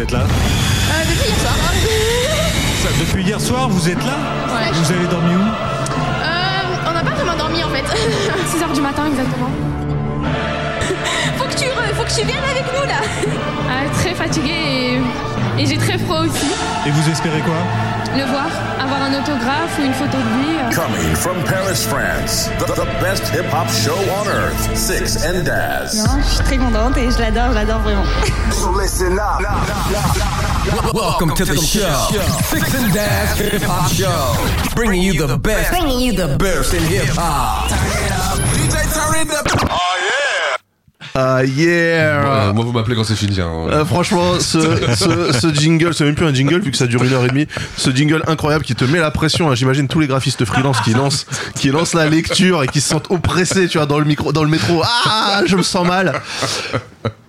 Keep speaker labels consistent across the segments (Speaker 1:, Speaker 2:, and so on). Speaker 1: êtes là
Speaker 2: Euh, depuis hier soir. hein.
Speaker 1: Ça, Depuis hier soir, vous êtes là
Speaker 2: Ouais.
Speaker 1: Vous avez dormi où
Speaker 2: Euh, on n'a pas vraiment dormi en fait.
Speaker 3: 6h du matin exactement.
Speaker 2: faut, que tu re- faut que tu viennes avec nous là.
Speaker 3: Ah, très fatiguée et, et j'ai très froid aussi.
Speaker 1: Et vous espérez quoi
Speaker 3: Le voir, avoir un autographe ou une photo de lui. euh,
Speaker 4: Coming from Paris, France, the, the best hip hop show on earth, Six and Daz.
Speaker 5: Non, Hein, je suis très contente et je l'adore, je l'adore vraiment.
Speaker 4: Listen up.
Speaker 6: Welcome to the show. Six and Dash Hip Hop Show. Bringing you the best. Bringing you the best in hip hop.
Speaker 4: DJ, turn it up. Oh,
Speaker 7: Ah yeah
Speaker 8: Voilà, Euh, moi, vous m'appelez quand c'est fini. hein.
Speaker 7: Euh, franchement, ce, ce, Ah, ce jingle, c'est même plus un jingle vu que ça dure une heure et demie. Ce jingle incroyable qui te met la pression. hein. J'imagine tous les graphistes freelance qui lancent, qui lancent la lecture et qui se sentent oppressés, tu vois, dans le micro, dans le métro. Ah, je me sens mal.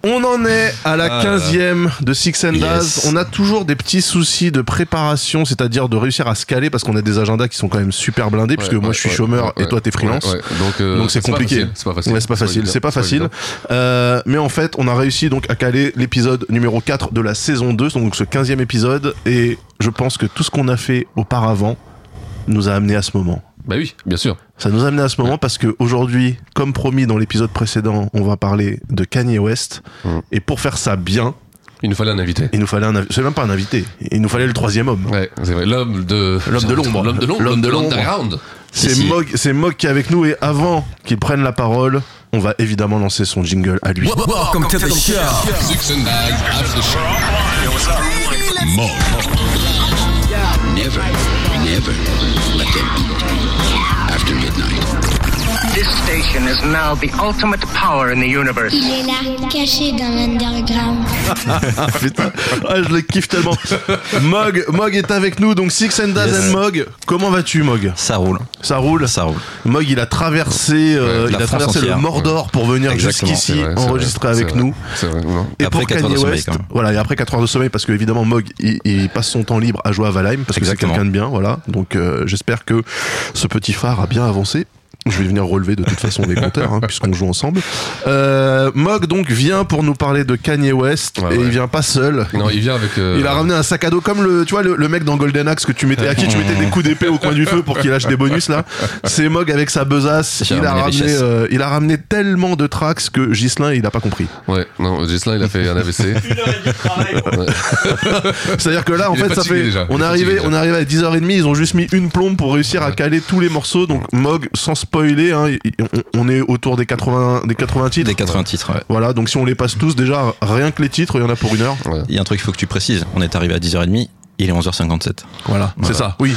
Speaker 7: On en est à la
Speaker 8: Ah là là.
Speaker 7: 15e de Six and
Speaker 8: Yes.
Speaker 7: Daz. On a toujours des petits soucis de préparation, c'est-à-dire de réussir à se caler parce qu'on a des agendas qui sont quand même super blindés puisque
Speaker 8: Ouais,
Speaker 7: moi
Speaker 8: ouais,
Speaker 7: je suis
Speaker 8: ouais,
Speaker 7: chômeur
Speaker 8: ouais,
Speaker 7: et toi t'es freelance.
Speaker 8: ouais, ouais. Donc, euh,
Speaker 7: Donc c'est
Speaker 8: pas
Speaker 7: compliqué.
Speaker 8: facile, C'est pas facile.
Speaker 7: Ouais, c'est pas
Speaker 8: Faut le
Speaker 7: facile,
Speaker 8: dire,
Speaker 7: c'est pas
Speaker 8: faut le
Speaker 7: facile.
Speaker 8: dire.
Speaker 7: Euh, mais en fait, on a réussi donc à caler l'épisode numéro 4 de la saison 2, donc ce 15e épisode. Et je pense que tout ce qu'on a fait auparavant nous a amené à ce moment.
Speaker 8: Bah oui, bien sûr.
Speaker 7: Ça nous a amené à ce moment parce que aujourd'hui, comme promis dans l'épisode précédent, on va parler de Kanye West.
Speaker 8: Mm.
Speaker 7: Et pour faire ça bien,
Speaker 8: Il nous fallait un invité.
Speaker 7: il nous fallait un invi- c'est même pas un invité, il nous fallait le troisième homme.
Speaker 8: Ouais, c'est vrai. L'homme de.
Speaker 7: L'homme de l'ombre.
Speaker 8: L'homme de l'ombre.
Speaker 7: L'homme de l'ombre.
Speaker 8: l'underground.
Speaker 7: C'est
Speaker 8: Ici.
Speaker 7: Mog, c'est Mog qui est avec nous et avant qu'il prenne la parole, on va évidemment lancer son jingle à lui.
Speaker 6: Welcome to the show.
Speaker 8: Six and Daz after show. Mog.
Speaker 9: Never, never let them eat after midnight.
Speaker 10: This station is now the ultimate power in the universe.
Speaker 11: Il est là, caché dans l'underground.
Speaker 7: Ah, putain. Ah, je le kiffe tellement. Mog, Mog est avec nous, donc Six and Daz
Speaker 9: Yes.
Speaker 7: and Mog. Comment vas-tu, Mog
Speaker 9: Ça roule,
Speaker 7: Ça roule
Speaker 9: ça roule.
Speaker 7: Mog, il a traversé, euh,
Speaker 9: Ouais,
Speaker 7: il
Speaker 9: la
Speaker 7: a
Speaker 9: France
Speaker 7: traversé le
Speaker 9: entière.
Speaker 7: Mordor pour venir
Speaker 9: Exactement,
Speaker 8: C'est
Speaker 7: jusqu'ici
Speaker 8: vrai, c'est
Speaker 7: enregistrer
Speaker 8: vrai,
Speaker 7: avec
Speaker 8: c'est vrai.
Speaker 7: nous.
Speaker 8: C'est vrai, non.
Speaker 7: Et
Speaker 9: Après
Speaker 7: pour
Speaker 9: quatre heures
Speaker 7: Kanye
Speaker 9: de sommeil,
Speaker 7: West,
Speaker 9: quand même.
Speaker 7: voilà, et après 4 heures de sommeil, parce que évidemment Mog, il, il passe son temps libre à jouer à Valheim, parce que c'est
Speaker 9: Exactement.
Speaker 7: quelqu'un de bien, voilà. Donc euh, j'espère que ce petit phare a bien avancé. Je vais venir relever de toute façon les compteurs, hein, puisqu'on joue ensemble. Euh, Mog donc vient pour nous parler de Kanye West,
Speaker 8: Ouais,
Speaker 7: et il
Speaker 8: ouais.
Speaker 7: vient pas seul.
Speaker 8: Non, il vient avec. euh,
Speaker 7: Il a ramené un sac à dos comme le, tu vois, le, le mec dans Golden Axe que tu mettais à qui tu mettais des coups d'épée au coin du feu pour qu'il lâche des bonus là. C'est Mog avec sa besace.
Speaker 9: J'ai
Speaker 7: Il a
Speaker 9: ramené les
Speaker 7: ramené,
Speaker 9: richesses.
Speaker 7: euh, il a ramené tellement de tracks que Gislin il a pas compris.
Speaker 8: Ouais, non, Gislain, il a fait un AVC.
Speaker 7: C'est-à-dire que là en
Speaker 8: Il est
Speaker 7: fait ça
Speaker 8: fatigué
Speaker 7: fait,
Speaker 8: déjà.
Speaker 7: on
Speaker 8: Il
Speaker 7: est
Speaker 8: est fatigué
Speaker 7: arrivé,
Speaker 8: déjà.
Speaker 7: on est arrivé à 10h30, ils ont juste mis une plombe pour réussir à caler tous les morceaux. Donc Mog sans spoiler, hein, il- il- on, on est autour des 80, des 80 titres.
Speaker 9: Des 80 titres, ouais.
Speaker 7: Voilà, donc si on les passe tous déjà, rien que les titres, il y en a pour une heure.
Speaker 9: Il y a un truc qu'il faut que tu précises. On est arrivé à 10h30, il est 11h57.
Speaker 7: Voilà, c'est ça. Oui,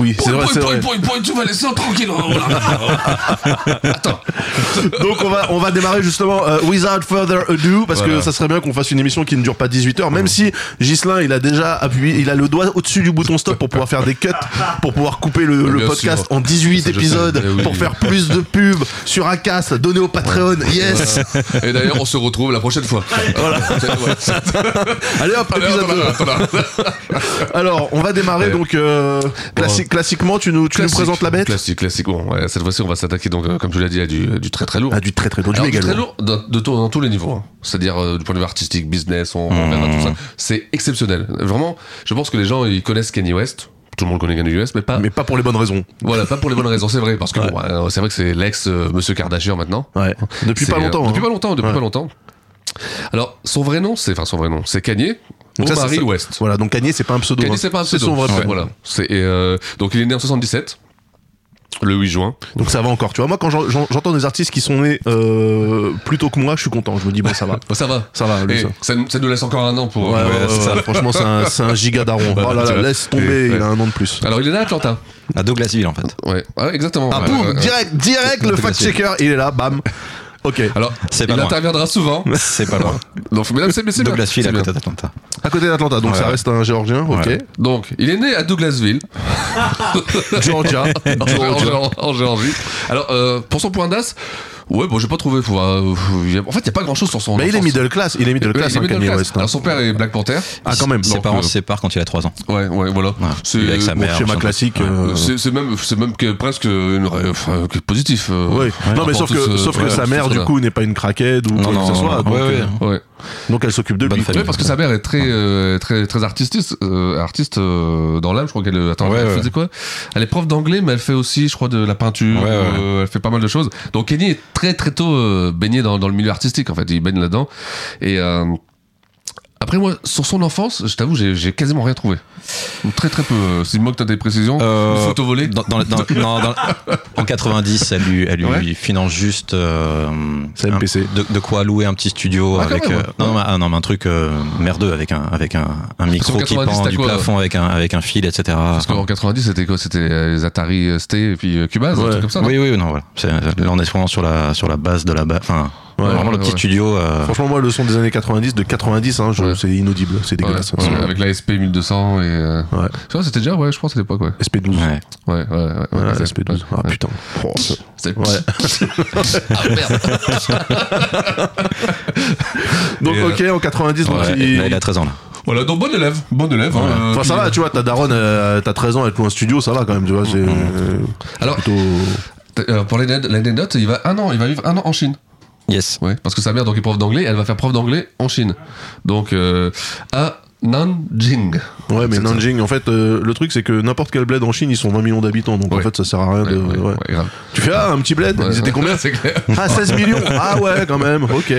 Speaker 7: oui, c'est vrai, c'est vrai.
Speaker 8: point, point, tout va laisser tranquille. on l'a-
Speaker 7: Donc on va on va démarrer justement euh, without further ado parce que
Speaker 8: Voilà.
Speaker 7: ça serait bien qu'on fasse une émission qui ne dure pas 18 heures même si Gislin il a déjà appuyé il a le doigt au-dessus du bouton stop pour pouvoir faire des cuts pour pouvoir couper le, le
Speaker 8: Bien
Speaker 7: podcast
Speaker 8: sûr.
Speaker 7: en 18
Speaker 8: Ça, je
Speaker 7: épisodes
Speaker 8: sais. Eh oui.
Speaker 7: pour faire plus de pubs sur Acast donner au Patreon yes
Speaker 8: Et d'ailleurs, on se retrouve la prochaine fois. Ah, Voilà.
Speaker 7: allez hop épisode deux. alors on va démarrer
Speaker 8: Ouais.
Speaker 7: donc euh, classi- classiquement tu nous tu nous
Speaker 8: Classique.
Speaker 7: présentes la bête
Speaker 8: Classique, classique. Bon, ouais, cette fois-ci, on va s'attaquer, donc, euh, comme tu l'as dit, à du, du très très lourd.
Speaker 7: ah du très très lourd du
Speaker 8: Alors,
Speaker 7: méga
Speaker 8: du très
Speaker 7: lourd.
Speaker 8: lourd dans, de tout- dans tous les niveaux. hein. C'est-à-dire euh, du point de vue artistique, business, on reviendra tout ça. C'est exceptionnel. Vraiment, je pense que les gens, ils connaissent Kanye West. Tout le monde connaît Kanye West, mais pas.
Speaker 7: mais pas pour les bonnes raisons
Speaker 8: Voilà, pas pour les bonnes raisons, c'est vrai. Parce que bon, euh, c'est vrai que c'est l'ex euh, Monsieur Kardashian maintenant.
Speaker 7: ouais depuis
Speaker 8: C'est,
Speaker 7: pas
Speaker 8: euh,
Speaker 7: longtemps
Speaker 8: Depuis
Speaker 7: hein.
Speaker 8: pas longtemps, depuis
Speaker 7: Ouais.
Speaker 8: pas longtemps. Alors, son vrai nom, c'est enfin son vrai nom, c'est Kanye
Speaker 7: Donc ça, c'est
Speaker 8: Omari
Speaker 7: ça.
Speaker 8: West.
Speaker 7: voilà donc Kanye c'est pas un pseudo hein.
Speaker 8: Kanye, c'est pas un
Speaker 7: C'est son
Speaker 8: pseudo.
Speaker 7: vrai prénom.
Speaker 8: Voilà. C'est, et, euh, donc, il est né en 77, le 8 juin.
Speaker 7: Donc ça va encore. Tu vois, moi quand j'en- j'en- j'entends des artistes qui sont nés euh, plus tôt que moi, je suis content. Je me dis, bon, ça va.
Speaker 8: Bon, ça va.
Speaker 7: Ça va, lui,
Speaker 8: Et
Speaker 7: ça.
Speaker 8: ça. nous- ça nous laisse encore un an pour.
Speaker 7: Ouais, ouais,
Speaker 8: pour-
Speaker 7: ouais,
Speaker 8: c'est ça. Bah,
Speaker 7: ouais, Franchement, c'est un, c'est un giga daron. Oh là
Speaker 8: tu
Speaker 7: là,
Speaker 8: vois.
Speaker 7: laisse tomber,
Speaker 8: Et-
Speaker 7: il a un an de plus.
Speaker 8: Alors, il est né à Atlanta.
Speaker 9: À Douglasville, en fait.
Speaker 8: Ouais, Ouais, exactement.
Speaker 7: Ah,
Speaker 8: Ouais,
Speaker 7: boum,
Speaker 8: ouais, ouais.
Speaker 7: direct, direct, le fact-checker, il est là, bam. Ok.
Speaker 8: Alors,
Speaker 9: C'est pas
Speaker 8: il
Speaker 9: loin.
Speaker 8: interviendra souvent.
Speaker 9: C'est pas loin.
Speaker 8: Donc, mesdames, c'est mais c'est bien.
Speaker 9: Douglasville,
Speaker 8: C'est
Speaker 9: à
Speaker 8: bien.
Speaker 9: côté d'Atlanta.
Speaker 7: À côté d'Atlanta, donc
Speaker 9: Ouais.
Speaker 7: ça reste un géorgien, ok.
Speaker 9: Ouais.
Speaker 8: Donc, il est né à Douglasville,
Speaker 7: Georgia.
Speaker 8: en, en- en Géorgie. Alors, euh, pour son point d'as, Ouais, bon, j'ai pas trouvé. faut voir, euh, faut- il y a- en fait, il y a pas grand chose sur son.
Speaker 7: Mais il est
Speaker 8: sur-
Speaker 7: middle class, il est middle
Speaker 8: Ouais,
Speaker 7: class,
Speaker 8: il est
Speaker 7: hein,
Speaker 8: middle
Speaker 7: Kanye
Speaker 8: class.
Speaker 7: West, hein.
Speaker 8: Alors, son père est Black Panther.
Speaker 12: Ah, quand même. Ses
Speaker 8: Donc,
Speaker 12: parents
Speaker 8: euh,
Speaker 12: se séparent quand il a 3 ans.
Speaker 8: Ouais, ouais, voilà.
Speaker 12: Il est avec sa
Speaker 7: Mon
Speaker 12: mère.
Speaker 7: schéma
Speaker 12: machin.
Speaker 7: classique.
Speaker 12: Ouais.
Speaker 7: euh,
Speaker 8: C'est c'est même, c'est même que presque une, ré- enfin, que positif. euh,
Speaker 7: Ouais.
Speaker 8: par
Speaker 7: Non mais
Speaker 8: rapport
Speaker 7: sauf
Speaker 8: à tout
Speaker 7: que,
Speaker 8: ce-
Speaker 7: sauf que
Speaker 8: euh, ouais,
Speaker 7: sa
Speaker 8: tout
Speaker 7: mère
Speaker 8: ça.
Speaker 7: du coup n'est pas une craquette ou quoi que
Speaker 12: non,
Speaker 7: ce
Speaker 12: non,
Speaker 7: soit.
Speaker 12: non.
Speaker 7: donc,
Speaker 8: Ouais,
Speaker 7: euh,
Speaker 8: Ah, ouais.
Speaker 7: donc elle s'occupe de lui.
Speaker 12: Bonne famille.
Speaker 8: Ouais, parce que sa mère est très, euh, très, très artististe, euh, artiste euh, dans l'âme. Je crois qu'elle attends,
Speaker 12: Ouais,
Speaker 8: elle
Speaker 12: ouais.
Speaker 8: faisait quoi Elle est prof d'anglais, mais elle fait aussi, je crois, de la peinture.
Speaker 12: Ouais, ouais.
Speaker 8: euh, elle fait pas mal de choses. Donc Kenny est très, très tôt euh, baigné dans, dans le milieu artistique. En fait, il baigne là-dedans. Et euh, après, moi, sur son enfance, je t'avoue, j'ai j'ai quasiment rien trouvé. Ou Très, très peu. Euh, Si moi que t'as des précisions,
Speaker 12: Euh,
Speaker 8: une photo volée.
Speaker 12: Dans, dans, la- dans- non, dans- en 90, elle lui, elle lui
Speaker 8: Ouais.
Speaker 12: finance juste euh,
Speaker 7: Sa
Speaker 12: un-
Speaker 7: MPC.
Speaker 12: de, de quoi louer un petit studio
Speaker 8: Ah, quand
Speaker 12: avec
Speaker 8: même,
Speaker 12: euh,
Speaker 8: ouais.
Speaker 12: non, mais- ah, non, mais un truc euh, merdeux avec un avec un, un micro qui
Speaker 8: 90,
Speaker 12: pend
Speaker 8: t'as
Speaker 12: du
Speaker 8: quoi,
Speaker 12: plafond avec un avec un fil, etc.
Speaker 8: Parce qu'en 90, c'était quoi C'était euh, les Atari euh, ST et puis euh, Cubase, un
Speaker 7: Ouais.
Speaker 8: truc comme ça. non
Speaker 12: Oui, oui, non, voilà. C'est- Là, on est vraiment sur la sur la base de la base. Enfin,
Speaker 8: Ouais,
Speaker 12: vraiment le
Speaker 8: ouais,
Speaker 12: petit
Speaker 8: ouais.
Speaker 12: studio. euh,
Speaker 7: Franchement moi le son des années 90 de 90 hein, je-
Speaker 8: Ouais.
Speaker 7: c'est inaudible, c'est
Speaker 8: Ouais,
Speaker 7: dégueulasse.
Speaker 8: ouais, avec la SP 1200 et. euh,
Speaker 7: Ouais.
Speaker 8: Tu vois, c'était déjà, ouais, je pense à l'époque, ouais.
Speaker 7: SP12.
Speaker 12: ouais.
Speaker 8: Ouais, ouais, ouais.
Speaker 7: Ouais,
Speaker 8: ouais,
Speaker 7: la
Speaker 8: c'est-
Speaker 7: SP12. Ah
Speaker 8: ouais.
Speaker 7: putain. Oh, ça-
Speaker 8: C'est-
Speaker 7: Ouais.
Speaker 8: Ah, merde.
Speaker 7: Donc
Speaker 8: Et, euh,
Speaker 7: ok en 90 donc
Speaker 12: Ouais,
Speaker 7: il-
Speaker 12: Là, il a 13 ans là.
Speaker 8: Voilà, donc bon élève, bon élève. hein, euh,
Speaker 7: Enfin ça
Speaker 8: puis-
Speaker 7: va tu vois ta daronne euh, t'as 13 ans elle te loue un studio ça va quand même tu vois c'est euh,
Speaker 8: Mm. Alors-
Speaker 7: plutôt
Speaker 8: Euh, pour l'ane- l'anecdote, il va un an, il va vivre un an en Chine.
Speaker 12: Yes.
Speaker 8: Ouais, parce que sa mère donc est prof d'anglais, elle va faire prof d'anglais en Chine. Donc euh, à Nanjing.
Speaker 7: Ouais, mais
Speaker 8: C'est ça.
Speaker 7: Nanjing, en fait, euh, le truc, c'est que n'importe quel bled en Chine, ils sont 20 millions d'habitants, donc en
Speaker 8: Ouais.
Speaker 7: fait, ça sert à rien
Speaker 8: Ouais,
Speaker 7: de.
Speaker 8: ouais,
Speaker 7: ouais.
Speaker 8: ouais, grave.
Speaker 7: Tu fais, ah, un petit bled
Speaker 8: Ouais,
Speaker 7: Ils étaient
Speaker 8: ouais,
Speaker 7: combien
Speaker 8: C'est clair.
Speaker 7: Ah, 16 millions Ah, ouais, quand même, ok.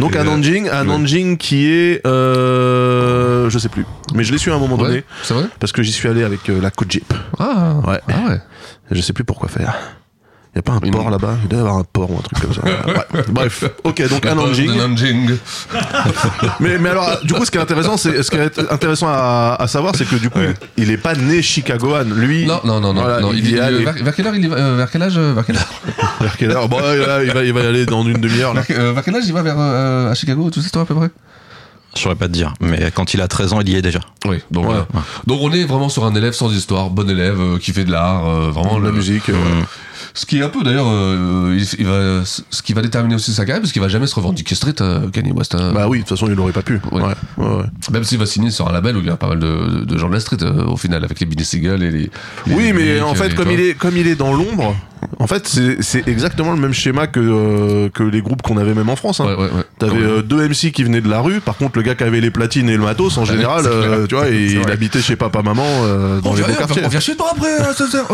Speaker 7: Donc,
Speaker 8: Et,
Speaker 7: à
Speaker 8: euh,
Speaker 7: Nanjing, à
Speaker 8: ouais.
Speaker 7: Nanjing qui est. Euh, je sais plus. Mais je l'ai su à un moment donné,
Speaker 8: Ouais, c'est vrai
Speaker 7: parce que j'y suis allé avec euh, la Kojip.
Speaker 8: Ah
Speaker 7: Ouais.
Speaker 8: Ah ouais.
Speaker 7: Je sais plus pourquoi faire. Y a pas un
Speaker 8: Une-
Speaker 7: port là-bas Il doit y avoir un port ou un truc comme ça. Ouais. Bref, ok, donc à
Speaker 8: La pauvre de
Speaker 7: Nanjing.
Speaker 8: Nanjing.
Speaker 7: Mais, mais alors, du coup, ce qui est intéressant, c'est ce qui est intéressant à, à savoir, c'est que du coup, il est pas né chicagoan. Lui,
Speaker 8: Non, non, non, non.
Speaker 7: voilà,
Speaker 8: non,
Speaker 7: il,
Speaker 8: il-
Speaker 7: y
Speaker 8: il-
Speaker 7: allait-
Speaker 8: vers, vers quelle heure il y va euh, Vers quel âge euh, Vers quelle heure
Speaker 7: vers quelle heure Bon, ouais, là, il, va, il va y aller dans une demi-heure. là.
Speaker 8: vers, euh, vers quel âge il va vers euh, à Chicago Tu sais toi à peu près
Speaker 12: Je saurais pas te dire, mais quand il a 13 ans, il y est déjà.
Speaker 8: Oui, donc voilà. Donc on est vraiment sur un élève sans histoire, bon élève euh, qui fait de l'art, euh, vraiment
Speaker 7: De la
Speaker 8: le-
Speaker 7: musique. euh,
Speaker 8: Ce qui est un peu d'ailleurs, euh, il, il va, ce qui va déterminer aussi sa carrière, parce qu'il va jamais se revendiquer street, euh, Kanye West. hein.
Speaker 7: Bah oui, de toute façon, il n'aurait pas pu.
Speaker 8: Ouais.
Speaker 7: Ouais. Ouais, ouais.
Speaker 8: Même s'il va signer sur un label où il y a pas mal de, de gens de la street euh, au final, avec les Billy Seagal et les. les-
Speaker 7: Oui,
Speaker 8: les
Speaker 7: mais
Speaker 8: Meek,
Speaker 7: en fait,
Speaker 8: les-
Speaker 7: comme
Speaker 8: tu
Speaker 7: il
Speaker 8: vois.
Speaker 7: est, comme il est dans l'ombre, en fait, c'est- c'est exactement le même schéma que, euh, que les groupes qu'on avait même en France. hein.
Speaker 8: Ouais, ouais, ouais.
Speaker 7: T'avais
Speaker 8: Comme-
Speaker 7: euh, deux MC qui venaient de la rue. Par contre, le gars qui avait les platines et le matos, en général,
Speaker 8: c'est
Speaker 7: euh,
Speaker 8: clair.
Speaker 7: tu vois,
Speaker 8: C'est
Speaker 7: il,
Speaker 8: vrai.
Speaker 7: habitait chez papa, maman, euh, dans
Speaker 8: On
Speaker 7: les
Speaker 8: vient,
Speaker 7: beaux
Speaker 8: on vient-
Speaker 7: quartiers.
Speaker 8: on vient chez toi après, euh, ça, ça, euh,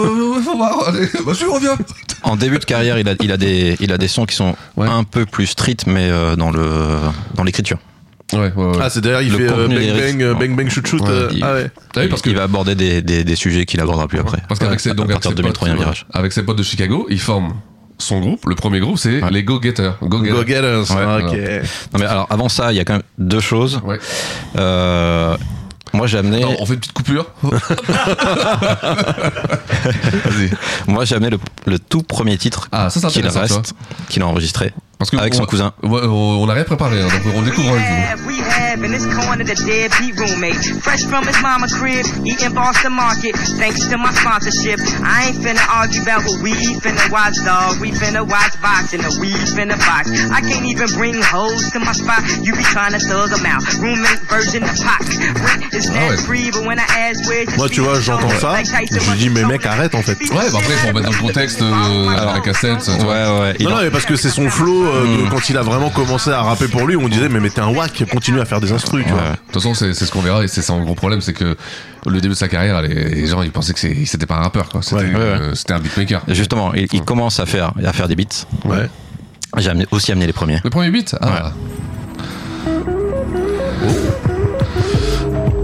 Speaker 8: faut voir. Allez, bah, je reviens.
Speaker 12: En début de carrière, il a, il a, des, il a des sons qui sont
Speaker 8: Ouais.
Speaker 12: un peu plus street, mais euh, dans le dans l'écriture.
Speaker 8: Ouais, ouais, ouais.
Speaker 7: Ah, c'est derrière, il
Speaker 12: Le
Speaker 7: fait euh,
Speaker 12: contenu
Speaker 7: bang,
Speaker 12: lyrique.
Speaker 7: bang, euh, bang bang shoot shoot.
Speaker 8: Ouais,
Speaker 7: euh,
Speaker 12: il-
Speaker 7: ah ouais.
Speaker 8: Ah oui,
Speaker 12: il,
Speaker 8: parce que-
Speaker 12: il va aborder des, des, des sujets qu'il abordera plus après.
Speaker 8: Parce qu'avec ses,
Speaker 12: À- à
Speaker 8: donc, avec
Speaker 12: partir
Speaker 8: ses
Speaker 12: de 2003, il y a un
Speaker 8: potes, euh,
Speaker 12: virage.
Speaker 8: avec ses potes de Chicago, il forme son groupe. Le premier groupe, c'est
Speaker 12: Ouais.
Speaker 8: les Go-Getters. Go-Getters.
Speaker 7: Go getters.
Speaker 8: Ouais,
Speaker 7: Ah, ok.
Speaker 8: voilà.
Speaker 12: Non mais alors avant ça, il y a quand même deux choses.
Speaker 8: Ouais.
Speaker 12: Euh, moi j'ai amené,
Speaker 8: Attends, on fait une petite coupure. Vas-y.
Speaker 12: moi j'ai amené le, le tout premier titre
Speaker 8: Ah, ça, c'est
Speaker 12: qu'il
Speaker 8: intéressant,
Speaker 12: reste, qu'il a enregistré
Speaker 8: Parce que
Speaker 12: avec
Speaker 8: on-
Speaker 12: son cousin.
Speaker 8: Ouais, on on a rien préparé, hein, donc on découvre avec vous.
Speaker 10: Rehab, rehab, in this corner, the deadbeat roommate. Fresh from his mama crib, eating Boston Market. Thanks to my sponsorship, I ain't finna argue about what we finna watch, dog. We finna watch boxing, and we finna box. I can't even bring hoes to my spot. You be trying to thug 'em out. Roommate version of Pac. Rent is
Speaker 8: Ah ouais.
Speaker 10: not free, but when I ask where
Speaker 7: Moi, tu vois, j'entends ça, je dis, mais mec, arrête, en fait.
Speaker 8: Ouais, bah après, faut mettre dans le contexte, euh, la cassette, tu
Speaker 12: Ouais
Speaker 8: vois.
Speaker 12: ouais. il
Speaker 7: Non,
Speaker 12: en-
Speaker 7: non, mais parce que c'est son flow euh, de-
Speaker 8: Mm.
Speaker 7: quand il a vraiment commencé à rapper pour lui, on disait mais, mais t'es un wack, continue à faire des instrus, tu vois.
Speaker 8: De toute façon, c'est c'est ce qu'on verra et c'est ça mon gros problème, c'est que le début de sa carrière, les, les gens ils pensaient que c'est- c'était pas un rappeur, quoi. C'était
Speaker 7: Ouais,
Speaker 12: ouais,
Speaker 8: euh, c'était un beatmaker.
Speaker 12: Justement, il, il commence à faire à faire des beats.
Speaker 7: Ouais.
Speaker 12: J'ai amené- aussi amené les premiers.
Speaker 8: Le premier beat Ah Oh.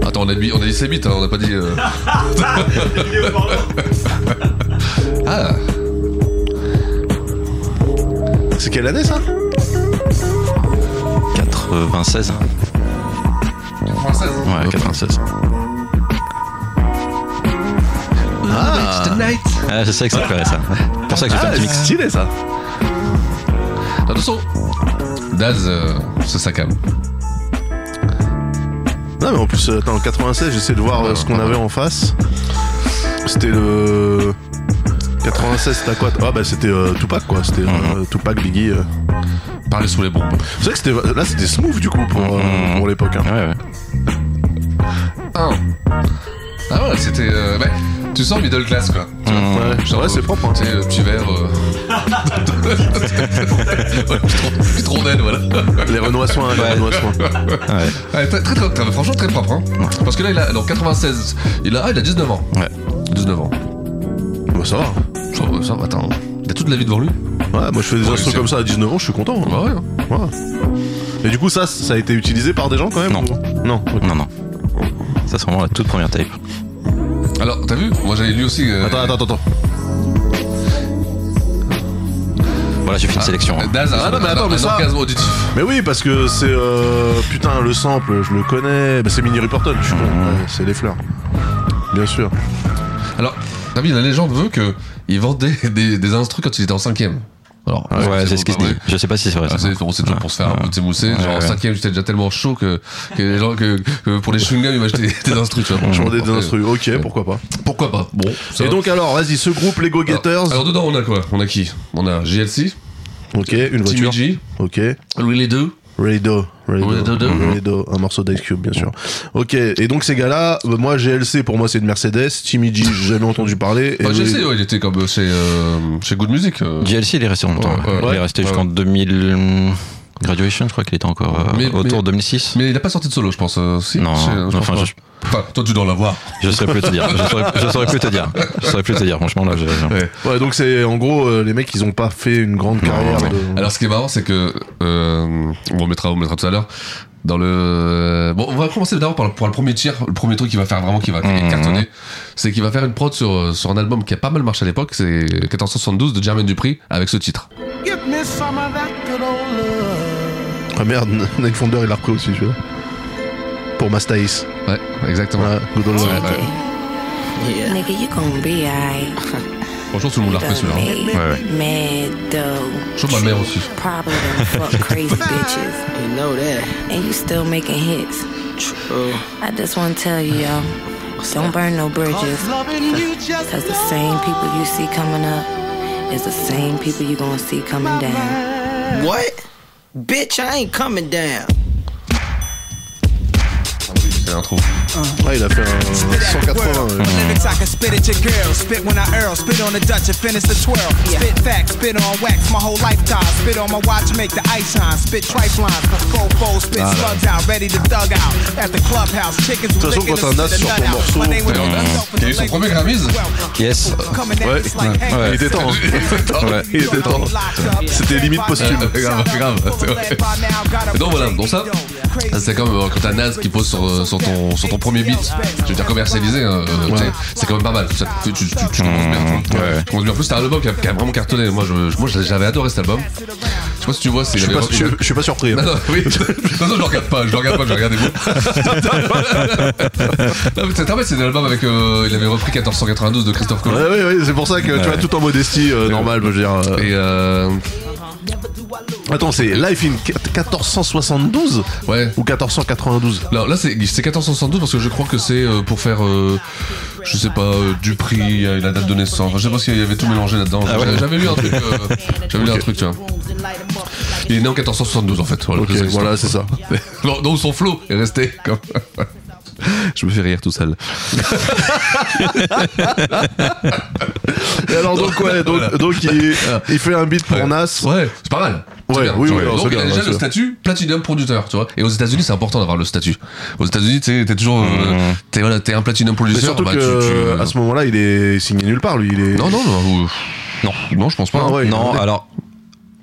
Speaker 8: Attends, on a, dit- on a dit 7 beats, hein, on n'a pas dit. euh. ah
Speaker 7: C'est quelle année ça
Speaker 12: 96.
Speaker 8: Française
Speaker 12: Ouais, 96. Ah, je sais que ça te ferait ça. C'est pour ça que
Speaker 8: Ah,
Speaker 12: je fais un petit mix.
Speaker 7: Ah, stylé ça.
Speaker 8: De toute façon, Daz, euh, c'est sa cam.
Speaker 7: Non mais en plus, euh, attends, en 96, j'essaie de voir euh, ce qu'on avait en face. C'était le 96, c'était quoi Ah bah c'était euh, Tupac quoi, c'était euh,
Speaker 8: Mhm.
Speaker 7: Tupac, Biggie. euh.
Speaker 8: Parler sous les bombes.
Speaker 7: C'est vrai que c'était euh, là c'était smooth du coup pour, euh,
Speaker 8: Mhm.
Speaker 7: pour l'époque. hein.
Speaker 8: Ah. Ah ouais, c'était. euh, bah, tu sens middle class quoi. Tu vois,
Speaker 7: Ouais,
Speaker 8: genre,
Speaker 7: ouais, c'est propre. hein.
Speaker 8: tu sais, le petit verre. euh. ouais, petite rondelle, voilà.
Speaker 7: Les Renois soins, les Renois soins.
Speaker 8: Ouais, très, très, très, très- franchement, très propre. Hein. Parce que là, il a, alors 96, il a, ah, il a 19 ans.
Speaker 12: Ouais.
Speaker 8: 19 ans.
Speaker 7: Bah ça va.
Speaker 8: Ça, va, ça va, attends. Il a toute la vie devant lui.
Speaker 7: Ouais, moi je fais des
Speaker 8: Ouais,
Speaker 7: instruments
Speaker 8: c'est-
Speaker 7: comme ça à 19 ans, je suis content. hein.
Speaker 8: Bah ouais. hein.
Speaker 7: Et du coup ça, ça a été utilisé par des gens quand même
Speaker 12: Non.
Speaker 7: ou- Non. ok.
Speaker 12: Non, non. Ça, c'est vraiment la toute première tape.
Speaker 8: Alors, t'as vu Moi, j'avais lu aussi. euh,
Speaker 7: Attends, attends, attends, attends.
Speaker 12: Voilà, j'ai fait une sélection. hein.
Speaker 8: Daz,
Speaker 7: Ah
Speaker 8: un,
Speaker 7: non, mais attends,
Speaker 8: un-
Speaker 7: mais
Speaker 8: un
Speaker 7: ça-
Speaker 8: orgasme auditif.
Speaker 7: Mais oui, parce que c'est euh, putain le sample, je le connais. Bah, c'est Mini Riperton, je suis con.
Speaker 8: Mhm.
Speaker 7: Ouais, c'est les fleurs. Bien sûr.
Speaker 8: Alors, t'as vu, la légende veut qu'il vendait des, des instrus quand il était en cinquième. Alors,
Speaker 12: Ouais, c'est ce qu'il
Speaker 8: pas
Speaker 12: se dit.
Speaker 8: vrai.
Speaker 12: Je sais pas si c'est vrai. ça.
Speaker 8: Ah, c'est c'est toujours pour se faire un peu de mousser. Genre, en
Speaker 12: ouais.
Speaker 8: cinquième, j'étais déjà tellement chaud que, que, les gens- que, que pour les chewing-gums, ils m'achetaient des instrus, tu vois.
Speaker 7: Je
Speaker 8: Franchement,
Speaker 7: demandais des
Speaker 8: Mmh. parfait.
Speaker 7: instrus. Ok, pourquoi pas.
Speaker 8: Pourquoi pas Bon, ça
Speaker 7: Et
Speaker 8: va.
Speaker 7: donc alors, vas-y, ce groupe les Go
Speaker 8: alors,
Speaker 7: Getters.
Speaker 8: alors, dedans, on a quoi On a qui On a JLC,
Speaker 7: Ok, une
Speaker 8: Timmy
Speaker 7: voiture.
Speaker 8: G,
Speaker 7: Ok.
Speaker 8: Really 2.
Speaker 7: Raido. Mmh.
Speaker 8: Raido deux.
Speaker 7: Raido. Un morceau d'Ice Cube, bien sûr. Ok, et donc ces gars-là, euh, moi GLC, pour moi c'est une Mercedes. Timmy G, j'ai jamais entendu parler. Et
Speaker 8: Enfin, JLC,
Speaker 7: Raido-
Speaker 8: ouais, il était comme euh, chez, euh, chez Good Music. euh.
Speaker 12: JLC, il est resté longtemps.
Speaker 8: Ouais, ouais,
Speaker 12: il
Speaker 8: ouais.
Speaker 12: est resté
Speaker 8: Ouais,
Speaker 12: jusqu'en
Speaker 8: ouais.
Speaker 12: 2000. hum, Graduation, je crois qu'il était encore euh,
Speaker 8: Mais-
Speaker 12: autour
Speaker 8: mais-
Speaker 12: de 2006.
Speaker 8: Mais il a pas sorti de solo, je pense. euh, si
Speaker 12: Non,
Speaker 8: Chez- je pense
Speaker 12: enfin,
Speaker 8: pas.
Speaker 12: je-
Speaker 8: Enfin, toi, tu dois l'avoir.
Speaker 12: Je saurais plus te dire. Je saurais, je saurais plus te dire. Je saurais plus te dire. Franchement, là, je.
Speaker 7: Ouais, donc c'est en gros, euh, les mecs, ils ont pas fait une grande carrière.
Speaker 12: non.
Speaker 7: de-
Speaker 8: Alors ce qui est marrant c'est que euh, on mettra on mettra tout à l'heure dans le bon on va commencer d'abord par le, pour le premier tir le premier truc qui va faire vraiment qui va
Speaker 7: Mmh,
Speaker 12: Mhm.
Speaker 8: cartonner c'est qu'il va faire une prod sur euh, sur un album qui a pas mal marché à l'époque c'est 1472 de Jermaine Dupri avec ce titre.
Speaker 7: Ah merde, Nick Fonder, il l'a repris aussi, tu vois. Pour Mastaïs.
Speaker 8: Ouais exactement.
Speaker 7: Ouais, good old
Speaker 8: Ouais,
Speaker 7: love.
Speaker 8: ouais.
Speaker 2: Nigga, you gon' be alright.
Speaker 8: Franchement tout le monde l'a refait celui-là. hein.
Speaker 2: Made,
Speaker 12: Ouais, ouais.
Speaker 2: mad though.
Speaker 8: Je trouve ma mère aussi.
Speaker 2: Probably done fuck crazy bitches. You know that. And you still making hits. True. I just wanna tell you, y'all. Don't burn no bridges. Cause the same people you see coming up is the same people you gonna see coming down.
Speaker 10: What? Bitch, I ain't coming down.
Speaker 8: C'est l'intro.
Speaker 7: Ouais, il a fait un 180. ouais.
Speaker 13: Lyrics I can spit at your girl, spit when I earl, spit on the Dutch and finish the twirl. Spit facts, spit on wax, my whole lifetime. Spit on my watch, make the ice shine. Spit trife lines, four foes, spit slugs out, ready to thug out. At the clubhouse, chickens
Speaker 7: toute façon, quand t'as un as sur ton morceau,
Speaker 8: Qui a eu son premier Grammys
Speaker 12: Yes.
Speaker 7: Ouais.
Speaker 12: Ouais.
Speaker 7: Il était temps. hein.
Speaker 12: Ouais.
Speaker 7: Il était temps. C'était limite posthume.
Speaker 8: Ouais, grave, grave, c'est vrai. Et donc voilà, donc ça, c'est comme euh, quand t'as Naz qui pose sur, euh, sur, ton, sur ton premier beat, je veux dire commercialisé, hein, euh, tu sais, c'est quand même pas mal. Ça, tu, tu, tu, tu commences
Speaker 7: Mmh,
Speaker 8: bien. tu vois.
Speaker 12: ouais.
Speaker 8: Tu commences bien. En plus, c'est un album qui a, qui a vraiment cartonné. Moi, je, moi, j'avais adoré cet album. Je sais pas si tu vois, c'est.
Speaker 7: Je suis pas, je suis- je suis pas surpris. hein.
Speaker 8: Non, non, oui. De toute façon, je le regarde pas, je le regarde pas, je regarde des mots. non, mais c'est- en fait, c'est un album avec. euh, il avait repris 1492 de Christophe Colomb.
Speaker 7: Ouais, ouais, ouais, c'est pour ça que tu vois, tout en modestie, euh, normal, je veux dire. euh,
Speaker 8: Et euh,
Speaker 7: Attends, c'est Life in 1472
Speaker 8: ouais,
Speaker 7: ou 1492
Speaker 8: Alors là, c'est c'est 1472 parce que je crois que c'est euh, pour faire, euh, je sais pas, euh, du prix, euh, la date de naissance. Enfin, je sais pas s'il y avait tout mélangé là-dedans.
Speaker 7: Ah
Speaker 8: J'avais- J'avais lu un truc. euh, J'avais lu un truc, tu vois. Il est né en 1472 en fait. Voilà,
Speaker 7: Ok, voilà, c'est ça.
Speaker 8: Non, donc son flot est resté comme. Je me fais rire tout seul.
Speaker 7: Et alors, donc, ouais, donc, donc il, il fait un beat pour Nas.
Speaker 8: Ouais, c'est pas mal. C'est
Speaker 7: Ouais,
Speaker 8: bien,
Speaker 7: oui,
Speaker 8: c'est
Speaker 7: oui,
Speaker 8: bien.
Speaker 7: non, c'est
Speaker 8: Donc il
Speaker 7: bien,
Speaker 8: a
Speaker 7: ouais,
Speaker 8: déjà
Speaker 7: c'est
Speaker 8: le statut platinum producteur, tu vois. Et aux États-Unis, c'est important d'avoir le statut. Aux États-Unis, tu sais, t'es toujours, euh, t'es voilà, t'es un platinum
Speaker 7: Mmh. Mais
Speaker 8: producer.
Speaker 7: surtout
Speaker 8: bah,
Speaker 7: que, euh,
Speaker 8: tu- tu-
Speaker 7: à ce moment-là, il est signé nulle part, lui. Il est...
Speaker 8: Non, non, non. euh, Non, non, je pense pas.
Speaker 7: Ah ouais.
Speaker 12: Non, alors.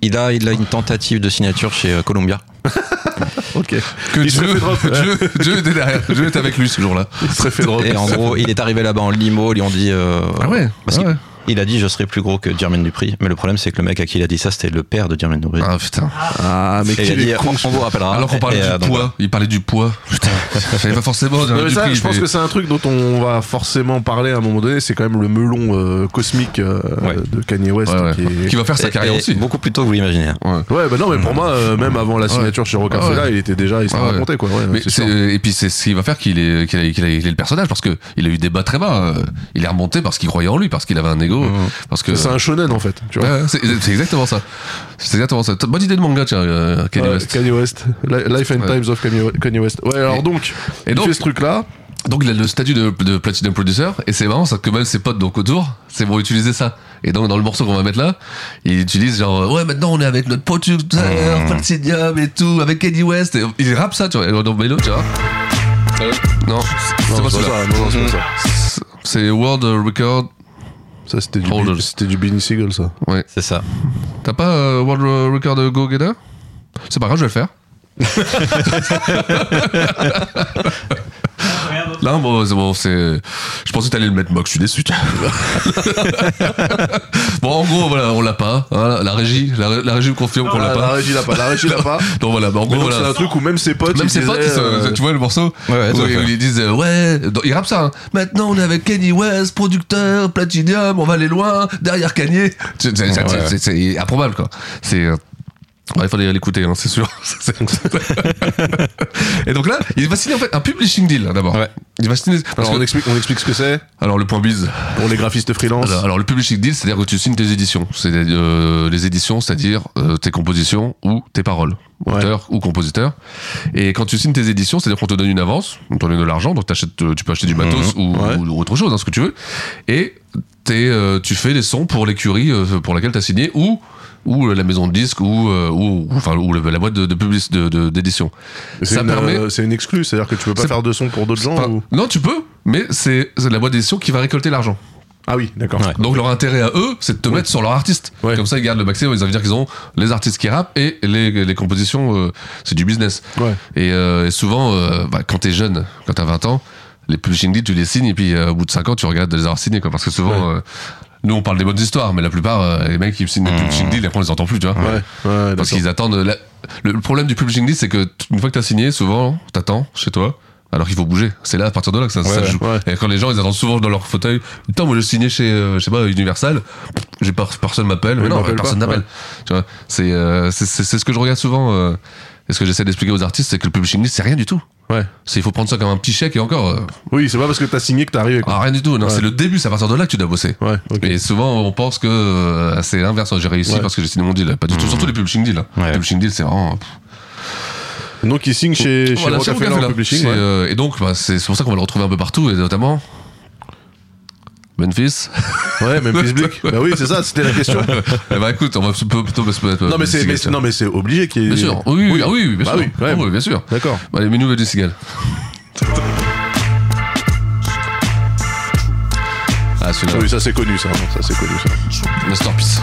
Speaker 12: Il a, il a une tentative de signature chez euh, Columbia.
Speaker 7: Ok.
Speaker 8: Que
Speaker 7: Il se
Speaker 8: Dieu,
Speaker 7: fait drop, ouais.
Speaker 8: Dieu, Dieu était derrière. Dieu était avec lui ce jour-là.
Speaker 7: Il serait fait drop.
Speaker 12: Et en gros, il est arrivé là-bas en limo, ils lui ont dit. euh,
Speaker 8: Ah ouais,
Speaker 12: parce
Speaker 8: ah
Speaker 12: qu'il-
Speaker 8: ouais.
Speaker 12: Il a dit je serais plus gros que Jermaine Dupri, mais le problème c'est que le mec à qui il a dit ça c'était le père de Jermaine Dupri.
Speaker 8: Ah putain.
Speaker 12: Ah, mais
Speaker 7: quel est con,
Speaker 12: on vous rappellera.
Speaker 8: Alors qu'on parlait
Speaker 12: Et,
Speaker 8: du
Speaker 12: euh, donc,
Speaker 8: poids, il parlait du poids. Putain, je savais pas forcément.
Speaker 7: Non, mais ça,
Speaker 8: Oh, prix,
Speaker 7: je pense
Speaker 8: mais-
Speaker 7: que c'est un truc dont on va forcément parler à un moment donné. C'est quand même le melon euh, cosmique euh,
Speaker 12: Ouais.
Speaker 7: de Kanye West.
Speaker 8: Ouais, ouais.
Speaker 7: Qui est-
Speaker 8: Qui va faire sa
Speaker 12: et-
Speaker 8: carrière
Speaker 12: et
Speaker 8: aussi.
Speaker 12: Beaucoup plus tôt que vous l'imaginez.
Speaker 7: Ouais, bah non, mais pour moi, euh, même avant la signature chez Rockefeller,
Speaker 8: Ouais.
Speaker 7: il était déjà, il s'est
Speaker 8: Ouais, ouais.
Speaker 7: raconté quoi. Ah Ouais,
Speaker 8: Mais
Speaker 7: c'est
Speaker 8: c'est-
Speaker 7: sûr.
Speaker 8: et puis c'est ce qui va faire qu'il est, qu'il est, qu'il est, qu'il est le personnage parce que il a eu des bas très bas. euh, Il est remonté parce qu'il croyait en lui, parce qu'il avait un ego rideau. Parce que
Speaker 7: C'est un shonen en fait. Tu vois.
Speaker 8: Ouais, ouais, c'est c'est exactement ça. C'est exactement ça. Bonne idée de manga, tiens, euh, Kanye
Speaker 7: Ouais,
Speaker 8: West.
Speaker 7: Kanye West. Li- Life and
Speaker 8: Ouais.
Speaker 7: Times of Kanye Kanye West. Ouais, alors donc,
Speaker 8: Et
Speaker 7: il
Speaker 8: donc-
Speaker 7: fait ce truc-là.
Speaker 8: Donc il a le statut de, de platinum producer et c'est marrant ça que même ses potes donc autour c'est pour utiliser ça et donc dans le morceau qu'on va mettre là il utilise genre euh, ouais maintenant on est avec notre producteur
Speaker 6: Mmh.
Speaker 8: platinum et tout avec Eddie West et il rappe ça tu vois et dans Melo tu vois non c'est pas celui-là
Speaker 7: non, non, c'est pas ça.
Speaker 8: C'est- c'est World Record
Speaker 7: Ça, c'était du,
Speaker 8: Hold on. Oh,
Speaker 7: c'était du Benny Siegel, ça.
Speaker 8: ouais
Speaker 12: C'est ça.
Speaker 8: t'as pas euh, World Record de Go Getter c'est pas grave je vais le faire Là, bon, c'est bon, c'est. Je pensais que t'allais le mettre, moi, que je suis déçu. bon, en gros, voilà, on l'a pas. hein, la régie, la, ré- la régie me confirme qu'on l'a
Speaker 7: la,
Speaker 8: pas.
Speaker 7: Ah la régie l'a pas. La régie l'a pas.
Speaker 8: Donc voilà, bah, en
Speaker 7: Mais
Speaker 8: gros,
Speaker 7: donc, c'est
Speaker 8: voilà.
Speaker 7: un truc où même ses potes.
Speaker 8: Même
Speaker 7: ils
Speaker 8: ses potes, ils
Speaker 7: disaient,
Speaker 8: se-
Speaker 7: euh,
Speaker 8: tu vois le morceau
Speaker 12: Ouais, tout
Speaker 8: où
Speaker 12: à fait.
Speaker 8: ils disent euh, ouais, dans- ils rappent ça. hein. Maintenant on est avec Kenny West, producteur, platinum, on va aller loin, derrière Kanye. C'est- c'est-
Speaker 12: Ouais,
Speaker 8: c'est-
Speaker 12: ouais.
Speaker 8: C'est c'est improbable quoi. C'est euh, ouais, il fallait l'écouter, hein, c'est sûr. C'est- Et donc là, il va signer en fait un publishing deal hein, d'abord. Il va signer.
Speaker 7: Alors, on explique, on explique ce que c'est
Speaker 8: Alors le point bise.
Speaker 7: pour les graphistes freelance.
Speaker 8: Alors, alors, le publishing deal, c'est-à-dire que tu signes tes éditions. C'est euh, les éditions, c'est-à-dire euh, tes compositions ou tes paroles, auteur ou compositeur. Et quand tu signes tes éditions, c'est-à-dire qu'on te donne une avance, on te donne de l'argent, donc t'achètes, euh, tu peux acheter du matos ou, ou autre chose, hein, ce que tu veux. Et t'es, euh, tu fais des sons pour l'écurie euh, pour laquelle t'as signé ou ou la maison de disques ou euh, ou enfin ou la la boîte de de public- de- de- d'édition.
Speaker 7: C'est
Speaker 8: Ça
Speaker 7: une,
Speaker 8: permet
Speaker 7: euh, c'est une exclue, c'est-à-dire que tu peux pas
Speaker 8: C'est-
Speaker 7: faire de son pour d'autres gens.
Speaker 8: Enfin,
Speaker 7: ou-
Speaker 8: Non, tu peux, mais c'est c'est la boîte d'édition qui va récolter l'argent.
Speaker 7: Ah oui, d'accord.
Speaker 12: Ouais.
Speaker 8: Donc leur intérêt à eux, c'est de te mettre sur leur artiste. Comme ça, ils gardent le maximum. Ça veut dire qu'ils ont les artistes qui rappent et les, les compositions, euh, c'est du business.
Speaker 7: Ouais.
Speaker 8: Et, euh, et souvent, euh, bah, quand t'es jeune, quand t'as 20 ans, les publishing deals, tu les signes et puis euh, au bout de 5 ans, tu regrettes de les avoir signés. Quoi, parce que souvent, euh, nous, on parle des bonnes histoires, mais la plupart, euh, les mecs, ils signent des publishing deals et après, on les entend plus, tu vois.
Speaker 7: Mmh. Ouais, ouais,
Speaker 8: Parce
Speaker 7: d'accord.
Speaker 8: qu'ils attendent. la- Le le problème du publishing deal, c'est que t- une fois que t'as signé, souvent, t'attends chez toi. Alors qu'il faut bouger. C'est là, à partir de là, que ça, ça
Speaker 7: ouais,
Speaker 8: joue. Et quand les gens, ils attendent souvent dans leur fauteuil. Putain, moi, j'ai signé chez, euh, je sais pas, Universal. J'ai pas, personne m'appelle. Mais
Speaker 7: Ils
Speaker 8: non,
Speaker 7: m'appellent
Speaker 8: personne
Speaker 7: pas,
Speaker 8: n'appelle. Tu vois, c'est, euh, c'est, c'est, c'est ce que je regarde souvent. euh, et ce que j'essaie d'expliquer aux artistes, c'est que le publishing deal, c'est rien du tout.
Speaker 7: Ouais.
Speaker 8: C'est, il faut prendre ça comme un petit chèque et encore. euh,
Speaker 7: Oui, c'est pas parce que t'as signé que t'es arrivé. quoi.
Speaker 8: ah, rien du tout, non,
Speaker 7: Ouais.
Speaker 8: c'est le début, c'est à partir de là que tu dois bosser.
Speaker 7: Ouais, ok.
Speaker 8: Et souvent, on pense que euh, c'est l'inverse. J'ai réussi
Speaker 7: Ouais. Mmh.
Speaker 8: parce que j'ai signé mon deal. Pas du tout, surtout les publishing deals. hein.
Speaker 12: Ouais.
Speaker 8: Les publishing deals, c'est vraiment.
Speaker 7: Donc il signe chez, chez
Speaker 8: Ah. Voilà, c'est
Speaker 7: Rockefeller
Speaker 8: Rockefeller.
Speaker 7: Publishing.
Speaker 8: C'est,
Speaker 7: ouais.
Speaker 8: euh, Et donc, bah, c'est c'est pour ça qu'on va le retrouver un peu partout, et notamment. Memphis
Speaker 7: Ouais, même public. bah oui, c'est ça, c'était la question.
Speaker 8: Eh ben écoute, on va plutôt plutôt se mettre.
Speaker 7: Non mais c'est mais c'est- non mais c'est obligé qu'il y ait
Speaker 8: Bien sûr, oui, oui, ah oui, oui, bien
Speaker 7: Bah
Speaker 8: sûr.
Speaker 7: oui, quand même.
Speaker 8: Ah oui, bien sûr.
Speaker 7: D'accord.
Speaker 8: Bah, Allez, mets-nous du Cigale. Ah, celui-là,
Speaker 7: Oui, ça c'est connu ça, ça c'est connu ça.
Speaker 8: masterpiece.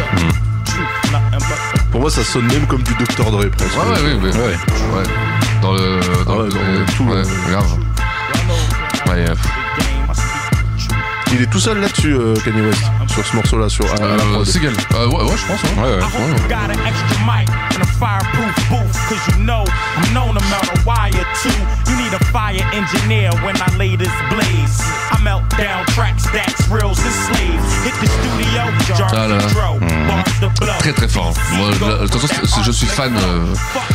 Speaker 7: Pour moi ça sonne même comme du Dr Dre presque.
Speaker 8: Ouais, ouais, ouais, Hmm. ouais. ouais. Dans le. Dans
Speaker 7: Ah ouais,
Speaker 8: le.
Speaker 7: dans le- tout,
Speaker 8: ouais,
Speaker 7: ouais.
Speaker 8: grave. Ouais, euh,
Speaker 7: Il est tout seul là-dessus euh, Kanye West sur ce morceau là sur à- à Ah, la
Speaker 8: euh,
Speaker 7: prod.
Speaker 8: Seagal. Euh, ouais, ouais, je pense. Ouais.
Speaker 12: Ouais, ouais.
Speaker 14: Got an extra mic and a fireproof booth, cause you know I'm known to melt a wire too. You need a fire engineer when I lay this blaze. I melt down tracks, stacks, reels, and slaves. Hit the studio, jars
Speaker 8: Ah là là.
Speaker 14: and throw, bars to blow.
Speaker 8: Très très fort. Moi, là, de toute façon, c'est- c'est- je suis fan. euh,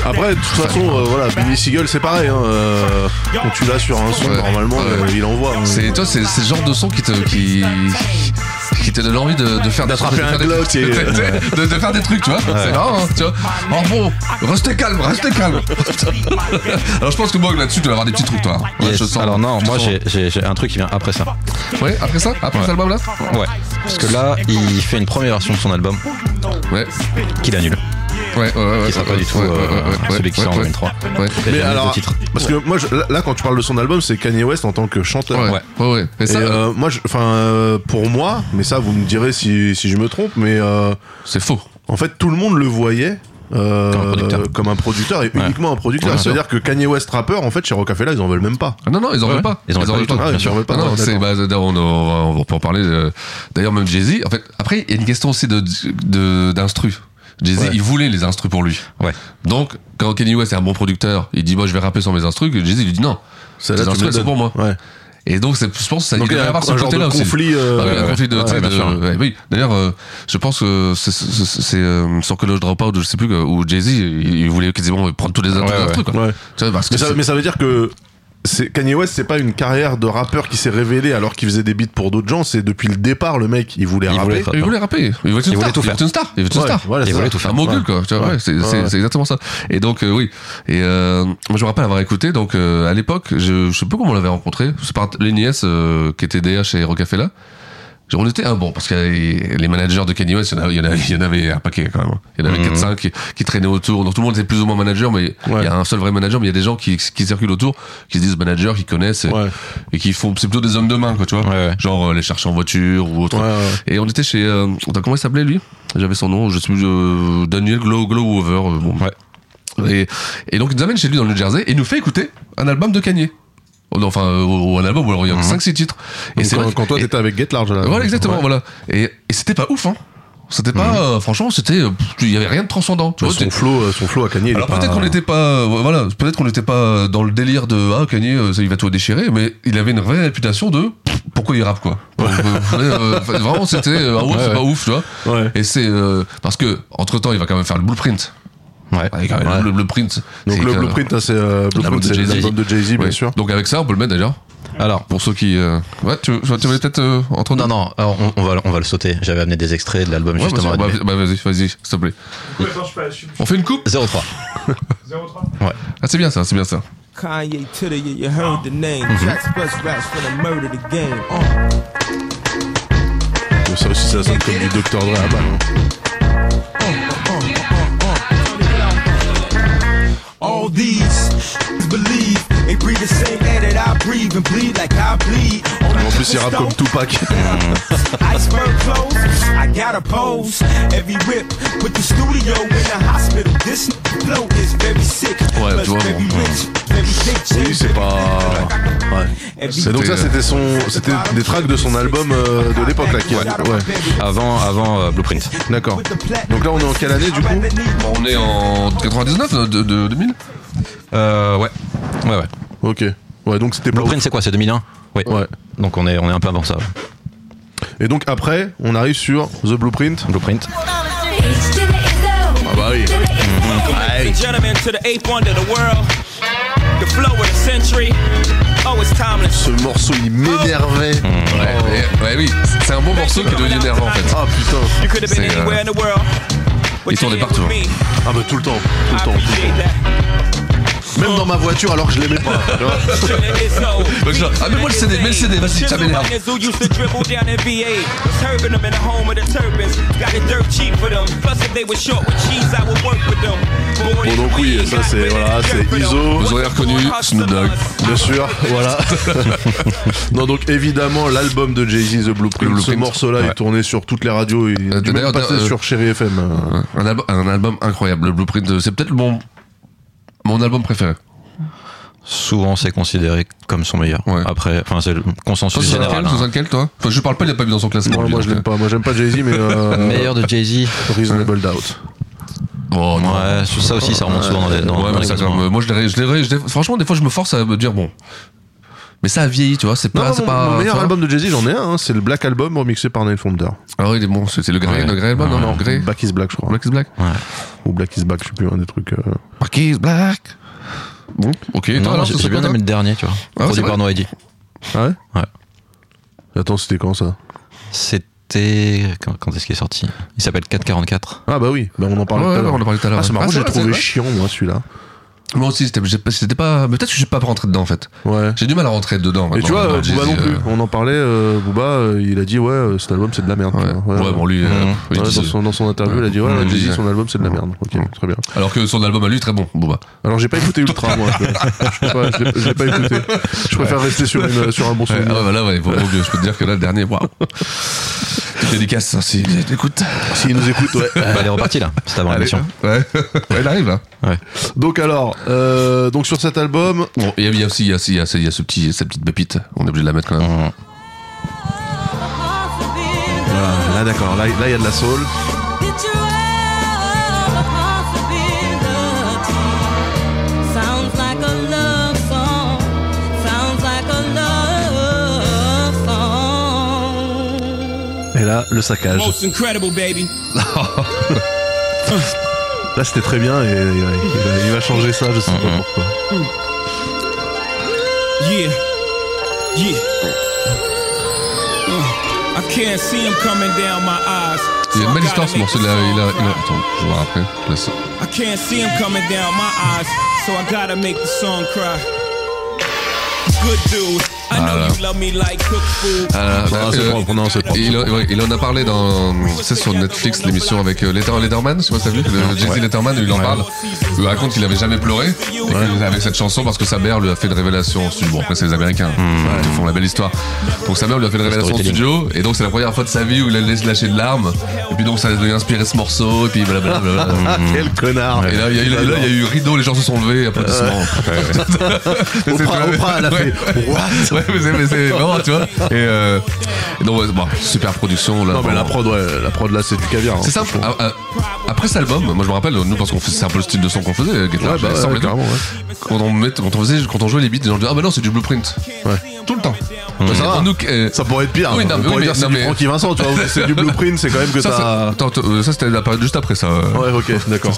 Speaker 7: Après, de toute façon, euh, voilà, Benny Siegel, c'est pareil. Hein, euh, quand tu l'as sur un son,
Speaker 8: Ouais.
Speaker 7: normalement,
Speaker 8: Ouais.
Speaker 7: euh, il envoie. hein.
Speaker 8: C'est toi, c'est c'est le genre de son qui te qui qui te donne envie de, de faire des
Speaker 7: D'attraper
Speaker 8: choses, de
Speaker 7: un
Speaker 8: faire des-
Speaker 7: Glock et-
Speaker 8: de, de- de faire des trucs, tu vois. C'est marrant, hein, tu vois. Oh bon, restez calme, restez calme. Alors je pense que moi là-dessus, tu vas avoir des petits trucs, toi. hein. Ouais,
Speaker 12: Yes.
Speaker 8: je sens-
Speaker 12: Alors non,
Speaker 8: je
Speaker 12: moi
Speaker 8: sens-
Speaker 12: j'ai- j'ai j'ai un truc qui vient après ça.
Speaker 8: Ouais, après ça, après
Speaker 12: Ouais.
Speaker 8: cet album-là.
Speaker 12: Ouais. Parce que là, il fait une première version de son album
Speaker 8: Ouais,
Speaker 12: qu'il annule.
Speaker 8: ouais, ouais, ouais.
Speaker 12: Qui sera pas du tout
Speaker 8: ouais, ouais,
Speaker 12: euh,
Speaker 8: ouais, ouais,
Speaker 12: celui qui
Speaker 8: ouais,
Speaker 12: sort en
Speaker 8: ouais.
Speaker 12: 2003.
Speaker 8: Ouais.
Speaker 12: Il y
Speaker 7: Mais
Speaker 12: a jamais de
Speaker 7: alors,
Speaker 12: titre.
Speaker 7: parce que moi, je- là, là, quand tu parles de son album, c'est Kanye West en tant que chanteur.
Speaker 8: Ouais, ouais, ouais. Et
Speaker 7: Et
Speaker 8: ça,
Speaker 7: euh, moi, je- enfin, euh, pour moi, mais ça, vous me direz si, si je me trompe, mais euh,
Speaker 8: c'est faux.
Speaker 7: en fait, tout le monde le voyait. euh,
Speaker 12: Comme un producteur.
Speaker 7: comme un producteur et
Speaker 12: Ouais.
Speaker 7: uniquement un producteur
Speaker 12: Ouais,
Speaker 7: c'est à dire que Kanye West rappeur en fait chez Rockefeller ils en veulent même pas
Speaker 8: Ah Non, non, ils en veulent pas.
Speaker 12: Ils en veulent pas du tout,
Speaker 8: Ah,
Speaker 12: bien
Speaker 8: oui,
Speaker 12: sûr.
Speaker 7: Ils en veulent pas,
Speaker 8: Ah non,
Speaker 7: d'accord,
Speaker 8: c'est, bah, d'ailleurs, on, on, on peut en parler. euh, D'ailleurs, même Jay-Z. En fait, après, il y a une question aussi de, de, d'instru. Jay-Z,
Speaker 7: Ouais.
Speaker 8: il voulait les instrus pour lui.
Speaker 12: Ouais.
Speaker 8: Donc, quand Kenny West est un bon producteur, il dit, moi, je vais rapper sur mes instrus, que Jay-Z lui dit non.
Speaker 7: C'est
Speaker 8: Tes
Speaker 7: là, tu me
Speaker 8: instrus,
Speaker 7: le
Speaker 8: c'est
Speaker 7: donnes.
Speaker 8: pour moi.
Speaker 7: ouais.
Speaker 8: Et donc, c'est, je pense que ça
Speaker 7: donc il y
Speaker 8: devait
Speaker 7: a un,
Speaker 8: avoir ce
Speaker 7: un genre de
Speaker 8: côté-là aussi.
Speaker 7: conflit euh,
Speaker 8: Ah oui, un conflit de,
Speaker 12: ouais,
Speaker 8: tu sais,
Speaker 12: bien
Speaker 8: de-
Speaker 12: sûr.
Speaker 8: ouais, oui. D'ailleurs, euh, je pense que c'est, c'est, c'est, c'est, euh, sur College Dropout, je sais plus, euh, où Jay-Z, il, il voulait quasiment prendre tous les instrus.
Speaker 12: Ouais,
Speaker 8: d'un
Speaker 12: ouais.
Speaker 8: truc, quoi.
Speaker 7: Ouais.
Speaker 8: Tu vois, parce que
Speaker 7: Mais ça,
Speaker 8: c'est-
Speaker 7: mais ça veut dire que c'est- Kanye West, c'est pas une carrière de rappeur qui s'est révélée alors qu'il faisait des beats pour d'autres gens. C'est depuis le départ, le mec, il voulait
Speaker 8: Il voulait
Speaker 7: rapper.
Speaker 8: être rappeur. Il voulait rapper. Il voulait être une star. Il voulait être une star. Il voulait être une
Speaker 7: Ouais,
Speaker 8: star.
Speaker 7: voilà,
Speaker 8: Il
Speaker 7: c'est
Speaker 8: voulait
Speaker 7: ça.
Speaker 8: tout faire. Un mogul, quoi. Tu vois, ouais, c'est- c'est c'est exactement ça. Et donc, euh, oui. Et euh, moi, je me rappelle avoir écouté. Donc, euh, à l'époque, je, je sais pas comment on l'avait rencontré. C'est par l'ENIS euh, qui était DH chez Rocafella. Genre, On était un bon parce que euh, les managers de Kanye West, il y en avait, il y en avait- il y en avait un paquet quand même. Il y en avait
Speaker 7: Mhm.
Speaker 8: 4-5 qui, qui traînaient autour. Donc tout le monde était plus ou moins manager, mais il y a un seul vrai manager, mais il y a des gens qui, qui circulent autour, qui se disent manager, qui connaissent et, et qui font. C'est plutôt des hommes de main, quoi, tu vois. Genre euh, les chercher en voiture ou autre. Et on était chez. euh, attends, comment il s'appelait lui J'avais son nom, je sais plus. euh, Daniel Glow, Glowover. euh, bon. Et, et donc il nous amène chez lui dans le New Jersey et il nous fait écouter un album de Kanye. Enfin, euh, ou ou un album, ou alors il y a 5-6 titres. Et
Speaker 7: Mhm. Donc, quand-
Speaker 8: c'est vrai que-
Speaker 7: quand toi,
Speaker 8: et-
Speaker 7: t'étais avec Get Large, là.
Speaker 8: voilà, exactement,
Speaker 7: Ouais. Mhm.
Speaker 8: voilà. Et, et c'était pas ouf, hein. C'était pas, euh, franchement, c'était, euh, pff, il y avait rien de transcendant. Tu
Speaker 7: Mais
Speaker 8: vois,
Speaker 7: son
Speaker 8: t'es-
Speaker 7: flow, euh, son flow à Kanye. il est
Speaker 8: alors
Speaker 7: pas-
Speaker 8: peut-être qu'on n'était pas, euh, voilà, peut-être qu'on n'était pas dans le délire de ah Kanye, euh, ça, il va tout déchirer, mais il avait une vraie réputation de pff, pourquoi il rappe quoi. Euh, euh, enfin, vraiment, c'était euh, ah ouais,
Speaker 7: Ouais,
Speaker 8: c'est
Speaker 7: ouais.
Speaker 8: pas ouf, tu vois. Et c'est euh, parce que entre temps, il va quand même faire le blueprint. Ouais. quand même, Le blueprint.
Speaker 7: Donc
Speaker 8: c'est
Speaker 7: le
Speaker 8: que-
Speaker 7: Blueprint, hein, c'est euh,
Speaker 8: L'album
Speaker 7: Blueprint,
Speaker 8: de
Speaker 7: c'est
Speaker 8: Jay-Z.
Speaker 7: l'album de Jay-Z, bien
Speaker 8: Ouais.
Speaker 7: sûr.
Speaker 8: Donc avec ça, on peut le mettre d'ailleurs.
Speaker 12: Alors,
Speaker 8: pour ceux qui, euh, ouais, tu, voulais peut-être euh, entre
Speaker 12: Non, non, alors, on, on va, on va le sauter. J'avais amené des extraits de l'album
Speaker 8: Ouais,
Speaker 12: justement.
Speaker 8: vas-y, bah, bah, vas-y, vas-y, s'il te plaît. On fait une coupe
Speaker 12: 0-3.
Speaker 8: Ouais. Ah, c'est bien ça, c'est bien ça.
Speaker 13: Kanye to the Ah, you, you heard the name.
Speaker 8: Mhm.
Speaker 13: Jack's best raps for the murder the game. Uh.
Speaker 7: Ça aussi, ça sonne comme du Dr. Dre à balle. hein.
Speaker 13: All these believe and breathe the same air that I breathe and bleed like I bleed.
Speaker 7: En plus, il rappe comme Tupac.
Speaker 13: Iceberg clothes, I gotta pose. Every rip, put the studio in the hospital. This blow is very sick.
Speaker 7: Ouais, tu vois, bon. Oui, c'est pas. Ouais. C'est donc ça, c'était son, c'était des tracks de son album euh, de l'époque là. Qui... Ouais.
Speaker 12: Avant, avant euh, Blueprint.
Speaker 7: D'accord. Donc là, on est en quelle année du coup
Speaker 8: On est en 99, euh, de, de- 2000
Speaker 12: Euh, ouais. Ouais, ouais.
Speaker 7: Ok. Ouais, donc c'était
Speaker 12: Blueprint, c'est quoi C'est 2001 Oui.
Speaker 7: Ouais.
Speaker 12: Donc on est, on est un peu avant ça.
Speaker 7: Et donc après, on arrive sur The Blueprint.
Speaker 12: Blueprint.
Speaker 7: Ah bah oui.
Speaker 2: Mm-hmm.
Speaker 15: Ladies and gentlemen, to the eighth wonder of the world, the flow of the century. Oh, it's timeless.
Speaker 7: Ce morceau, il m'énervait.
Speaker 8: Mmh. Ouais, mais- Oh. ouais, oui, c'est un bon morceau qui est devenu énervant en fait.
Speaker 7: Ah
Speaker 15: You
Speaker 8: putain.
Speaker 15: could have been
Speaker 7: euh,
Speaker 15: anywhere in the world.
Speaker 8: il tournait partout. hein.
Speaker 7: Ah bah tout le temps, tout le temps. Même dans ma voiture, alors que je l'aimais pas. tu vois.
Speaker 8: Donc, genre, ah, mets-moi le CD, mets le CD, vas-y, ça m'énerve.
Speaker 15: Who used to dribble down in VA? Turbin them in the home of the turbans. Got it dirt cheap for them. Plus, if they were short with cheese, I would work with them. Boy,
Speaker 7: Bon donc oui, ça c'est voilà, c'est ISO.
Speaker 8: Vous aurez reconnu Snoop Dogg.
Speaker 7: Bien sûr, voilà. non donc évidemment l'album de Jay-Z The Blueprint,
Speaker 8: Le
Speaker 7: ce
Speaker 8: Blueprint.
Speaker 7: morceau-là
Speaker 8: Ouais.
Speaker 7: est tourné sur toutes les radios, il est même
Speaker 8: D'ailleurs,
Speaker 7: passé
Speaker 8: euh,
Speaker 7: sur Chéri FM. euh.
Speaker 8: Un, albu- un album incroyable. Le Blueprint, euh, c'est peut-être mon, mon album préféré.
Speaker 12: Souvent, c'est considéré comme son meilleur. Après, enfin, c'est le
Speaker 8: Toi,
Speaker 12: consensus
Speaker 8: c'est
Speaker 12: général.
Speaker 8: lequel,
Speaker 12: hein.
Speaker 8: c'est lequel, toi Enfin, je parle pas, il a pas mis dans son classement.
Speaker 7: Non,
Speaker 8: lui,
Speaker 7: moi
Speaker 8: donc,
Speaker 7: je l'aime pas, moi j'aime pas Jay-Z mais euh,
Speaker 12: Meilleur de Jay-Z.
Speaker 7: Reasonable Doubt.
Speaker 8: Oh, non.
Speaker 12: Ouais, ça aussi, ça remonte souvent dans les. dans-
Speaker 8: Ouais,
Speaker 12: dans
Speaker 8: mais
Speaker 12: les
Speaker 8: ça,
Speaker 12: classements.
Speaker 8: comme, euh, moi, je l'ai, je l'ai- je l'ai- Franchement, des fois, je me force à me dire, bon. Mais ça a vieilli, tu vois, c'est
Speaker 7: Non,
Speaker 8: pas.
Speaker 7: non,
Speaker 8: c'est
Speaker 7: mon,
Speaker 8: pas
Speaker 7: mon meilleur
Speaker 8: tu vois.
Speaker 7: album de Jay-Z j'en ai un, hein, c'est le Black Album remixé par Neil Fonder.
Speaker 8: Ah oui, il est bon, c'est c'est le Grey,
Speaker 7: Ouais.
Speaker 8: le Grey album, non, non, Grey.
Speaker 7: Black is Black je crois.
Speaker 8: Black is Black.
Speaker 7: Ou Black is Black, je sais plus, un des trucs... euh.
Speaker 8: Black is Black. Bon, ok.
Speaker 12: Non,
Speaker 8: toi, alors,
Speaker 12: j'ai
Speaker 8: ça,
Speaker 12: j'ai
Speaker 8: c'est
Speaker 12: bien
Speaker 8: quoi,
Speaker 12: aimé
Speaker 8: toi
Speaker 12: le dernier, tu vois.
Speaker 8: Ah, c'est
Speaker 12: Produit
Speaker 8: vrai
Speaker 12: par Noah Eddy.
Speaker 7: Ah ouais
Speaker 12: Ouais.
Speaker 7: Attends, c'était quand ça
Speaker 12: C'était. Quand, quand est-ce qu'il est sorti Il s'appelle 444.
Speaker 7: Ah bah oui, bah on en parlait
Speaker 8: Ouais,
Speaker 7: tout à l'heure.
Speaker 8: on en parlait tout à l'heure,
Speaker 7: Ah c'est
Speaker 8: ouais.
Speaker 7: marrant,
Speaker 8: Ah, c'est
Speaker 7: j'ai
Speaker 8: vrai,
Speaker 7: trouvé
Speaker 8: c'est vrai.
Speaker 7: chiant moi celui-là.
Speaker 8: Moi aussi, c'était j'ai pas- c'était pas. mais Peut-être que j'ai pas rentré dedans en fait.
Speaker 7: Ouais.
Speaker 8: J'ai du mal à rentrer dedans.
Speaker 7: Et
Speaker 8: maintenant,
Speaker 7: tu vois,
Speaker 8: dans
Speaker 7: euh,
Speaker 8: Jay-Z,
Speaker 7: Booba non
Speaker 8: euh,
Speaker 7: plus. On en parlait, euh, Booba, euh, il a dit ouais, euh, cet album c'est de la merde. tu vois. Mmh.
Speaker 8: Ouais, bon, lui, euh,
Speaker 7: Ouais,
Speaker 8: il
Speaker 7: dans,
Speaker 8: dit-
Speaker 7: son, dans son interview, il a dit ouais,
Speaker 8: Ouais, il
Speaker 7: Jay-Z,
Speaker 8: dit-
Speaker 7: son album c'est de la merde. Ok, très bien.
Speaker 8: Alors que son album à lui, très bon, bah, Booba.
Speaker 7: Alors j'ai pas écouté Ultra, moi. Je je sais pas, je l'ai- je l'ai pas écouté. Je préfère rester sur, une- euh, sur un bon
Speaker 8: Ouais,
Speaker 7: souvenir.
Speaker 8: ah ouais, bah là, ouais, vraiment, je peux te dire que là, le dernier, waouh. Toute dédicace, hein, si écoute.
Speaker 7: S'il nous écoute, ouais.
Speaker 12: Bah, elle est repartie là, c'est avant
Speaker 8: Allez,
Speaker 12: l'émission.
Speaker 8: Ouais. Elle arrive
Speaker 7: hein.
Speaker 8: là.
Speaker 12: Ouais.
Speaker 7: Donc alors, euh, donc sur cet album,
Speaker 8: Bon, il y a- il y a aussi, il y a, il y a, il y a ce petit, cette petite pépite. On est obligé de la mettre quand même.
Speaker 7: voilà, là d'accord, là là, il y a de la soul. Et là, le saccage.
Speaker 15: Most incredible, baby.
Speaker 7: Là c'était très bien et, et ouais, il va- il va changer ça, je sais pas pourquoi.
Speaker 15: Yeah. Yeah. Uh, I can't see him coming down my eyes. so
Speaker 8: Il y a une
Speaker 15: I
Speaker 8: belle
Speaker 15: gotta
Speaker 8: histoire ce
Speaker 15: make
Speaker 8: morceau. Il a, il a, il a- attends, je vais voir après. Je laisse-
Speaker 15: I can't see him coming down my eyes, so I gotta make the song cry. Good dude, I know
Speaker 8: Voilà.
Speaker 15: you love me like cooked food.
Speaker 8: Ah,
Speaker 7: Non,
Speaker 8: euh,
Speaker 7: c'est propre, non, c'est propre.
Speaker 8: il, ouais, il en a parlé dans, c'est sur Netflix l'émission avec euh, Letter- Letterman, je sais pas si t'as vu, le Jesse Letterman, il en parle. Il raconte qu'il avait jamais pleuré et qu'il- avec cette chanson parce que sa mère lui a fait une révélation en studio. Bon après c'est les Américains, hein,
Speaker 7: Hmm.
Speaker 8: ils font la belle histoire. Donc sa mère lui a fait une révélation en studio et donc c'est la première fois de sa vie où il a laissé lâcher de larmes et puis donc ça lui a inspiré ce morceau et puis blablabla.
Speaker 7: Quel connard.
Speaker 8: Et là il y, a eu- là, il y a eu rideau, les gens se sont levés, applaudissements.
Speaker 7: Ouais.
Speaker 8: C'est-
Speaker 7: Oprah- Oprah, elle a
Speaker 8: Ouais.
Speaker 7: fait, What
Speaker 8: Ouais, mais c'est- mais c'est marrant, tu vois. Et euh, et donc, ouais, bon, super production. Là,
Speaker 7: Non, mais la
Speaker 8: vraiment.
Speaker 7: prod, ouais, la prod là, c'est du caviar. hein,
Speaker 8: C'est ça.
Speaker 7: franchement.
Speaker 8: ah, ah, Après cet album, moi je me rappelle, nous parce qu'on fait- c'est un peu le style de son qu'on faisait, Get Large,
Speaker 7: bah,
Speaker 8: ça semblait
Speaker 7: ouais, carrément,
Speaker 8: tout. Quand on met- quand on faisait, quand on jouait les beats, les gens disaient ah bah non c'est du blueprint. Tout le temps.
Speaker 7: Bah,
Speaker 8: Parce
Speaker 7: ça
Speaker 8: que
Speaker 7: va.
Speaker 8: pour nous, euh,
Speaker 7: Ça pourrait être pire.
Speaker 8: Oui,
Speaker 7: hein.
Speaker 8: non,
Speaker 7: On
Speaker 8: mais-
Speaker 7: pourrait
Speaker 8: oui,
Speaker 7: dire
Speaker 8: mais-
Speaker 7: c'est
Speaker 8: non,
Speaker 7: du
Speaker 8: mais-
Speaker 7: Francky Vincent, tu vois. ou C'est du blueprint, c'est quand même que
Speaker 8: ça,
Speaker 7: t'as.
Speaker 8: ça- attends, attends, euh, ça c'était apparu juste après ça.
Speaker 7: Ouais, ok, d'accord.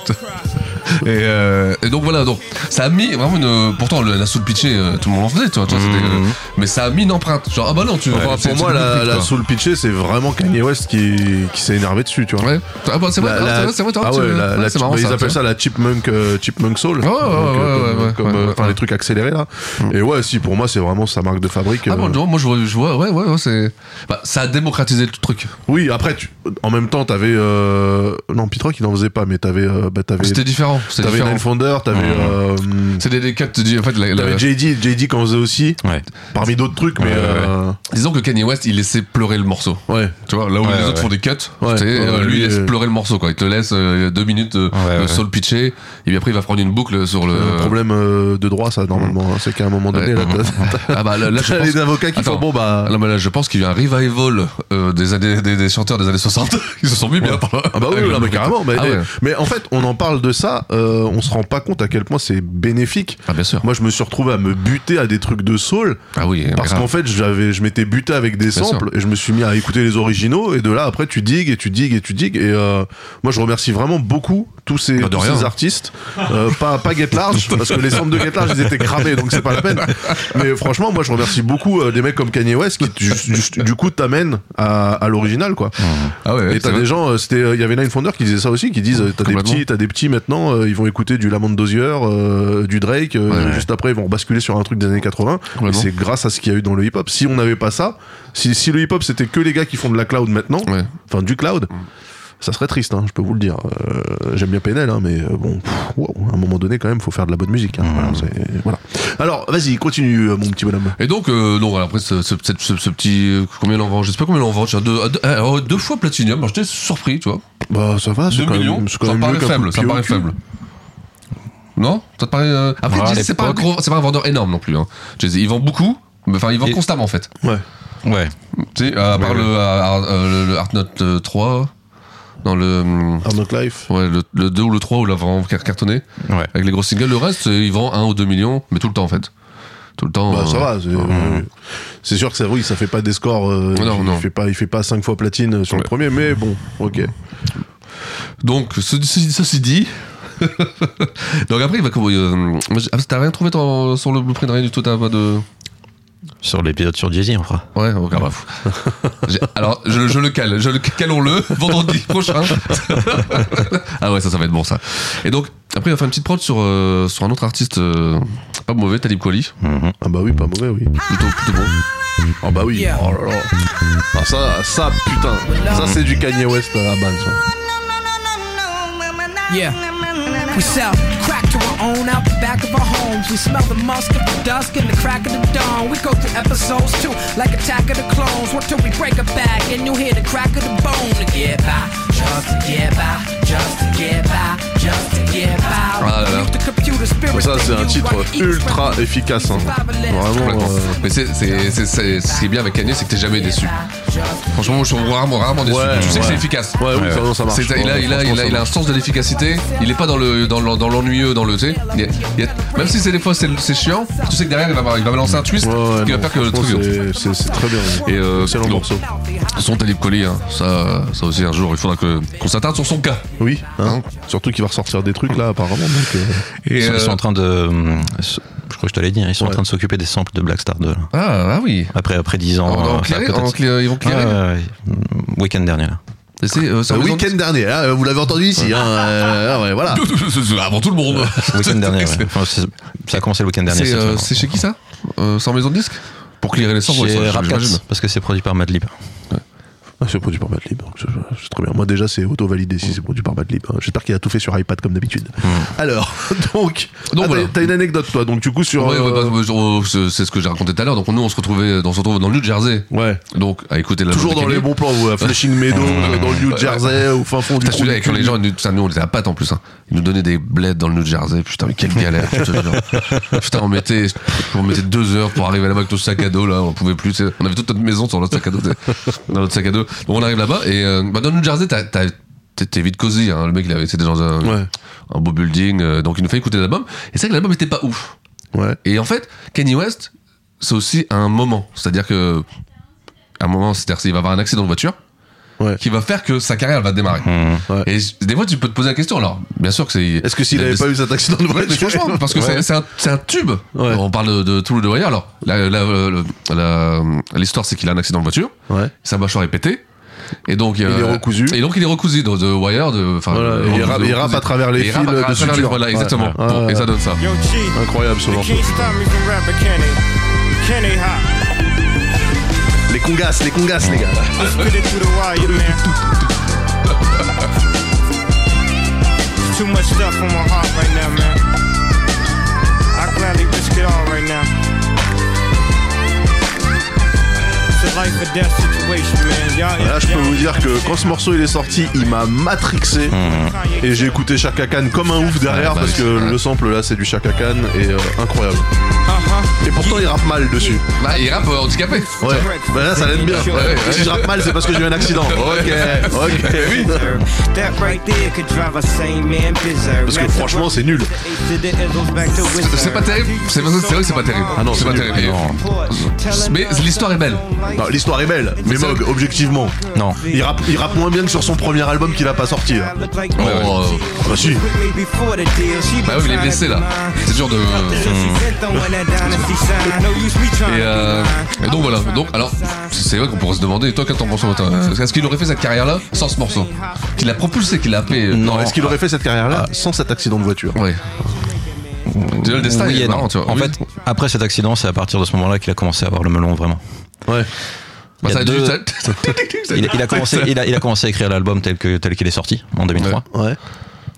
Speaker 8: Et, euh, et donc voilà, donc ça a mis vraiment une. Pourtant le- la soul pitchée, euh, tout le monde en faisait, tu vois. tu vois, c'était, euh, mais ça a mis une empreinte. Genre ah bah non, tu.
Speaker 7: Enfin,
Speaker 8: vois
Speaker 7: pour moi, la, la soul pitchée, c'est vraiment Kanye West qui, qui s'est énervé dessus, tu vois.
Speaker 8: Ah bah, c'est vrai,
Speaker 7: La-
Speaker 8: ah,
Speaker 7: la-
Speaker 8: c'est vrai, c'est vrai, t'as-
Speaker 7: ah
Speaker 8: tu-
Speaker 7: ouais, la-
Speaker 8: ouais,
Speaker 7: la
Speaker 8: c'est
Speaker 7: chip-
Speaker 8: marrant,
Speaker 7: ils
Speaker 8: ça,
Speaker 7: appellent
Speaker 8: tu
Speaker 7: ça la chipmunk, euh, chipmunk soul.
Speaker 8: ouais, ouais, ouais,
Speaker 7: comme,
Speaker 8: ouais,
Speaker 7: comme,
Speaker 8: ouais,
Speaker 7: euh,
Speaker 8: ouais,
Speaker 7: enfin,
Speaker 8: ouais. Mm.
Speaker 7: les trucs accélérés là. Et ouais, si pour moi, c'est vraiment sa marque de fabrique.
Speaker 8: Ah
Speaker 7: euh,
Speaker 8: bon, non, moi je vois, je vois ouais, ouais, ouais, c'est. Bah, ça a démocratisé le truc.
Speaker 7: Oui, après, tu- en même temps, t'avais. Euh... Non, Pete Rock, il n'en faisait pas, mais t'avais. euh, bah, t'avais-
Speaker 8: C'était différent. c'était
Speaker 7: T'avais
Speaker 8: différent.
Speaker 7: Nine Founder, t'avais. euh,
Speaker 8: C'était des cuts. du- En fait, la- la-
Speaker 7: T'avais JD, JD qu'on faisait aussi, parmi d'autres trucs, mais
Speaker 8: Ouais, ouais, ouais.
Speaker 7: euh,
Speaker 8: Disons que Kanye West, il laissait pleurer le morceau.
Speaker 7: Ouais.
Speaker 8: Tu vois, là où
Speaker 7: Ouais,
Speaker 8: les autres
Speaker 7: ouais.
Speaker 8: font des cuts,
Speaker 7: Ouais, ouais,
Speaker 8: c'est, euh, lui,
Speaker 7: lui,
Speaker 8: il laisse
Speaker 7: euh,
Speaker 8: pleurer le morceau, quoi. Il te laisse euh, deux minutes de
Speaker 7: ouais, ouais.
Speaker 8: soul pitché, et puis après, il va prendre une boucle sur le.
Speaker 7: le problème euh, de droit, ça, normalement, hein, c'est qu'à un moment donné, là, t'as- t'as-
Speaker 8: Ah bah là, là, je
Speaker 7: t'as
Speaker 8: pense.
Speaker 7: les avocats qui
Speaker 8: Attends.
Speaker 7: font bon, bah.
Speaker 8: Ah Non, mais là, je pense qu'il y a eu un revival euh, des, années- des, des chanteurs des années 60. Ils se sont mis bien par là.
Speaker 7: Ah bah oui,
Speaker 8: Avec
Speaker 7: oui,
Speaker 8: le
Speaker 7: non, mais
Speaker 8: blueprint.
Speaker 7: carrément. Mais,
Speaker 8: Ah ouais.
Speaker 7: mais en fait, on en parle de ça, euh, on se rend pas compte à quel point c'est bénéfique.
Speaker 8: Ah bien sûr.
Speaker 7: Moi, je me suis retrouvé à me buter à des trucs de soul.
Speaker 8: Ah oui, mais
Speaker 7: Parce
Speaker 8: grave.
Speaker 7: qu'en fait, j'avais, je m'étais buté avec des
Speaker 8: Bien
Speaker 7: samples
Speaker 8: sûr.
Speaker 7: et je me suis mis à écouter les originaux. Et de là, après, tu digues et tu digues et tu digues. Et euh, moi, je remercie vraiment beaucoup tous ces,
Speaker 8: Bah, de
Speaker 7: tous ces
Speaker 8: rien.
Speaker 7: artistes. Euh, pas, pas Get Large, parce que les samples de Get Large, ils étaient cramés, donc c'est pas la peine. Mais franchement, moi, je remercie beaucoup euh, des mecs comme Kanye West qui, ju- ju- du coup, t'amènent à, à l'original, quoi.
Speaker 8: Ah ouais,
Speaker 7: Et
Speaker 8: c'est
Speaker 7: t'as
Speaker 8: vrai.
Speaker 7: des gens, euh, c'était, euh, il y avait Nine Founder qui disait ça aussi, qui disent, euh, t'as des
Speaker 8: Complètement.
Speaker 7: petits, t'as des petits maintenant, euh, ils vont écouter du Lamont Dozier, euh, du Drake, euh, juste après ils vont basculer sur un truc des années 80. Et
Speaker 8: Complètement.
Speaker 7: c'est grâce à ce qu'il y a eu dans le hip-hop. Si on n'avait pas ça, si, si le hip-hop c'était que les gars qui font de la cloud maintenant, enfin du cloud. Ça serait triste, hein, je peux vous le dire. Euh, J'aime bien Penel, hein, mais euh, bon, pff, wow, à un moment donné, quand même, faut faire de la bonne musique. hein. Voilà, c'est- voilà. Alors, vas-y, continue, euh, mon petit bonhomme.
Speaker 8: Et donc, euh, non, voilà, après, ce, ce, ce- ce- ce petit. euh, Combien il en vend Je sais pas combien il en vend. tu vois, Deux, deux- euh, deux fois platinium, j'étais surpris, tu vois.
Speaker 7: Bah, ça va, c'est
Speaker 8: 2
Speaker 7: quand même-
Speaker 8: millions,
Speaker 7: c'est quand
Speaker 8: ça
Speaker 7: même
Speaker 8: me paraît
Speaker 7: mieux qu'un coup
Speaker 8: faible.
Speaker 7: de
Speaker 8: Ça me
Speaker 7: pied au
Speaker 8: paraît
Speaker 7: cul.
Speaker 8: faible. Non Ça te paraît. euh, Après,
Speaker 12: Voilà,
Speaker 8: Jay-Z,
Speaker 12: à
Speaker 8: c'est pas, un
Speaker 12: l'époque.
Speaker 8: gros- c'est pas un vendeur énorme non plus. Hein. Jay-Z, il vend beaucoup, mais enfin, il vend constamment en fait.
Speaker 7: Ouais.
Speaker 12: Ouais.
Speaker 8: Tu sais, à part
Speaker 12: Ouais,
Speaker 8: le, à- à- euh, le- le Art Note euh, 3. Dans le. hum,
Speaker 7: Art Note Life.
Speaker 8: Ouais, le, le 2 ou le 3 où il a vraiment car- cartonné.
Speaker 12: Ouais.
Speaker 8: Avec les gros singles, le reste, euh, il vend 1 ou 2 millions, mais tout le temps en fait. Tout le temps.
Speaker 7: Bah, ça
Speaker 8: euh,
Speaker 7: va, c'est c'est sûr que ça, oui, ça fait pas des scores. euh,
Speaker 8: Non,
Speaker 7: il,
Speaker 8: non.
Speaker 7: Fait pas, il fait pas 5 fois platine euh, sur le premier, mais bon, ok.
Speaker 8: Donc, ce- ce- ceci dit. Donc après, il va comment euh, moi, j'ai- ah, T'as rien trouvé ton- sur le blueprint, rien du tout, t'as pas de.
Speaker 12: Sur l'épisode sur Jay-Z, on fera.
Speaker 8: Ouais, on regarde. J'ai- Alors, je, je le cale, je le calons-le vendredi prochain. ah ouais, ça, ça va être bon ça. Et donc, après, il va faire une petite prod sur, euh, sur un autre artiste euh, pas mauvais, Talib Kweli.
Speaker 7: Ah bah oui, pas mauvais, oui.
Speaker 8: Plutôt, plutôt bon.
Speaker 7: Ah bah oui, oh là là. Ah, ça, ça, putain. Ça, c'est du Kanye West à la base. hein. ça.
Speaker 16: Yeah. We sell crack to our own out the back of our homes. We smell the musk of the dusk and the crack of the dawn. We go through episodes too, like Attack of the Clones. What till we break a back and you hear the crack of the bone to get by, just to get by, just to get by, just to get by.
Speaker 7: Ah là là.
Speaker 16: Use the computer
Speaker 7: Bon,
Speaker 16: spirit
Speaker 7: Ça,
Speaker 16: that
Speaker 7: c'est un
Speaker 16: you
Speaker 7: titre
Speaker 16: write each
Speaker 7: ultra efficace. hein. Vraiment.
Speaker 8: Complètement.
Speaker 7: euh,
Speaker 8: Mais c'est, c'est, c'est, c'est- ce qui est bien avec Kanye, c'est que t'es jamais déçu. Franchement, moi, je suis rarement, rarement déçu.
Speaker 7: Ouais,
Speaker 8: tu sais
Speaker 7: ouais.
Speaker 8: que c'est efficace.
Speaker 7: Ouais, oui, ça, non, ça marche.
Speaker 8: C'est- il, a,
Speaker 7: Ouais,
Speaker 8: il, a,
Speaker 7: franchement,
Speaker 8: il, a,
Speaker 7: ça
Speaker 8: il a un
Speaker 7: marche.
Speaker 8: sens de l'efficacité. Il est pas dans, le, dans, l'en- dans l'ennuyeux, dans le. Tu sais, il y a- il y a- même si c'est des fois c'est, c'est chiant, tu sais que derrière, il va, il va balancer un twist qui va
Speaker 7: non,
Speaker 8: faire que le truc.
Speaker 7: franchement, C'est c'est très bien.
Speaker 8: Et euh,
Speaker 7: Excellent
Speaker 8: donc,
Speaker 7: morceau.
Speaker 8: Son Talib Kweli, hein, ça, ça aussi un jour, il faudra que, qu'on s'attarde sur son cas.
Speaker 7: Oui, hein.
Speaker 8: Hein.
Speaker 7: surtout qu'il va ressortir des trucs là, apparemment. Donc, euh,
Speaker 8: Et
Speaker 12: ils, sont,
Speaker 8: euh,
Speaker 12: ils sont en train de. hum, s- Je crois que je te l'ai dit, hein, ils sont en train de s'occuper des samples de Black Star 2. là.
Speaker 8: Ah, ah oui.
Speaker 12: Après, après 10 ans.
Speaker 8: En- en
Speaker 12: euh,
Speaker 8: clairé-
Speaker 12: peut-être.
Speaker 8: en clairé- ils vont clairer, euh,
Speaker 12: Ouais, ouais, ouais. Mm, Week-end dernier, là.
Speaker 7: Ah, Le week-end dernier, hein, euh, vous l'avez entendu ici. hein, euh, ouais, voilà.
Speaker 8: Avant Ah, tout le monde.
Speaker 12: Week-end dernier, ouais. Enfin, c'est- ça a commencé le week-end dernier. hein,
Speaker 8: C'est euh, c'est chez qui ça Euh, C'est en maison de disque Pour clearer les samples,
Speaker 12: Chez
Speaker 8: ouais, ça,
Speaker 12: Rap
Speaker 8: j'imagine.
Speaker 12: Cats, parce que c'est produit par Madlib.
Speaker 7: Ah, c'est produit par Madlib, donc c'est- c'est très bien. Moi déjà c'est auto-validé si c'est produit par Madlib. hein. J'espère qu'il a tout fait sur iPad comme d'habitude. Alors, donc,
Speaker 8: Hmm. Donc,
Speaker 7: ah, t'as-
Speaker 8: voilà.
Speaker 7: t'as une anecdote toi, donc du coup sur...
Speaker 8: Ouais, ouais,
Speaker 7: euh,
Speaker 8: bah, euh, c'est- c'est ce que j'ai raconté tout à l'heure. Donc nous, on se retrouvait, euh, on se retrouve dans le New Jersey.
Speaker 7: euh, Ouais.
Speaker 8: Donc à écouter la
Speaker 7: Toujours
Speaker 8: musique
Speaker 7: dans
Speaker 8: et
Speaker 7: les
Speaker 8: tout.
Speaker 7: bons plans, ou à Flushing Meadows, euh, dans le New Jersey, au fin fond du
Speaker 8: Putain,
Speaker 7: trou
Speaker 8: Hmm. celui-là,
Speaker 7: du
Speaker 8: quand
Speaker 7: cul.
Speaker 8: les gens, ils nous, putain, nous, on était à pattes en plus. hein. Ils nous donnaient des bleds dans le New Jersey. Putain, mais quelle galère, je te jure. Putain, on mettait, on mettait deux heures pour arriver là-bas avec nos sac à dos, là. On pouvait plus, tu sais. On avait toute notre maison sur notre sac à dos, tu sais, dans notre sac à dos. Donc on arrive là-bas et, euh, bah, dans le New Jersey, t'as, t'as- t'es- t'es vite cosy, hein. Le mec, il avait, c'était dans un, un beau building. euh, donc il nous fait écouter l'album. Et c'est vrai que l'album était pas ouf. Et en fait, Kanye West, c'est aussi un moment. C'est-à-dire que, à un moment, c'est-à-dire qu'il va avoir un accident de voiture qui va faire que sa carrière elle va démarrer. Et j- des fois, tu peux te poser la question. Alors, bien sûr que c'est. Est-ce
Speaker 7: Mmh. que s'il avait pas eu cet accident de voiture
Speaker 8: franchement, parce que
Speaker 7: Ouais.
Speaker 8: c'est- c'est un, c'est un tube. On parle de, de tout le de voyage. Alors, la- la- le- la- l'histoire, c'est qu'il a un accident de voiture. Sa mâchoire est pétée. Et donc, euh,
Speaker 7: est recousu.
Speaker 8: Et donc, il est recousu dans The Wire. De, enfin,
Speaker 7: Voilà,
Speaker 8: euh,
Speaker 7: il
Speaker 8: recousu-
Speaker 7: rappe- il rappe à travers les
Speaker 8: Et il rappe
Speaker 7: fils
Speaker 8: à- à
Speaker 7: de
Speaker 8: travers les-
Speaker 7: suture.
Speaker 8: Voilà,
Speaker 7: Ouais.
Speaker 8: exactement.
Speaker 7: Ouais.
Speaker 8: Bon,
Speaker 7: Ouais.
Speaker 8: et ça donne ça.
Speaker 17: Yo, G.
Speaker 7: Incroyable ce
Speaker 17: You
Speaker 7: morceau.
Speaker 17: can't stop me from rapping, can they? Can they hop?
Speaker 7: Les congas, les congas les gars.
Speaker 8: Hmm.
Speaker 17: Let's put it through the wire, man. Too much stuff on my heart right now, man. I gladly risk it all right now. It's a life or death situation, man. Y'all,
Speaker 7: Là, je peux vous dire que quand ce morceau il est sorti, il m'a matrixé et j'ai écouté Chaka Khan comme un ouf derrière
Speaker 8: Hmm. Ouais, bah
Speaker 7: parce
Speaker 8: oui,
Speaker 7: que
Speaker 8: ouais.
Speaker 7: le sample là c'est du Chaka Khan et euh, incroyable. Et pourtant il rappe mal dessus.
Speaker 8: Bah, il rappe euh, handicapé.
Speaker 7: Ouais, bah là ça l'aide bien.
Speaker 8: Ouais, ouais.
Speaker 7: Si je rappe mal, c'est parce que j'ai eu un accident. Ok, ok.
Speaker 10: That right there could drive a sane man berserk.
Speaker 7: Parce que franchement, c'est nul.
Speaker 8: C'est- C'est pas terrible. C'est c'est vrai que c'est pas terrible. Ah non, c'est pas terrible. Mais l'histoire est belle.
Speaker 7: Non, l'histoire est belle, mais Mog, objectivement.
Speaker 12: Non.
Speaker 7: Il rappe, il rappe moins bien que sur son premier album qu'il a pas sorti. là.
Speaker 8: Bon, euh,
Speaker 7: Ah hein. bah si. Hmm.
Speaker 8: bah oui, mais il est blessé là. C'est dur de.
Speaker 13: Hmm.
Speaker 8: Et, euh, et donc voilà. Donc alors, c'est vrai qu'on pourrait se demander. Toi, qu'est-ce que t'en penses toi Est-ce qu'il aurait fait cette carrière-là sans ce morceau Qu'il a propulsé, qu'il a appelé euh,
Speaker 7: Non, est-ce qu'il aurait fait cette carrière-là
Speaker 8: Ah.
Speaker 7: sans cet accident de voiture
Speaker 8: Ouais. Déjà, le destin,
Speaker 12: Oui
Speaker 8: il est
Speaker 12: et non.
Speaker 8: marrant, tu vois.
Speaker 12: En
Speaker 8: Oui.
Speaker 12: fait, après cet accident, c'est à partir de ce moment-là qu'il a commencé à avoir le melon vraiment.
Speaker 7: Ouais.
Speaker 12: Il
Speaker 8: Bah,
Speaker 12: y
Speaker 8: ça
Speaker 12: a
Speaker 8: a
Speaker 12: deux-
Speaker 8: dû- ça-
Speaker 12: il, il a commencé, il, a, il a commencé à écrire l'album tel que tel qu'il est sorti en 2003.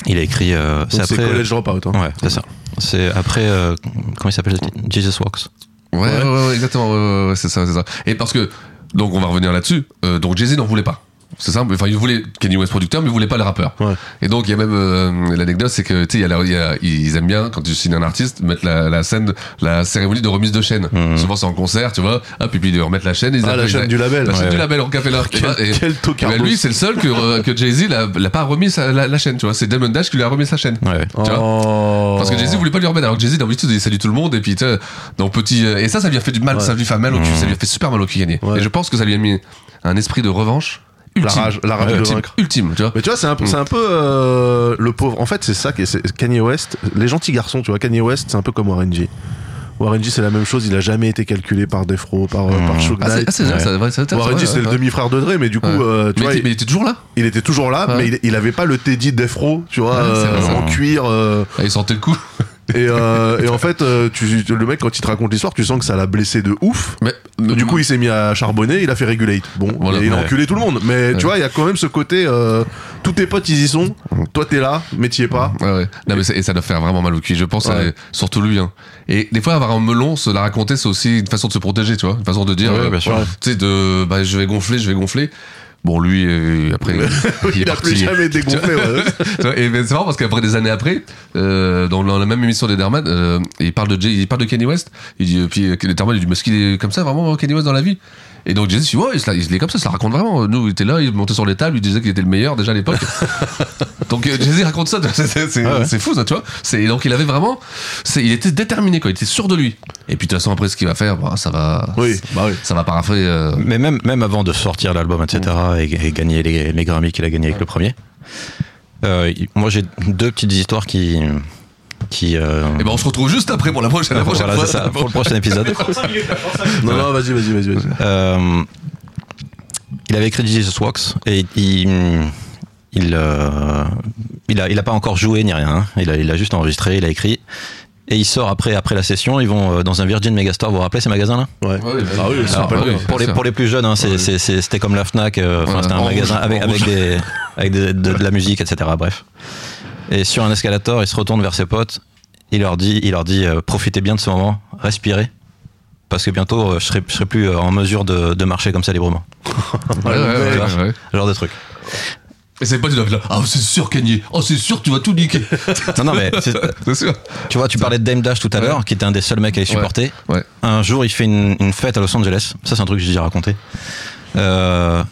Speaker 12: Il a écrit. euh,
Speaker 7: Donc c'est College Dropout, hein.
Speaker 12: Ouais, c'est ça. C'est après. euh, comment il s'appelle Jesus Walks.
Speaker 8: Ouais, ouais, ouais, ouais, exactement. ouais, ouais, ouais, c'est ça, c'est ça. Et parce que, donc on va revenir là-dessus. euh, donc Jay-Z n'en voulait pas. C'est simple. Enfin, il voulait Kanye West producteur, mais il voulait pas le rappeur. Et donc, il y a même euh, l'anecdote, c'est que tu sais, il y a la- il y a- ils aiment bien quand tu signes un artiste mettre la, la scène, de- la cérémonie de remise de chaîne. Souvent, c'est en concert, tu vois. Hop, et puis ils lui remettent la chaîne. Ils
Speaker 7: Mmh. Ah, la
Speaker 8: appellent-
Speaker 7: chaîne du label.
Speaker 8: La chaîne
Speaker 7: Ouais.
Speaker 8: du label en café là.
Speaker 7: Quel- quel tocardos.
Speaker 8: ben, Lui, c'est le seul que, euh, que Jay-Z l'a l'a pas remis sa- la, la chaîne, tu vois. C'est Damon Dash qui lui a remis sa chaîne. Tu vois.
Speaker 7: Oh.
Speaker 8: Parce que Jay-Z voulait pas lui remettre. Alors que Jay-Z, d'habitude, il salue tout le monde. Et puis, tu sais, dans petit. euh, Et ça, ça lui a fait du mal.
Speaker 7: Ouais.
Speaker 8: Ça lui fait mal au cul.
Speaker 7: Mmh.
Speaker 8: Ça lui a fait super mal au cul gagner. Et je pense que ça lui a mis un esprit de revanche. Ultime.
Speaker 7: La rage, la rage
Speaker 8: Ouais,
Speaker 7: de
Speaker 8: ultime,
Speaker 7: vaincre.
Speaker 8: Ultime, tu vois.
Speaker 7: Mais tu vois, c'est un, peu- c'est un peu euh, le pauvre. En fait, c'est ça qui est- c'est Kanye West. Les gentils garçons, tu vois, Kanye West, c'est un peu comme Warren G. Warren G, c'est la même chose. Il a jamais été calculé par Defro, par, euh, par Suge
Speaker 8: Ah, c'est-
Speaker 7: Knight.
Speaker 8: ah, c'est vrai, ça- ouais, ça- ça-
Speaker 7: Warren
Speaker 8: ouais,
Speaker 7: G, c'est
Speaker 8: ouais,
Speaker 7: le
Speaker 8: ouais.
Speaker 7: demi-frère de Dre, mais du coup,
Speaker 8: Ouais.
Speaker 7: euh, tu
Speaker 8: Mais
Speaker 7: vois,
Speaker 8: il était- mais il était toujours là.
Speaker 7: Il était toujours là,
Speaker 8: Ouais.
Speaker 7: mais il, il avait pas le Teddy Defro, tu vois,
Speaker 8: Ouais, c'est
Speaker 7: euh,
Speaker 8: vrai,
Speaker 7: en
Speaker 8: ça.
Speaker 7: cuir. euh,
Speaker 8: Ah, il sentait le coup.
Speaker 7: et, euh, et en fait, euh, tu, le mec, quand il te raconte l'histoire, tu sens que ça l'a blessé de ouf. du coup, il s'est mis à charbonner, il a fait regulate. Bon,
Speaker 8: Voilà.
Speaker 7: et il a
Speaker 8: Ouais.
Speaker 7: enculé tout le monde. Mais tu
Speaker 8: Ouais.
Speaker 7: vois, il y a quand même ce côté, euh, tous tes potes, ils y sont. Toi, t'es là, mais t'y es pas.
Speaker 8: Ouais, ouais. Non, mais c'est- et ça doit faire vraiment mal au cul. Je pense, à-
Speaker 7: Ouais.
Speaker 8: surtout lui. hein. Et des fois, avoir un melon, se la raconter, c'est aussi une façon de se protéger, tu vois. Une façon de dire,
Speaker 12: Ouais,
Speaker 8: euh,
Speaker 12: bien sûr.
Speaker 8: tu sais, de, bah, je vais gonfler, je vais gonfler. Bon, lui, euh, après,
Speaker 7: Il a plus jamais dégonflé, ouais.
Speaker 8: Tu vois, et ben, c'est marrant parce qu'après des années après, euh, dans la même émission des Derman, euh, il parle de Jay, il parle de Kanye West. Il dit, puis euh, les Derman, il dit, mais est-ce qu'il est comme ça vraiment euh, Kanye West dans la vie Et donc Jay dit, ouais, il, se la- il est comme ça, ça raconte vraiment. Nous, il était là, il montait sur les tables, il disait qu'il était le meilleur déjà à l'époque. donc euh, Jay raconte ça, c'est- c'est c'est- c'est fou ça, tu vois. C'est donc il avait vraiment, c'est- il était déterminé quoi, il était sûr de lui. Et puis de toute façon après ce qu'il va faire, bah, ça va,
Speaker 12: Bah
Speaker 8: ça va paraffer. euh,
Speaker 12: Mais même, même avant de sortir l'album, etc.,
Speaker 8: Mm.
Speaker 12: et, et gagner les, les Grammy qu'il a gagné avec le premier, euh, il- moi j'ai deux petites histoires qui, qui. euh,
Speaker 8: Et ben on se retrouve juste après pour la prochaine, la prochaine
Speaker 12: Voilà,
Speaker 8: fois.
Speaker 12: c'est ça, pour le prochain épisode.
Speaker 7: Non, non, vas-y, vas-y, vas-y. vas-y.
Speaker 12: Euh, il avait écrit Jesus Walks et il. Il, euh, il, a, il a pas encore joué ni rien. hein. Il, a, il a juste enregistré, il a écrit. Et il sort après, après la session. Ils vont euh, dans un Virgin Megastore. Vous vous rappelez ces magasins-là
Speaker 7: Ouais. Ah oui, c'est
Speaker 12: Alors,
Speaker 7: pas
Speaker 12: pour, pour les, pour les plus jeunes, hein, c'est- c'est- c'est- c'était comme la Fnac, euh, enfin,
Speaker 7: Ouais,
Speaker 12: c'était un
Speaker 7: en
Speaker 12: magasin
Speaker 7: rouge,
Speaker 12: avec,
Speaker 7: en
Speaker 12: avec,
Speaker 7: rouge.
Speaker 12: des, avec des- de, de la musique, etc. Bref. Et sur un escalator, il se retourne vers ses potes, il leur dit, il leur dit euh, profitez bien de ce moment, respirez, parce que bientôt, euh, je serai, je serai plus euh, en mesure de, de marcher comme ça librement.
Speaker 8: Ouais,
Speaker 12: Tu
Speaker 8: ouais, ouais,
Speaker 12: vois,
Speaker 8: ouais, ouais.
Speaker 12: ce Genre de truc.
Speaker 8: Et c'est pas du là. Ah, c'est sûr, Kanye. Oh, c'est sûr, tu vas tout niquer.
Speaker 12: Non, non, mais c'est-
Speaker 8: sûr.
Speaker 12: tu vois, tu parlais de Dame Dash tout à l'heure, qui était un des seuls mecs à les supporter.
Speaker 8: Ouais.
Speaker 12: Un jour, il fait une, une fête à Los Angeles. Ça, c'est un truc que j'ai déjà raconté. Euh,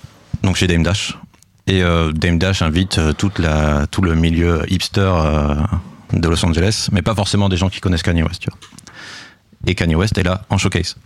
Speaker 12: donc chez Dame Dash. Et euh, Dame Dash invite euh, toute la, tout le milieu hipster euh, de Los Angeles, mais pas forcément des gens qui connaissent Kanye West. Tu vois. Et Kanye West est là en showcase.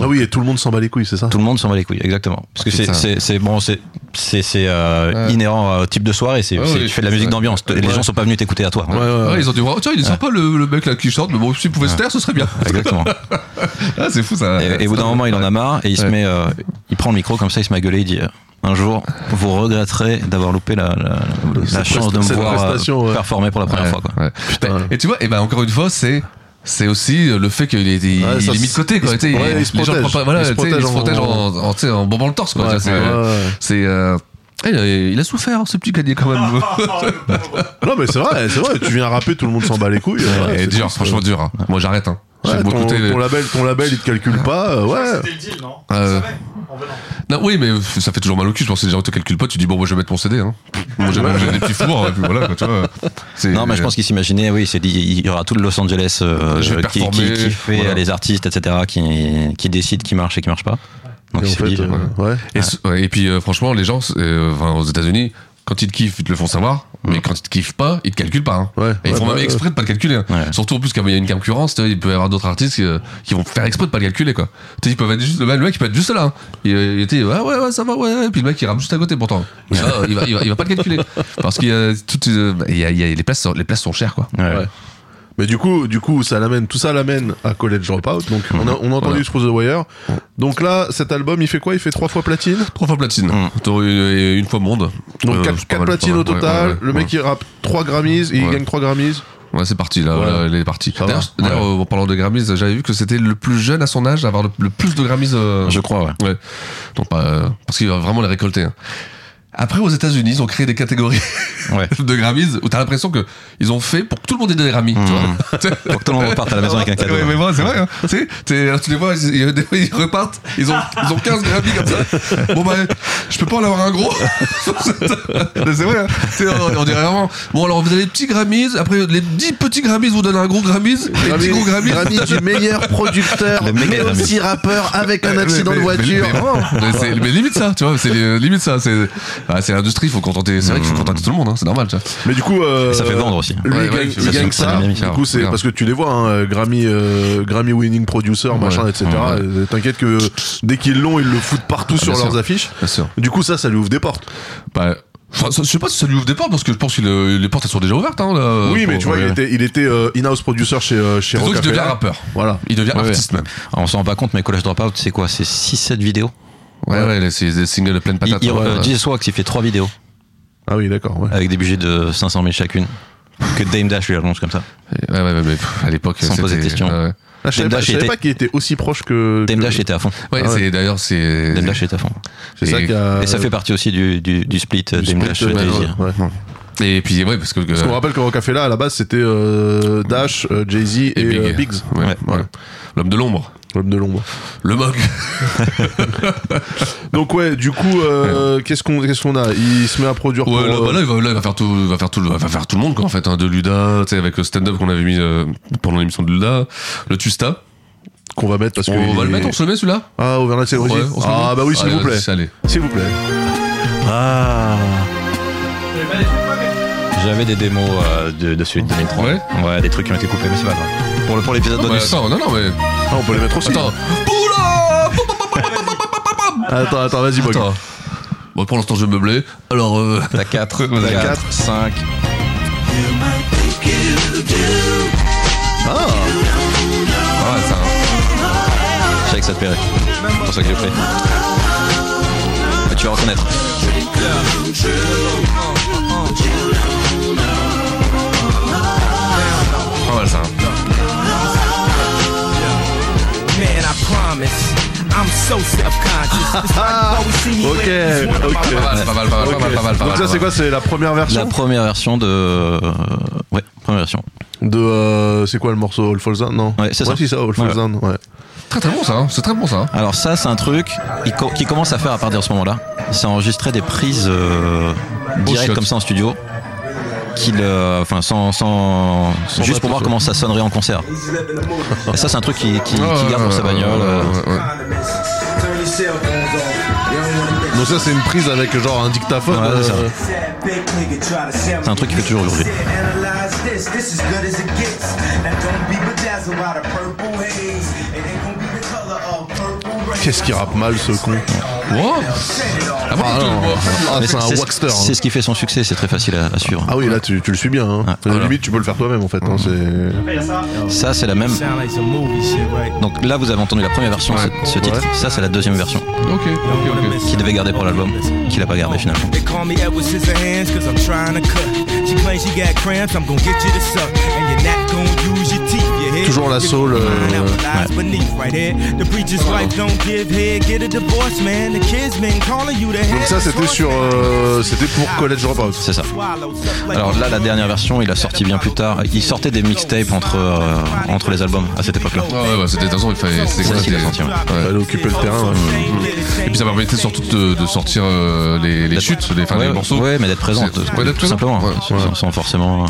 Speaker 7: Ah oui, et tout le monde s'en bat les couilles, c'est ça
Speaker 12: Tout le monde s'en bat les couilles, exactement. Parce que
Speaker 7: Ah,
Speaker 12: c'est-
Speaker 7: putain.
Speaker 12: c'est c'est- bon, c'est c'est- c'est, euh,
Speaker 8: Ouais.
Speaker 12: inhérent au type de soirée. c'est
Speaker 8: Ouais,
Speaker 12: c'est-
Speaker 8: ouais,
Speaker 12: tu fais de la musique
Speaker 8: ouais.
Speaker 12: d'ambiance. Les
Speaker 8: Ouais.
Speaker 12: gens sont pas venus t'écouter à toi. hein.
Speaker 8: Ouais, ils ont dû voir, tiens, il est
Speaker 12: Ouais.
Speaker 8: sympa le, le mec là qui chante, mais bon, s'il pouvait se
Speaker 12: Ouais.
Speaker 8: taire, ce serait bien.
Speaker 12: Exactement.
Speaker 8: ah, c'est fou ça.
Speaker 12: Et, et au bout d'un moment, il en a marre et il se met, euh, il prend le micro comme ça, il se met à gueuler, il dit euh, un jour, vous regretterez d'avoir loupé la, la- la
Speaker 8: Cette
Speaker 12: chance de me
Speaker 8: presta- cette
Speaker 12: voir euh,
Speaker 8: prestation, ouais.
Speaker 12: performer pour la première
Speaker 8: Ouais,
Speaker 12: fois. Quoi.
Speaker 8: ouais. Ben, Et tu vois, et ben encore une fois, c'est c'est aussi le fait qu'il est, il,
Speaker 12: Ouais, ça,
Speaker 8: il est mis de côté quoi.
Speaker 12: il se-
Speaker 8: tu sais,
Speaker 12: ouais,
Speaker 8: il-
Speaker 12: il se
Speaker 8: les gens
Speaker 12: protège.
Speaker 8: prennent pas- voilà,
Speaker 12: Il se
Speaker 8: tu sais, ils se
Speaker 12: protège
Speaker 8: protègent
Speaker 12: en-
Speaker 8: en, en, tu sais, en bombant le torse quoi.
Speaker 12: Ouais,
Speaker 8: Tu vois, c'est
Speaker 12: ouais, ouais.
Speaker 8: c'est, euh, eh, il, a- il a souffert ce petit cadier quand même.
Speaker 7: non mais c'est vrai, c'est vrai, tu viens rapper, tout le monde s'en bat les couilles.
Speaker 8: Ouais,
Speaker 7: Voilà,
Speaker 8: et
Speaker 7: c'est
Speaker 8: dur,
Speaker 7: tout, c'est-
Speaker 8: franchement dur. hein. Moi j'arrête. Hein.
Speaker 7: Ouais,
Speaker 8: J'ai
Speaker 7: ton,
Speaker 8: beau coûté, mais-
Speaker 7: ton label, ton label, il te calcule pas, euh, ouais.
Speaker 8: Euh, non, oui, mais ça fait toujours mal au cul. Je pense que les gens te calculent pas. Tu dis, bon, moi je vais mettre mon CD. Hein. Moi j'ai j'ai des petits fours. hein, Et puis voilà, quoi, tu vois. C'est- euh,
Speaker 12: Non, mais je pense qu'il s'imaginait, oui, il s'est dit, il y aura tout le Los Angeles euh,
Speaker 8: Je vais
Speaker 12: qui, qui,
Speaker 8: performer,
Speaker 12: qui fait
Speaker 8: voilà.
Speaker 12: les artistes, etc., qui, qui décide qui marche et qui marche pas. Donc
Speaker 8: Et
Speaker 12: il
Speaker 8: en
Speaker 12: s'est
Speaker 8: fait,
Speaker 12: dit,
Speaker 8: euh, Et, s- ouais, et puis euh, franchement, les gens euh, enfin, aux États-Unis, quand ils te kiffent, ils te le font savoir, mais quand ils te kiffent pas, ils te calculent pas. hein. et ils
Speaker 7: ouais,
Speaker 8: font
Speaker 7: bah,
Speaker 8: même exprès de pas le calculer. hein. Surtout en plus, quand il y a une concurrence, tu vois, il peut y avoir d'autres artistes qui, euh, qui vont faire exprès de pas le calculer. Quoi. Tu sais, ils peuvent être juste, le mec, le mec, il peut être juste là. hein. Il, euh, il était, ouais, ouais, ouais, ça va, ouais, ouais. Et puis le mec, il rappe juste à côté pourtant. Il va, il va, il va- il va pas le calculer. Parce qu'il y a toutes, euh, il y a- il y a- les, places, sont- les places sont chères. Quoi.
Speaker 7: Ouais. Mais du coup, du coup, ça l'amène, tout ça l'amène à College Dropout. Donc, on a, on a entendu
Speaker 8: Voilà.
Speaker 7: Through the Wire. Donc là, cet album, il fait quoi Il fait trois fois platine.
Speaker 8: Trois fois platine. T'aurais eu- Une fois monde.
Speaker 7: Mmh. Donc
Speaker 8: Euh,
Speaker 7: 4 quatre,
Speaker 8: c'est pas
Speaker 7: quatre
Speaker 8: mal,
Speaker 7: platines
Speaker 8: pas
Speaker 7: au
Speaker 8: mal. Ouais,
Speaker 7: total.
Speaker 8: ouais, ouais,
Speaker 7: le mec,
Speaker 8: ouais.
Speaker 7: il rappe trois Grammys et il
Speaker 8: Ouais.
Speaker 7: gagne trois Grammys.
Speaker 8: Ouais, c'est parti, là,
Speaker 7: Voilà.
Speaker 8: voilà, il est parti.
Speaker 7: va.
Speaker 8: D'ailleurs, d'ailleurs, euh, en parlant de Grammys, j'avais vu que c'était le plus jeune à son âge à avoir le, le plus de Grammys. Je
Speaker 12: crois, ouais.
Speaker 8: Donc, pas, euh, parce qu'il va vraiment les récolter. hein. Après, aux États-Unis, ils ont créé des catégories de Grammys où t'as l'impression que ils ont fait pour que tout le monde ait des Grammys. tu
Speaker 7: Mmh.
Speaker 8: vois.
Speaker 12: Pour que tout le monde reparte à la maison avec un cadeau.
Speaker 8: Ouais, mais voilà, c'est vrai. hein. Tu sais, t'es- alors, tu les vois, ils, ils- ils repartent, ils ont, ils ont 15 Grammys comme ça. Bon, bah, je peux pas en avoir un gros. Mais c'est vrai. hein. Tu sais, On, on dirait vraiment. Bon, alors, vous avez des petits Grammys. Après, les 10 petits Grammys vous donnent un gros Grammys. Les petits gros Grammys.
Speaker 7: Grammy du meilleur producteur,
Speaker 8: Le méga
Speaker 7: mais
Speaker 8: Grammy.
Speaker 7: aussi rappeur avec un
Speaker 8: Mais-
Speaker 7: accident
Speaker 8: mais-
Speaker 7: de
Speaker 8: mais-
Speaker 7: voiture. Oh.
Speaker 8: Mais, mais c'est- mais limite ça, tu vois, c'est euh, limite ça, c'est ah, c'est l'industrie, il faut contenter, c'est vrai qu'il faut contenter tout le monde, hein, c'est normal, tu vois.
Speaker 7: Mais du coup, euh,
Speaker 12: Ça fait vendre aussi.
Speaker 7: Lui,
Speaker 8: Ouais,
Speaker 7: il
Speaker 8: ouais,
Speaker 7: gagne,
Speaker 8: ça,
Speaker 7: il
Speaker 8: c'est
Speaker 7: gagne
Speaker 8: une
Speaker 7: ça.
Speaker 8: dynamique,
Speaker 7: Du
Speaker 8: hein,
Speaker 7: coup, c'est
Speaker 8: regarde.
Speaker 7: parce que tu les vois, hein, Grammy, euh, Grammy winning producer, machin,
Speaker 8: Ouais.
Speaker 7: etc.
Speaker 8: Ouais.
Speaker 7: Euh, T'inquiète que dès qu'ils l'ont, ils le foutent partout
Speaker 8: Ah,
Speaker 7: sur
Speaker 8: bien
Speaker 7: leurs
Speaker 8: sûr.
Speaker 7: affiches.
Speaker 8: Bien sûr.
Speaker 7: Du coup, ça, ça lui ouvre des portes.
Speaker 8: Bah, enfin, ça- je sais pas si ça lui ouvre des portes, parce que je pense que le- les portes elles sont déjà ouvertes, hein, là.
Speaker 7: oui, mais
Speaker 8: pour-
Speaker 7: tu vois,
Speaker 8: ouais.
Speaker 7: il était, il était euh, in-house producer chez euh, chez
Speaker 8: Donc, il
Speaker 7: Rockefeller.
Speaker 8: devient rappeur.
Speaker 7: Voilà.
Speaker 8: Il devient
Speaker 12: Ouais,
Speaker 8: artiste
Speaker 12: ouais.
Speaker 8: même.
Speaker 12: Alors, on s'en rend pas compte, mais College Dropout, c'est quoi C'est 6-7 vidéos
Speaker 8: Ouais, ouais, les- c'est des singles pleines
Speaker 12: Il,
Speaker 8: patates.
Speaker 12: il,
Speaker 8: ouais,
Speaker 12: euh,
Speaker 8: ouais.
Speaker 12: Jesus Walks, il fait 3 vidéos.
Speaker 7: Ah oui, d'accord. Ouais.
Speaker 12: Avec des budgets de 500 000 chacune. Que Dame Dash lui annonce comme ça.
Speaker 8: Ouais, ouais, ouais, mais pff, à l'époque,
Speaker 12: Sans
Speaker 8: c'était-
Speaker 12: poser de questions.
Speaker 8: ouais, ouais.
Speaker 7: Ah, je savais
Speaker 12: Dame
Speaker 7: pas,
Speaker 12: Dash
Speaker 7: je savais
Speaker 12: était-
Speaker 7: pas qu'il était aussi proche que.
Speaker 12: Dame
Speaker 7: que-
Speaker 12: Dash était à fond.
Speaker 8: Ouais,
Speaker 7: Ah ouais.
Speaker 8: c'est d'ailleurs c'est.
Speaker 12: Dame Dash était à fond.
Speaker 7: C'est ça
Speaker 8: Et-
Speaker 7: qui a-
Speaker 12: Et ça fait partie aussi du, du, du split euh, Dame
Speaker 7: split,
Speaker 12: Dash.
Speaker 7: ouais,
Speaker 12: euh, Jay-Z.
Speaker 7: ouais, ouais.
Speaker 8: Et puis ouais parce que
Speaker 7: Parce qu'on rappelle que Rockefeller à la base c'était euh, Dash, euh, Jay-Z et,
Speaker 8: Big.
Speaker 7: euh, Biggs.
Speaker 8: Ouais, ouais. L'homme de l'ombre.
Speaker 7: L'homme de l'ombre.
Speaker 8: Le mug.
Speaker 7: Donc ouais, du coup, euh, qu'est-ce qu'on qu'est-ce qu'on a Il se met à produire. pour,
Speaker 8: Ouais, là,
Speaker 7: euh,
Speaker 8: bah là, il va, là, il va faire tout, il va faire tout, le- il va faire tout le monde quoi en fait. Hein, de Luda, tu sais, avec le stand-up qu'on avait mis euh, pendant l'émission de Luda, le Tusta.
Speaker 7: Qu'on va mettre parce que.
Speaker 8: On va le mettre, on se le met celui-là.
Speaker 7: Ah, Overnight Celebrity.
Speaker 8: Ouais, on se le
Speaker 7: ah
Speaker 8: met.
Speaker 7: bah oui, s'il
Speaker 8: Allez,
Speaker 7: vous plaît.
Speaker 8: vas-y, allez.
Speaker 7: S'il vous plaît. Ah.
Speaker 12: J'avais des démos euh, de, de celui de 2003.
Speaker 8: Ouais.
Speaker 12: des trucs qui ont été coupés, mais c'est pas grave. Pour, le, pour l'épisode
Speaker 8: Non, mais
Speaker 12: bonus.
Speaker 8: attends, non, non, mais.
Speaker 7: Ah, on peut les mettre aussi.
Speaker 8: Attends.
Speaker 7: Attends, attends, vas-y, Bog.
Speaker 8: Attends. Bon, pour l'instant, je vais meubler. Alors. Euh...
Speaker 12: T'as 4,
Speaker 8: Voilà.
Speaker 12: 4, 5.
Speaker 9: You might think
Speaker 12: Ah
Speaker 8: Ah ouais, ça.
Speaker 12: Je savais que ça te plairait. C'est pour ça que j'ai pris. Mais tu vas reconnaître.
Speaker 8: Pas mal ça.
Speaker 15: Man, I promise. I'm so self-conscious. This might always see you
Speaker 7: Ok,
Speaker 15: in this one of
Speaker 7: ok.
Speaker 15: my life.
Speaker 8: pas mal, pas mal, pas mal,
Speaker 7: Ok.
Speaker 8: pas mal, pas
Speaker 7: Donc
Speaker 8: mal,
Speaker 7: ça
Speaker 8: pas
Speaker 7: c'est
Speaker 8: mal.
Speaker 7: quoi C'est la première version
Speaker 12: La première version de. euh, Ouais, première version.
Speaker 7: De euh, c'est quoi le morceau All Falls Down Non.
Speaker 12: Ouais, c'est ça.
Speaker 7: si ça All Falls
Speaker 12: Ouais.
Speaker 7: Down. Ouais.
Speaker 8: Très très bon ça, hein. c'est très bon ça. hein.
Speaker 12: Alors ça, c'est un truc il co- qui commence à faire à partir de ce moment-là. C'est enregistrer des prises euh,
Speaker 8: shot.
Speaker 12: directes comme ça en studio. Qu'il, euh, enfin, sans, sans, juste
Speaker 7: matos,
Speaker 12: pour voir
Speaker 7: ouais.
Speaker 12: comment ça sonnerait en concert. Et ça, c'est un truc qui, qui,
Speaker 8: Ouais,
Speaker 12: qui
Speaker 8: ouais,
Speaker 12: garde dans
Speaker 8: ouais,
Speaker 12: sa bagnole.
Speaker 8: ouais,
Speaker 12: euh.
Speaker 8: ouais, ouais.
Speaker 7: Donc ça c'est une prise avec genre un dictaphone.
Speaker 12: Ouais, c'est ça.
Speaker 7: euh,
Speaker 12: C'est un truc qui fait toujours vibrer.
Speaker 7: Qu'est-ce qui rappe mal ce con
Speaker 8: Wow. Ah bon,
Speaker 7: Ah
Speaker 8: tout-
Speaker 7: non.
Speaker 8: wow.
Speaker 7: Ah,
Speaker 12: Mais
Speaker 7: c'est un
Speaker 12: ce-
Speaker 7: waxter. hein.
Speaker 12: C'est ce qui fait son succès, c'est très facile à, à suivre.
Speaker 7: Ah oui, là tu, tu le suis bien. Hein. Enfin,
Speaker 12: voilà.
Speaker 7: Limite, tu peux le faire toi-même en fait. hein, c'est-
Speaker 12: Ça, c'est la même.
Speaker 13: Sound like some movie shit, right?
Speaker 12: Donc là, vous avez entendu la première version,
Speaker 8: Ouais.
Speaker 12: ce, ce titre. Ça, c'est la deuxième version
Speaker 8: Ok, ok, ok.
Speaker 12: qu'il devait garder pour l'album, qu'il a pas gardé finalement.
Speaker 13: Oh. They call me Edward Scissorhands cause I'm trying to cut. She claims she got cramps, I'm gonna get you to suck. And you're not gonna use your teeth, you hear?
Speaker 7: Toujours la soul, euh,
Speaker 13: Find out what lies beneath right here. The preacher's wife don't give head, get a divorce, man. The kids been calling you the
Speaker 7: Donc ça c'était sur euh, c'était pour College Dropout.
Speaker 12: C'est ça. Alors là, la dernière version, il a sorti bien plus tard. Il sortait des mixtapes entre, euh, entre les albums à cette époque-là.
Speaker 8: Ah ouais, bah, c'était de toute façon, il fallait.
Speaker 12: C'est
Speaker 8: C'était comme
Speaker 12: ça
Speaker 8: ça,
Speaker 12: qu'il a
Speaker 8: c'était-
Speaker 12: senti. ouais.
Speaker 8: Ouais.
Speaker 7: Elle occupait le terrain. euh, ouais.
Speaker 8: Et puis ça permettait surtout de, de sortir euh, les, les chutes, les, enfin,
Speaker 12: ouais,
Speaker 8: les morceaux.
Speaker 12: ouais, mais d'être présent,
Speaker 8: C'est-
Speaker 12: tout,
Speaker 8: ouais, d'être
Speaker 12: tout simplement,
Speaker 8: présent. Ouais.
Speaker 12: sans, sans forcément. euh,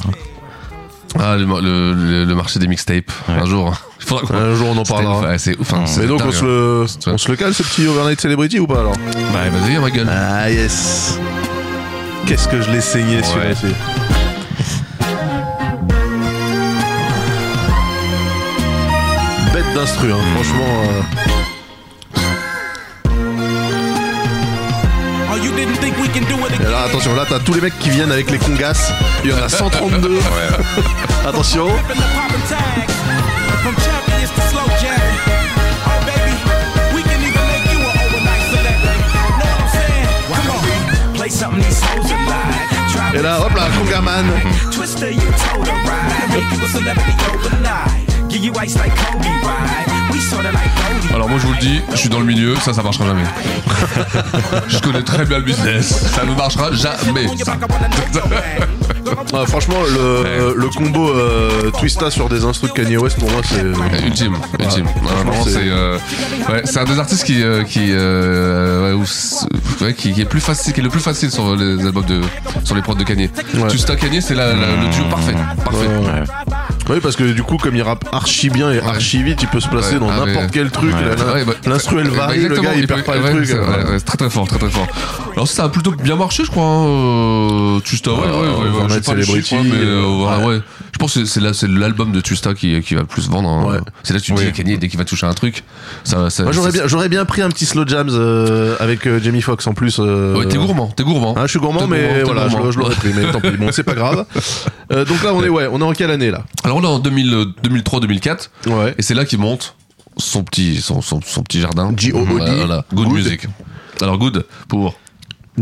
Speaker 8: Ah, le, le, le- le marché des mixtapes, un jour. hein. Il faudra qu'on-
Speaker 7: Un jour on en
Speaker 8: C'était
Speaker 7: parlera.
Speaker 8: une- ouais, C'est ouf. hein,
Speaker 7: Mais
Speaker 8: c'est
Speaker 7: donc on
Speaker 8: dingue,
Speaker 7: se,
Speaker 8: hein.
Speaker 7: le,
Speaker 8: C'est-
Speaker 7: on se le cale ce petit overnight celebrity ou pas alors
Speaker 8: Ouais, Bah, vas-y, ma gueule.
Speaker 7: Ah yes. Qu'est-ce que je l'ai saigné celui-là
Speaker 8: Ouais.
Speaker 7: aussi. Bête d'instru, hein. franchement. euh,
Speaker 13: Oh, you didn't think we can do it
Speaker 7: Et là, attention, là, t'as tous les mecs qui viennent avec les congas. Il y en a 132. attention.
Speaker 13: Ripping the poppin' tags. From champions to slow jam. Oh, baby, we can even make you an overnight celebrity. Know what I'm saying? Come on. Play something these hoes are like. Try
Speaker 7: Et là, hop là, congaman.
Speaker 13: Twister your toe to ride. Make you a celebrity overnight. Give you ice like Kobe, right? We sorta like Kobe.
Speaker 8: Alors moi je vous le dis, je suis dans le milieu, ça ça marchera jamais. je connais très bien le business, ça ne marchera jamais.
Speaker 13: On your
Speaker 8: ça.
Speaker 13: back, I wanna know your way.
Speaker 7: Ouais, Ah, franchement, le, le combo euh, Twista sur des instrus de Kanye West, pour moi, c'est.
Speaker 8: Ouais, Ultime, ultime. Ouais, vraiment,
Speaker 7: c'est-
Speaker 8: c'est euh, ouais, c'est un des artistes qui euh, qui, euh, ouais, où s- ouais, qui qui est plus facile, qui est le plus facile sur les albums de sur les prods de Kanye.
Speaker 7: Ouais. Mmh.
Speaker 8: Tusta Kanye, c'est la- la- le duo parfait, parfait.
Speaker 12: ouais.
Speaker 7: Oui, parce que du coup, comme il rappe archi bien et archi vite, il peut se placer
Speaker 8: Ouais,
Speaker 7: dans
Speaker 8: ah,
Speaker 7: n'importe
Speaker 8: mais-
Speaker 7: quel truc.
Speaker 8: Ouais,
Speaker 7: la-
Speaker 8: ouais, bah,
Speaker 7: L'instru, elle
Speaker 8: bah,
Speaker 7: varie, le
Speaker 8: exactement,
Speaker 7: gars, il
Speaker 8: il
Speaker 7: perd
Speaker 8: peut-
Speaker 7: pas le
Speaker 8: ouais,
Speaker 7: truc.
Speaker 8: c'est- ouais, ouais, c'est très très fort, très très fort. Alors ça a plutôt bien marché, je crois. hein, euh, Tusta, ouais, ouais,
Speaker 7: Euh,
Speaker 8: ouais, ouais,
Speaker 7: Overnight
Speaker 8: je sais pas les
Speaker 7: Celebrity,
Speaker 8: chiffres, hein, mais euh,
Speaker 7: euh,
Speaker 8: voilà,
Speaker 7: ouais.
Speaker 8: ouais. Je pense que c'est là, c'est l'album de Tusta qui qui va le plus vendre. hein.
Speaker 7: Ouais.
Speaker 8: C'est là que tu te dis Kanye dès qu'il va toucher un truc, ça. ça-
Speaker 7: Moi, j'aurais
Speaker 8: ça-
Speaker 7: bien, j'aurais bien pris un petit slow jams euh, avec euh, Jamie Foxx en plus. euh,
Speaker 8: Ouais, t'es gourmand, t'es gourmand.
Speaker 7: Hein, je suis gourmand,
Speaker 8: T'es
Speaker 7: mais
Speaker 8: gourmand,
Speaker 7: voilà,
Speaker 8: t'es gourmand.
Speaker 7: je, je l'aurais pris, mais tant pis, bon, c'est pas grave. Euh, donc là, on est, ouais, on est en quelle année là
Speaker 8: Alors on est en euh, 2000, 2003, 2004,
Speaker 7: Ouais.
Speaker 8: et c'est là qu'il monte son petit, son, son, son petit jardin.
Speaker 7: G.O.O.D..
Speaker 8: Voilà, voilà. Good,
Speaker 7: Good.
Speaker 8: music. Alors good pour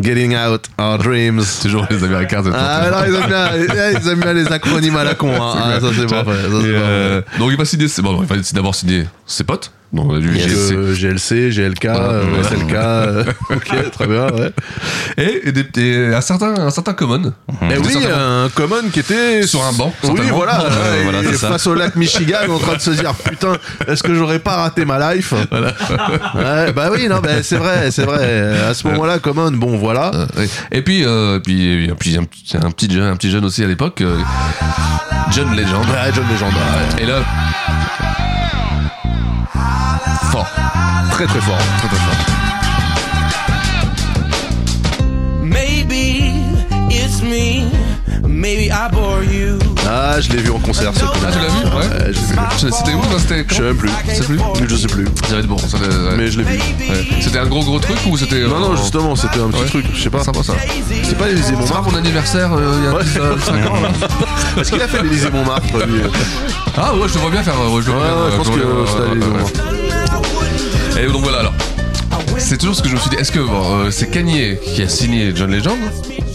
Speaker 7: Getting out our dreams.
Speaker 8: toujours les Américains. c'est
Speaker 7: Ah,
Speaker 8: très-
Speaker 7: alors, ils aiment bien, eh, ils aiment bien les acronymes à la con, hein. Ah, ça c'est parfait. Ça,
Speaker 8: Et,
Speaker 7: c'est parfait.
Speaker 8: euh, donc il va signer, c'est bon, il va d'abord signer ses potes. Donc on a du GSC.
Speaker 7: Euh, GLC, GLK, euh,
Speaker 8: Voilà.
Speaker 7: SLK, euh, ok, très bien, ouais.
Speaker 8: Et, et des- et un certain, un certain common.
Speaker 7: Mais
Speaker 8: Et
Speaker 7: Mm-hmm. Eh oui, euh.
Speaker 8: certains-
Speaker 7: un common qui était
Speaker 8: Sur un banc,
Speaker 7: Mmh. Oui,
Speaker 8: certainement.
Speaker 7: voilà,
Speaker 8: Euh,
Speaker 7: ouais,
Speaker 8: voilà,
Speaker 7: il
Speaker 8: c'est
Speaker 7: est
Speaker 8: ça.
Speaker 7: face au lac Michigan, en train de se dire putain, est-ce que j'aurais pas raté ma life Ouais, Bah oui, non, mais c'est vrai, c'est vrai. À ce moment-là, common, bon, voilà.
Speaker 8: Euh, ouais. Et puis, euh, et puis, et puis un, petit- un petit jeune, un petit jeune aussi à l'époque, euh, John Legend.
Speaker 7: Ouais, John Legend, ouais.
Speaker 8: Et là, fort,
Speaker 7: très très fort.
Speaker 8: très très fort.
Speaker 13: Maybe it's me. Maybe I bore you.
Speaker 7: Ah, je l'ai vu en concert, ce con.
Speaker 8: Ah, tu l'as vu Ouais.
Speaker 7: Euh, je l'ai vu.
Speaker 8: Je- C'était où ça, C'était
Speaker 7: Je sais même plus.
Speaker 8: sais plus
Speaker 7: Je sais plus.
Speaker 8: Ça va être bon. ça va être- ouais.
Speaker 7: Mais je l'ai vu.
Speaker 8: Ouais. C'était un gros gros truc ou c'était. euh,
Speaker 7: Non, non, justement, c'était un petit truc, je sais pas.
Speaker 8: Sympa ça.
Speaker 7: C'est pas l'Élysée
Speaker 8: C'est pas
Speaker 7: Montmartre.
Speaker 8: mon anniversaire euh, il y a 5 ans là.
Speaker 7: Parce qu'il a fait l'Élysée Montmartre, lui.
Speaker 8: Ah ouais, je devrais bien faire. euh, Je, devrais bien,
Speaker 7: ouais, je
Speaker 8: euh,
Speaker 7: pense
Speaker 8: je
Speaker 7: que
Speaker 8: devrais,
Speaker 7: c'était
Speaker 8: euh,
Speaker 7: l'Élysée
Speaker 8: ouais,
Speaker 7: Montmartre.
Speaker 8: ouais. Et donc voilà alors. C'est toujours ce que je me suis dit. Est-ce que bon, euh, c'est Kanye qui a signé John Legend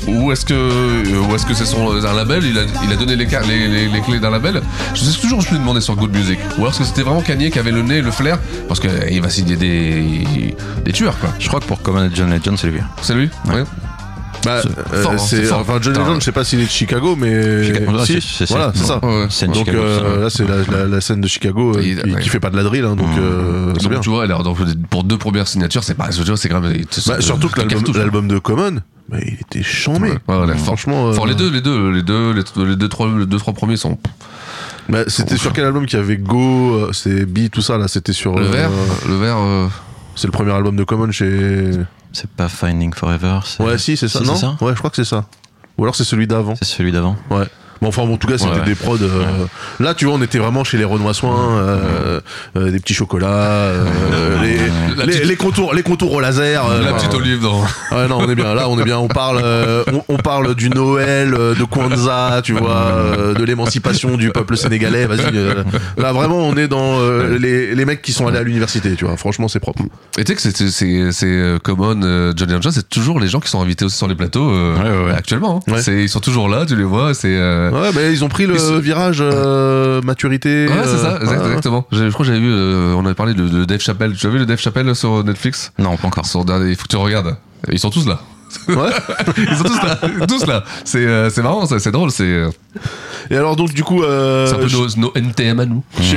Speaker 8: ou est-ce que euh, ou est-ce que c'est son euh, un label il a, il a donné les, car- les, les- les clés d'un label. Je sais toujours je me demandais sur Good Music ou alors est-ce que c'était vraiment Kanye qui avait le nez le flair parce que euh, il va signer des des tueurs quoi.
Speaker 12: Je crois que pour Common John Legend, c'est lui.
Speaker 8: C'est lui Ouais.
Speaker 7: Bah,
Speaker 12: C'est
Speaker 7: euh,
Speaker 12: fort, hein, c'est
Speaker 7: c'est
Speaker 12: fort.
Speaker 7: enfin John
Speaker 12: Putain.
Speaker 7: Legend, je sais pas s'il est de Chicago, mais
Speaker 12: Chicago,
Speaker 7: si,
Speaker 12: c'est- c'est- c'est-
Speaker 7: voilà, c'est ça.
Speaker 12: ouais, ouais. Scène
Speaker 7: Donc
Speaker 12: Chicago,
Speaker 7: euh,
Speaker 12: ça, ouais.
Speaker 7: là, c'est la, la- la scène de Chicago euh,
Speaker 8: Et-
Speaker 7: qui,
Speaker 8: ouais. Mmh.
Speaker 7: qui fait pas de la drill, hein, donc euh, c'est
Speaker 8: Donc,
Speaker 7: bien.
Speaker 8: tu vois, alors, donc, pour deux premières signatures, c'est pas, je veux dire, c'est grave. c'est-
Speaker 7: Bah,
Speaker 8: c'est-
Speaker 7: surtout que
Speaker 8: c'est
Speaker 7: l'album-
Speaker 8: cartouche.
Speaker 7: l'album de Common, bah, il était chambé.
Speaker 8: Ouais, ouais, fort.
Speaker 7: Franchement, euh,
Speaker 8: Fort, les deux, les deux, les deux, les deux, les deux, trois, les deux, trois premiers sont.
Speaker 7: bah, c'était sur quel album qu'il y avait Go, euh, c'est B, tout ça là, c'était sur
Speaker 8: Le
Speaker 7: euh,
Speaker 8: vert, le vert. euh,
Speaker 7: C'est le premier album de Common chez.
Speaker 12: C'est pas Finding Forever. c'est-
Speaker 7: Ouais, si, c'est ça. non ouais, je crois que c'est ça. Ou alors c'est celui d'avant.
Speaker 12: C'est celui d'avant.
Speaker 7: Ouais. Mais enfin, bon, en tout cas, c'était
Speaker 12: Ouais, ouais.
Speaker 7: des prods. euh, Là, tu vois, on était vraiment chez les Renoir Soins, euh, euh, des petits chocolats, euh, les,
Speaker 8: La
Speaker 7: les-
Speaker 8: petite-
Speaker 7: les contours, les contours au laser. euh,
Speaker 8: la
Speaker 7: enfin,
Speaker 8: petite olive dans.
Speaker 7: Ouais, non, on est bien. Là, on est bien. On parle, euh, on, on parle du Noël, euh, de Kwanzaa, tu vois, euh, de l'émancipation du peuple sénégalais. Vas-y. euh, là, vraiment, on est dans euh, les, les mecs qui sont allés à l'université, tu vois. Franchement, c'est propre.
Speaker 8: Et tu sais que c'est- c'est- c'est c'est, euh, Common, euh, Johnny and John, c'est toujours les gens qui sont invités aussi sur les plateaux euh, actuellement. hein.
Speaker 7: Ouais.
Speaker 8: C'est- Ils sont toujours là, tu les vois. C'est. euh,
Speaker 7: Ouais, mais ils ont pris le
Speaker 8: Ils sont-
Speaker 7: virage euh, maturité.
Speaker 8: Ouais, c'est ça,
Speaker 7: euh,
Speaker 8: exact-
Speaker 7: ouais, ouais.
Speaker 8: exactement. Je, je crois que j'avais vu, euh, on avait parlé de, de Dave Chappelle. Tu as vu le Dave Chappelle sur Netflix
Speaker 12: Non, pas encore.
Speaker 8: Son dernier, il faut que tu regardes. Ils sont tous là.
Speaker 7: Ouais.
Speaker 8: Ils sont tous là, tous là. C'est euh, c'est marrant, ça, c'est drôle, c'est euh,
Speaker 7: Et alors donc du coup, euh,
Speaker 8: c'est un peu
Speaker 7: je-
Speaker 8: nos, nos NTM à nous.
Speaker 7: je-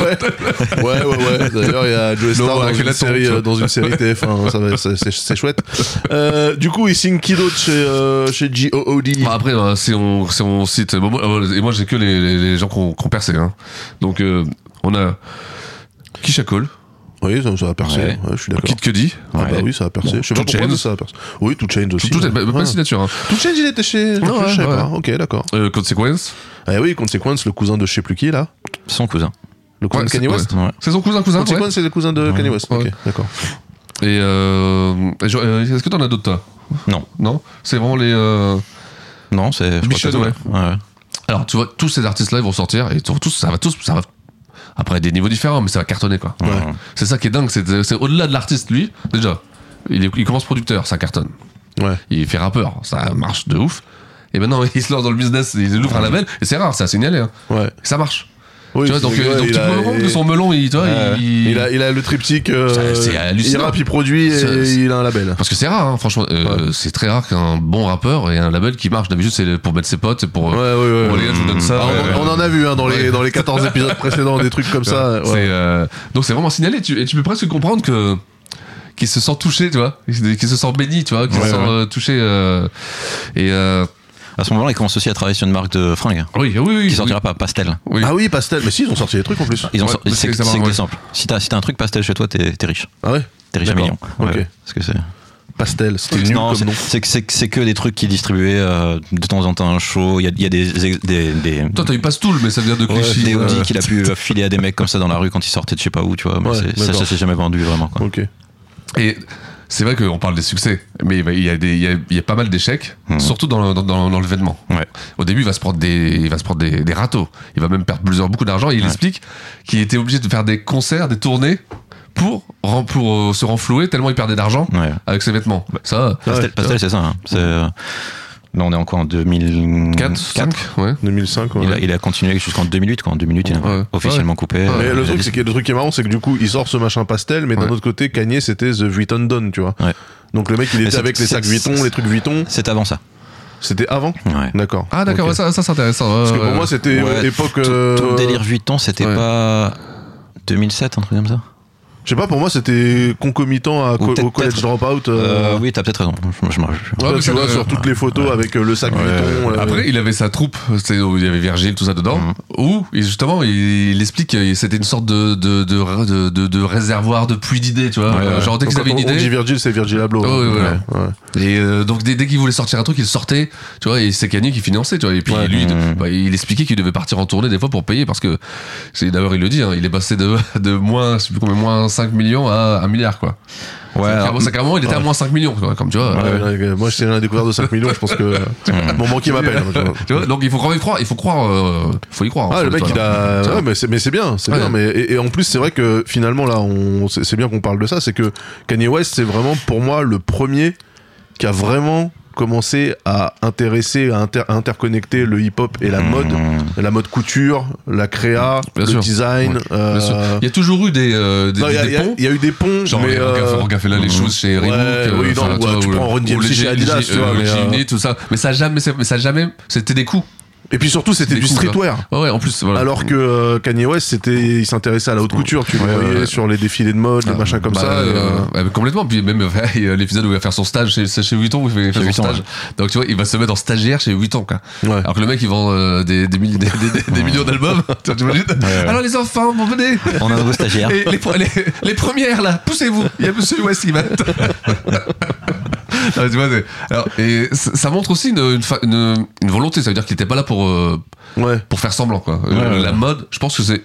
Speaker 7: ouais. ouais, ouais, ouais. D'ailleurs, il y a Joe
Speaker 8: Non,
Speaker 7: Star dans,
Speaker 8: avec
Speaker 7: une
Speaker 8: la
Speaker 7: série,
Speaker 8: tombe.
Speaker 7: euh, dans une série TF1. hein, ça va, c'est- c'est c'est chouette. Euh, du coup, il signe qui d'autre chez euh, chez GOOD
Speaker 8: Bah, après, euh, si on si on cite, bon, moi, euh, et moi j'ai que les, les, les gens qu'on qu'on percé. Hein. Donc euh, on a Kisha Cole,
Speaker 7: Oui, ça, ça va percer.
Speaker 12: Ouais.
Speaker 7: Ouais, je suis d'accord.
Speaker 8: Kid Cudi,
Speaker 7: Ah bah oui, ça va percer. Je sais pas
Speaker 8: Two
Speaker 7: pourquoi
Speaker 8: Chainz.
Speaker 7: mais ça va percer. Oui, Two Chainz aussi.
Speaker 8: tout,
Speaker 7: ouais.
Speaker 8: est- même pas
Speaker 7: Ouais.
Speaker 8: de signature. Hein.
Speaker 7: Two Chainz, il était chez.
Speaker 8: Non,
Speaker 7: je sais
Speaker 8: Ah, ouais,
Speaker 7: pas.
Speaker 8: ouais.
Speaker 7: Ok, d'accord.
Speaker 8: Euh, Consequence,
Speaker 7: Ah oui, Consequence, le cousin de je sais plus qui là.
Speaker 12: Son cousin.
Speaker 7: Le cousin
Speaker 8: Ouais,
Speaker 7: de Kanye
Speaker 8: c'est-
Speaker 7: West.
Speaker 12: Ouais.
Speaker 8: c'est son cousin cousin. ouais.
Speaker 7: Consequence, c'est le cousin de Kanye West. Ok,
Speaker 8: Ouais.
Speaker 7: d'accord.
Speaker 8: Et euh, et je- euh, est-ce que t'en as d'autres toi
Speaker 12: Non.
Speaker 8: Non, c'est vraiment les. euh,
Speaker 12: Non, c'est. je crois
Speaker 8: Michel,
Speaker 12: que c'est-
Speaker 8: ouais.
Speaker 12: ouais.
Speaker 8: Alors tu vois, tous ces artistes-là, ils vont sortir et tous, ça va tous, ça va. Après des niveaux différents, mais ça va cartonner quoi.
Speaker 12: Ouais.
Speaker 8: C'est ça qui est dingue, c'est c'est au-delà de l'artiste lui. Déjà, il, est- il commence producteur, ça cartonne.
Speaker 7: Ouais.
Speaker 8: Il fait rappeur, ça marche de ouf. Et maintenant, il se lance dans le business, il ouvre un label, et c'est rare, ça a signalé. hein.
Speaker 7: Ouais.
Speaker 8: Ça marche.
Speaker 7: Oui,
Speaker 8: tu vois,
Speaker 7: c'est-
Speaker 8: donc,
Speaker 7: ouais,
Speaker 8: euh, donc
Speaker 7: il
Speaker 8: tu
Speaker 7: a-
Speaker 8: peux rendre que son melon, il, tu vois,
Speaker 7: Ouais.
Speaker 8: Ah, il-
Speaker 7: Il a, il a le triptyque. euh,
Speaker 8: C'est- c'est
Speaker 7: il
Speaker 8: hallucinant.
Speaker 7: rappe, il produit et
Speaker 8: C'est-
Speaker 7: il a un label.
Speaker 8: Parce que c'est rare, hein, franchement, euh, c'est très rare qu'un bon rappeur ait un label qui marche. D'habitude, c'est pour mettre ses potes, c'est pour. euh,
Speaker 7: Ouais, ouais, ouais.
Speaker 8: bon, les gars, je vous donne ça.
Speaker 7: Ah, on,
Speaker 8: ouais,
Speaker 7: on en a vu hein, dans, les,
Speaker 8: Ouais.
Speaker 7: dans les 14 épisodes précédents des trucs comme ça.
Speaker 8: C'est,
Speaker 7: ouais.
Speaker 8: euh, donc c'est vraiment signalé. Tu, et tu peux presque comprendre que qu'il se sent touché, tu vois, qu'il se sent béni, tu vois, qu'il
Speaker 7: Ouais,
Speaker 8: se sent
Speaker 7: ouais.
Speaker 8: euh, touché. euh, et euh,
Speaker 12: À ce moment-là, il commence aussi à travailler sur une marque de fringues
Speaker 8: oui, oui, oui.
Speaker 12: qui sortira pas Pastel.
Speaker 8: Oui.
Speaker 7: Ah oui, Pastel. Mais si, ils ont sorti des trucs en plus.
Speaker 12: Ils ont
Speaker 8: Ouais,
Speaker 12: sorti-
Speaker 8: parce
Speaker 12: c'est
Speaker 8: que
Speaker 12: c'est
Speaker 8: ça
Speaker 12: que
Speaker 8: va, ouais.
Speaker 12: des samples. Si t'as si t'as un truc Pastel chez toi, t'es t'es riche.
Speaker 7: Ah ouais
Speaker 12: T'es riche à
Speaker 7: D'accord.
Speaker 12: millions.
Speaker 7: Ok.
Speaker 12: Ouais, Parce que c'est.
Speaker 7: Pastel. C'était nul
Speaker 12: Non,
Speaker 7: comme
Speaker 12: c'est-
Speaker 7: nom.
Speaker 12: c'est que- c'est que- c'est que des trucs qui distribuaient euh, de temps en temps un show. Il y a, il y a des, ex- des, des,
Speaker 8: Toi, t'as eu Pastoul, mais ça vient de Clichy.
Speaker 12: des
Speaker 8: euh,
Speaker 12: Audi qu'il a pu euh, filer à des mecs comme ça dans la rue quand ils sortaient de je sais pas où, tu vois. mais
Speaker 7: Ouais,
Speaker 12: c'est- ça,
Speaker 7: d'accord.
Speaker 12: ça s'est jamais vendu vraiment. Quoi.
Speaker 7: Ok.
Speaker 8: Et c'est vrai qu'on parle des succès, mais il y a, des, il y a, il y a pas mal d'échecs,
Speaker 7: Hmm.
Speaker 8: surtout dans, le- dans, dans, dans le vêtement.
Speaker 12: Ouais.
Speaker 8: Au début, il va se prendre des, il va se prendre des, des râteaux. Il va même perdre plusieurs, beaucoup d'argent. Et il explique qu'il était obligé de faire des concerts, des tournées pour, ren- pour euh, se renflouer tellement il perdait d'argent
Speaker 12: Ouais.
Speaker 8: avec ses vêtements. Ça,
Speaker 7: Bah,
Speaker 12: Pastel, Pastel, c'est ça. hein. C'est, euh, Là, on est encore en 2004.
Speaker 8: 4, 5, ouais.
Speaker 7: 2005. ouais.
Speaker 12: Il a, il a continué jusqu'en 2008. Quoi. En 2008, il a
Speaker 8: Ouais.
Speaker 12: officiellement coupé.
Speaker 8: Ouais.
Speaker 7: Mais
Speaker 12: Euh,
Speaker 7: le
Speaker 12: il a
Speaker 7: truc,
Speaker 12: dit-
Speaker 7: c'est que le truc qui est marrant, c'est que du coup, il sort ce machin pastel, mais d'un
Speaker 8: Ouais.
Speaker 7: autre côté, Kanye, c'était The Vuitton Don, tu vois.
Speaker 12: Ouais.
Speaker 7: Donc le mec, il
Speaker 12: Mais
Speaker 7: était
Speaker 12: c'est-
Speaker 7: avec les
Speaker 12: c'est-
Speaker 7: sacs Vuitton,
Speaker 12: c'est-
Speaker 7: les trucs Vuitton.
Speaker 12: c'est avant ça.
Speaker 7: C'était avant
Speaker 12: Ouais.
Speaker 7: D'accord.
Speaker 8: Ah d'accord,
Speaker 7: Ok.
Speaker 8: ouais, ça, euh, ça c'est intéressant.
Speaker 7: Parce que
Speaker 8: Ouais,
Speaker 7: pour
Speaker 8: ouais.
Speaker 7: moi, c'était
Speaker 12: Ouais,
Speaker 7: époque.
Speaker 12: Tout, tout
Speaker 7: euh,
Speaker 12: le délire 8 ans, c'était
Speaker 8: ouais.
Speaker 12: pas 2007, un truc comme ça
Speaker 7: Je sais pas, pour moi, c'était concomitant à co- au college dropout. euh,
Speaker 12: oui, t'as peut-être raison. Je, je, je-
Speaker 7: Toi, tu vois sur toutes les photos avec euh, le sac Vuitton. euh,
Speaker 8: euh,
Speaker 7: Mm.
Speaker 8: Après, il avait sa troupe, c'est où il y avait Virgile, tout ça dedans, où il- justement il, il explique que c'était une sorte de, de, de, de, de- de réservoir de puits d'idées, tu vois.
Speaker 7: Ouais, ouais.
Speaker 8: euh, Genre dès
Speaker 7: Donc,
Speaker 8: qu'ils avaient
Speaker 7: quand
Speaker 8: une
Speaker 7: on- on
Speaker 8: idée.
Speaker 7: dit Virgil, c'est Virgil Abloh. hein.
Speaker 8: Ouais, ouais, voilà.
Speaker 7: Ouais, ouais.
Speaker 8: Et euh, donc dès, dès qu'il voulait sortir un truc, il sortait, tu vois, et c'est Kanye qui finançait, tu vois. Et puis lui,
Speaker 7: Mm.
Speaker 8: de- bah, il expliquait qu'il devait partir en tournée des fois pour payer parce que, c'est d'ailleurs il le dit, hein, il est passé de, de moins, je sais plus combien, moins 5 millions à 1 milliard, quoi.
Speaker 12: Ouais,
Speaker 8: Sacrément-
Speaker 12: alors-
Speaker 8: sacrément, il était à
Speaker 12: Ouais.
Speaker 8: moins 5 millions, quoi, comme tu vois.
Speaker 7: Ouais,
Speaker 8: euh,
Speaker 7: ouais, ouais. Moi, c'est la découverte de 5 millions, je pense que mon banquier m'appelle. hein, tu vois.
Speaker 8: Tu vois, donc il faut quand même croire, il faut croire, euh, faut y croire. hein,
Speaker 7: Ah,
Speaker 8: sur
Speaker 7: le mec,
Speaker 8: toit,
Speaker 7: il
Speaker 8: là.
Speaker 7: a.
Speaker 8: Tu vois.
Speaker 7: ouais, mais c'est, mais c'est bien, c'est
Speaker 8: Ouais.
Speaker 7: bien. Mais, et, et en plus, c'est vrai que finalement, là, on, c'est, c'est bien qu'on parle de ça. C'est que Kanye West, c'est vraiment pour moi le premier qui a vraiment commencé à intéresser, à, inter- à interconnecter le hip-hop et la mode, la mode couture, la créa,
Speaker 8: Hmm. Bien
Speaker 7: le
Speaker 8: sûr.
Speaker 7: design.
Speaker 8: Ouais.
Speaker 7: euh,
Speaker 8: Bien sûr. Il y a toujours eu des, euh, des,
Speaker 7: non,
Speaker 8: des-
Speaker 7: il y a-
Speaker 8: des
Speaker 7: il y a-
Speaker 8: ponts.
Speaker 7: il y a eu des ponts,
Speaker 8: Genre,
Speaker 7: mais,
Speaker 8: regarde,
Speaker 7: euh,
Speaker 8: regarde, fais là les choses chez
Speaker 7: Ouais,
Speaker 8: Reebok. euh,
Speaker 7: oui, non,
Speaker 8: enfin,
Speaker 7: ouais,
Speaker 8: toi,
Speaker 7: tu
Speaker 8: ou-
Speaker 7: prends Run
Speaker 8: ou
Speaker 7: DMC
Speaker 8: le
Speaker 7: chez
Speaker 8: G-
Speaker 7: Adidas,
Speaker 8: G-
Speaker 7: tu vois,
Speaker 8: euh,
Speaker 7: mais,
Speaker 8: Gymnée,
Speaker 7: euh,
Speaker 8: tout ça. Mais ça a jamais, c'est- mais ça a jamais, c'était des coups.
Speaker 7: Et puis surtout, c'était
Speaker 8: Des
Speaker 7: du
Speaker 8: coups, quoi.
Speaker 7: streetwear.
Speaker 8: Ouais, en plus, voilà.
Speaker 7: Alors que euh, Kanye West, c'était, il s'intéressait à la haute couture. Tu le
Speaker 8: Ouais,
Speaker 7: voyais
Speaker 8: ouais.
Speaker 7: sur les défilés de mode, les machins comme
Speaker 8: Bah,
Speaker 7: ça. et,
Speaker 8: euh,
Speaker 7: euh,
Speaker 8: ouais, mais complètement. Puis même euh, l'épisode où il va faire son stage chez, c'est chez Vuitton, où il fait, il fait son stage. Donc tu vois, il va se mettre en stagiaire chez Vuitton, quoi. Alors que le mec, il vend euh, des, des, milli- des- des- des millions d'albums. tu vois, t'imagines Alors les enfants, bon venez.
Speaker 12: On a un nouveau stagiaire.
Speaker 8: Et les, pro- les- les premières là, poussez-vous. Il y a Monsieur West qui va. Non, mais tu vois, c'est- alors, et c- ça montre aussi une, une fa- une- une volonté, ça veut dire qu'il n'était pas là pour, euh, pour faire semblant. Quoi. Euh,
Speaker 12: Ouais, ouais,
Speaker 8: la
Speaker 12: ouais.
Speaker 8: mode, je pense que c'est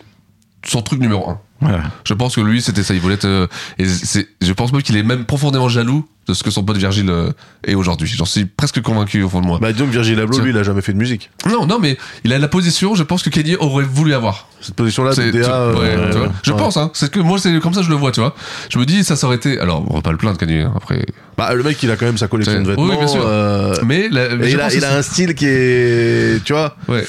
Speaker 8: son truc numéro un.
Speaker 12: Ouais.
Speaker 8: Je pense que lui, c'était ça. Il voulait être. euh, et c'est- je pense même qu'il est même profondément jaloux de ce que son pote Virgile euh, est aujourd'hui. J'en suis presque convaincu au fond de moi.
Speaker 7: Bah, disons que Virgil Abloh,
Speaker 8: Tiens.
Speaker 7: lui, il a jamais fait de musique.
Speaker 8: Non, non, mais il a la position, je pense, que Kenny aurait voulu avoir.
Speaker 7: Cette position-là,
Speaker 8: C'est-
Speaker 7: de
Speaker 8: tu-
Speaker 7: DA. euh,
Speaker 8: ouais, tu vois. Je
Speaker 7: ouais.
Speaker 8: pense, hein. C'est que moi, c'est comme ça, je le vois, tu vois. Je me dis, ça, ça aurait été. Alors, on va pas le plaindre, Kenny, hein, après.
Speaker 7: Bah, le mec, il a quand même sa collection de
Speaker 8: Oui,
Speaker 7: vêtements.
Speaker 8: bien sûr.
Speaker 7: euh,
Speaker 8: Mais la- mais
Speaker 7: et
Speaker 8: je
Speaker 7: il,
Speaker 8: pense
Speaker 7: a,
Speaker 8: que
Speaker 7: il a
Speaker 8: c'est-
Speaker 7: un style qui est. Tu vois
Speaker 8: Ouais.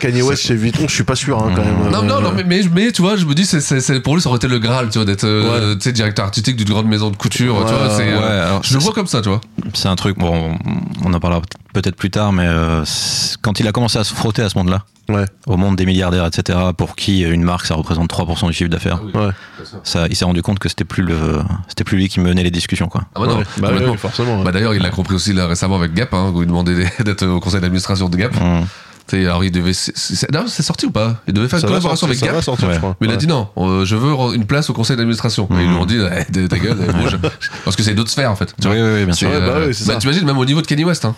Speaker 7: Kanye West chez Vuitton, je suis pas sûr, hein, quand même.
Speaker 8: Non,
Speaker 7: euh,
Speaker 8: non, non, mais, mais, mais, tu vois, je me dis, c'est, c'est- c'est- pour lui, ça aurait été le Graal, tu vois, d'être euh, tu sais, directeur artistique d'une grande maison de couture, tu vois. C'est, euh, je le vois comme ça, tu vois.
Speaker 12: C'est un truc, bon, on en parlera peut-être plus tard, mais euh, c'est- quand il a commencé à se frotter à ce monde-là, au monde des milliardaires, etc., pour qui une marque, ça représente 3% du chiffre d'affaires,
Speaker 8: Ah
Speaker 12: ça, il s'est rendu compte que c'était plus, le, c'était plus lui qui menait les discussions. Quoi.
Speaker 8: Ah bah non, complètement. Bah d'ailleurs, il l'a compris aussi là, récemment avec Gap, hein, où il demandait des- d'être au conseil d'administration de Gap.
Speaker 7: Mm.
Speaker 8: Tu sais, Alors il devait. c'est- c'est- non, c'est sorti ou pas Il devait faire
Speaker 7: Ça
Speaker 8: une
Speaker 7: va sortir,
Speaker 8: collaboration avec
Speaker 7: ça
Speaker 8: Gap.
Speaker 7: va sortir, je
Speaker 8: Ouais.
Speaker 7: crois.
Speaker 8: Mais il a
Speaker 7: Ouais.
Speaker 8: dit non, euh, je veux re- une place au conseil d'administration.
Speaker 12: Mhm.
Speaker 8: Et ils lui ont dit eh, de- ta gueule, eh, bouge. Parce que c'est d'autres sphères en fait. tu vois.
Speaker 12: Oui, oui, oui, bien
Speaker 8: C'est,
Speaker 12: sûr. Ouais, bah
Speaker 8: euh,
Speaker 12: oui, c'est
Speaker 8: bah,
Speaker 12: ça. Ah,
Speaker 8: T'imagines même au niveau de Kanye West. hein.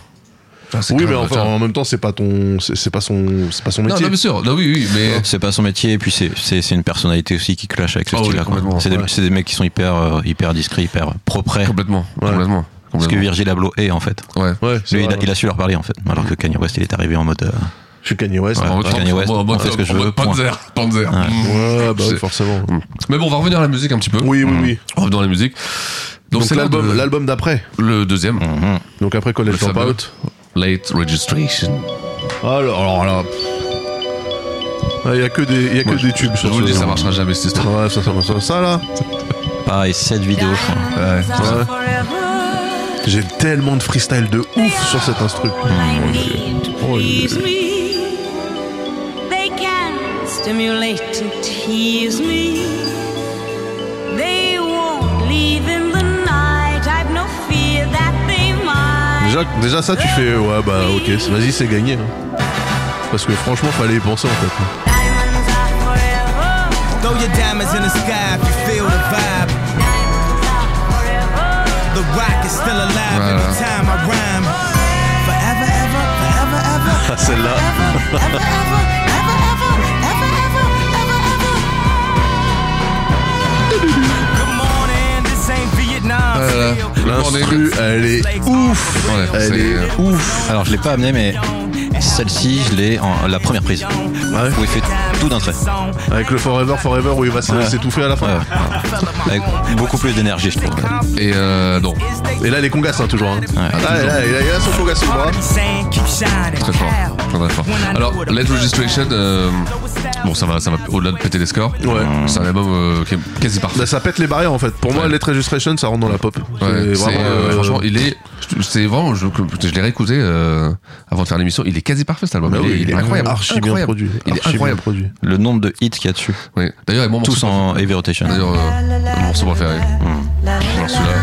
Speaker 8: Enfin, c'est
Speaker 7: Oui,
Speaker 8: quand
Speaker 7: mais
Speaker 8: même-
Speaker 7: enfin, en même temps, c'est pas ton, c'est c'est pas son, c'est pas son
Speaker 8: Non,
Speaker 7: métier.
Speaker 8: non, bien sûr. Non, oui, oui, mais.
Speaker 12: C'est pas son métier, et puis c'est- c'est c'est une personnalité aussi qui clash avec ce
Speaker 8: Ah oui,
Speaker 12: style-là. quoi.
Speaker 8: complètement,
Speaker 12: c'est des,
Speaker 8: ouais.
Speaker 12: c'est des mecs qui sont hyper, euh, hyper discrets, hyper propres.
Speaker 8: Complètement, complètement.
Speaker 12: Ce que Virgil Abloh est en fait.
Speaker 8: Ouais.
Speaker 7: c'est
Speaker 12: Lui, il, a,
Speaker 7: vrai.
Speaker 12: il a su leur parler en fait, alors que Kanye West il est arrivé en mode. euh,
Speaker 7: Je suis Kanye West.
Speaker 12: Ouais,
Speaker 8: En mode-
Speaker 12: je suis Kanye West,
Speaker 8: en mode-
Speaker 12: on fait ce que je
Speaker 8: en mode
Speaker 12: veux, point.
Speaker 8: Panzer, Panzer. Mm.
Speaker 7: Ouais, bah oui,
Speaker 8: C'est- Mm.
Speaker 7: forcément.
Speaker 8: Mais bon, on va revenir à la musique un petit peu.
Speaker 7: Oui, oui, oui.
Speaker 8: On revient à la musique.
Speaker 7: Donc,
Speaker 8: c'est
Speaker 7: l'album,
Speaker 8: l'heure de-
Speaker 7: l'album d'après.
Speaker 8: Le deuxième.
Speaker 12: Mm-hmm.
Speaker 7: Donc après
Speaker 8: Le
Speaker 7: College
Speaker 8: fameux
Speaker 7: Dropout.
Speaker 8: Late Registration.
Speaker 7: Alors, alors Ah, là. Il y a que des, il y a que des tubes sur
Speaker 8: Je vous le
Speaker 7: ce-
Speaker 8: dis, ça marchera jamais cette histoire.
Speaker 7: Ouais, ça, ça, ça, ça, là.
Speaker 12: Pareil, 7 vidéos, je crois.
Speaker 7: Ouais. J'ai tellement de freestyle de ouf sur cet
Speaker 8: Mm.
Speaker 7: instru. Oh,
Speaker 18: Please
Speaker 7: il-
Speaker 18: me. They can stimulate and tease me. They won't leave in the night. I've no fear that they might.
Speaker 7: Déjà, déjà ça, tu fais, ouais, bah ok, c'est- vas-y, c'est gagné. hein. Parce que franchement, fallait y penser en fait.
Speaker 13: Throw your diamonds in the sky if you feel the vibe. The rock is still alive
Speaker 7: Right.
Speaker 13: every time I rhyme. Forever, ever, forever, ever.
Speaker 7: Ah, Celle-là.
Speaker 13: Good morning, this ain't Vietnam.
Speaker 8: Voilà.
Speaker 7: L'instru, elle est ouf.
Speaker 12: Elle est
Speaker 8: euh,
Speaker 12: ouf. Alors je l'ai pas amené, mais celle-ci, je l'ai en la première prise. Où il fait tout d'un trait.
Speaker 7: Avec le Forever, Forever, où il va
Speaker 12: Ouais.
Speaker 7: s- s'étouffer à la fin.
Speaker 12: Avec beaucoup plus d'énergie, je trouve.
Speaker 8: Et euh, non.
Speaker 7: Et là, les congas, hein, toujours. hein. Ah, et là, il a- il a son congas sous le bras.
Speaker 13: Saying keep shining.
Speaker 8: Très fort, très, très fort. Alors, Late Registration, euh, Bon, ça va, ça va au-delà de péter les scores.
Speaker 7: Ouais.
Speaker 8: C'est un album euh, qui est quasi parfait.
Speaker 7: Bah, ça pète les barrières en fait. Pour moi, Let's Registration, ça rentre dans la pop. C'est
Speaker 8: Ouais, c'est,
Speaker 7: vraiment,
Speaker 8: euh,
Speaker 7: euh,
Speaker 8: franchement, il est. C'est vraiment. Je, que- je l'ai réécouté euh, avant de faire l'émission. Il est quasi parfait cet album.
Speaker 7: Bah
Speaker 8: Ah, il,
Speaker 7: oui,
Speaker 8: est,
Speaker 7: il est
Speaker 8: incroyable.
Speaker 7: archi bien
Speaker 8: incroyable.
Speaker 7: produit.
Speaker 8: Il est
Speaker 7: Archi bien
Speaker 8: incroyable.
Speaker 7: produit.
Speaker 12: Le nombre de hits qu'il y a dessus.
Speaker 8: Oui. D'ailleurs, mon
Speaker 12: Tous
Speaker 8: morceau
Speaker 12: en heavy rotation.
Speaker 8: D'ailleurs, euh, mon morceau préféré. Alors, celui-là.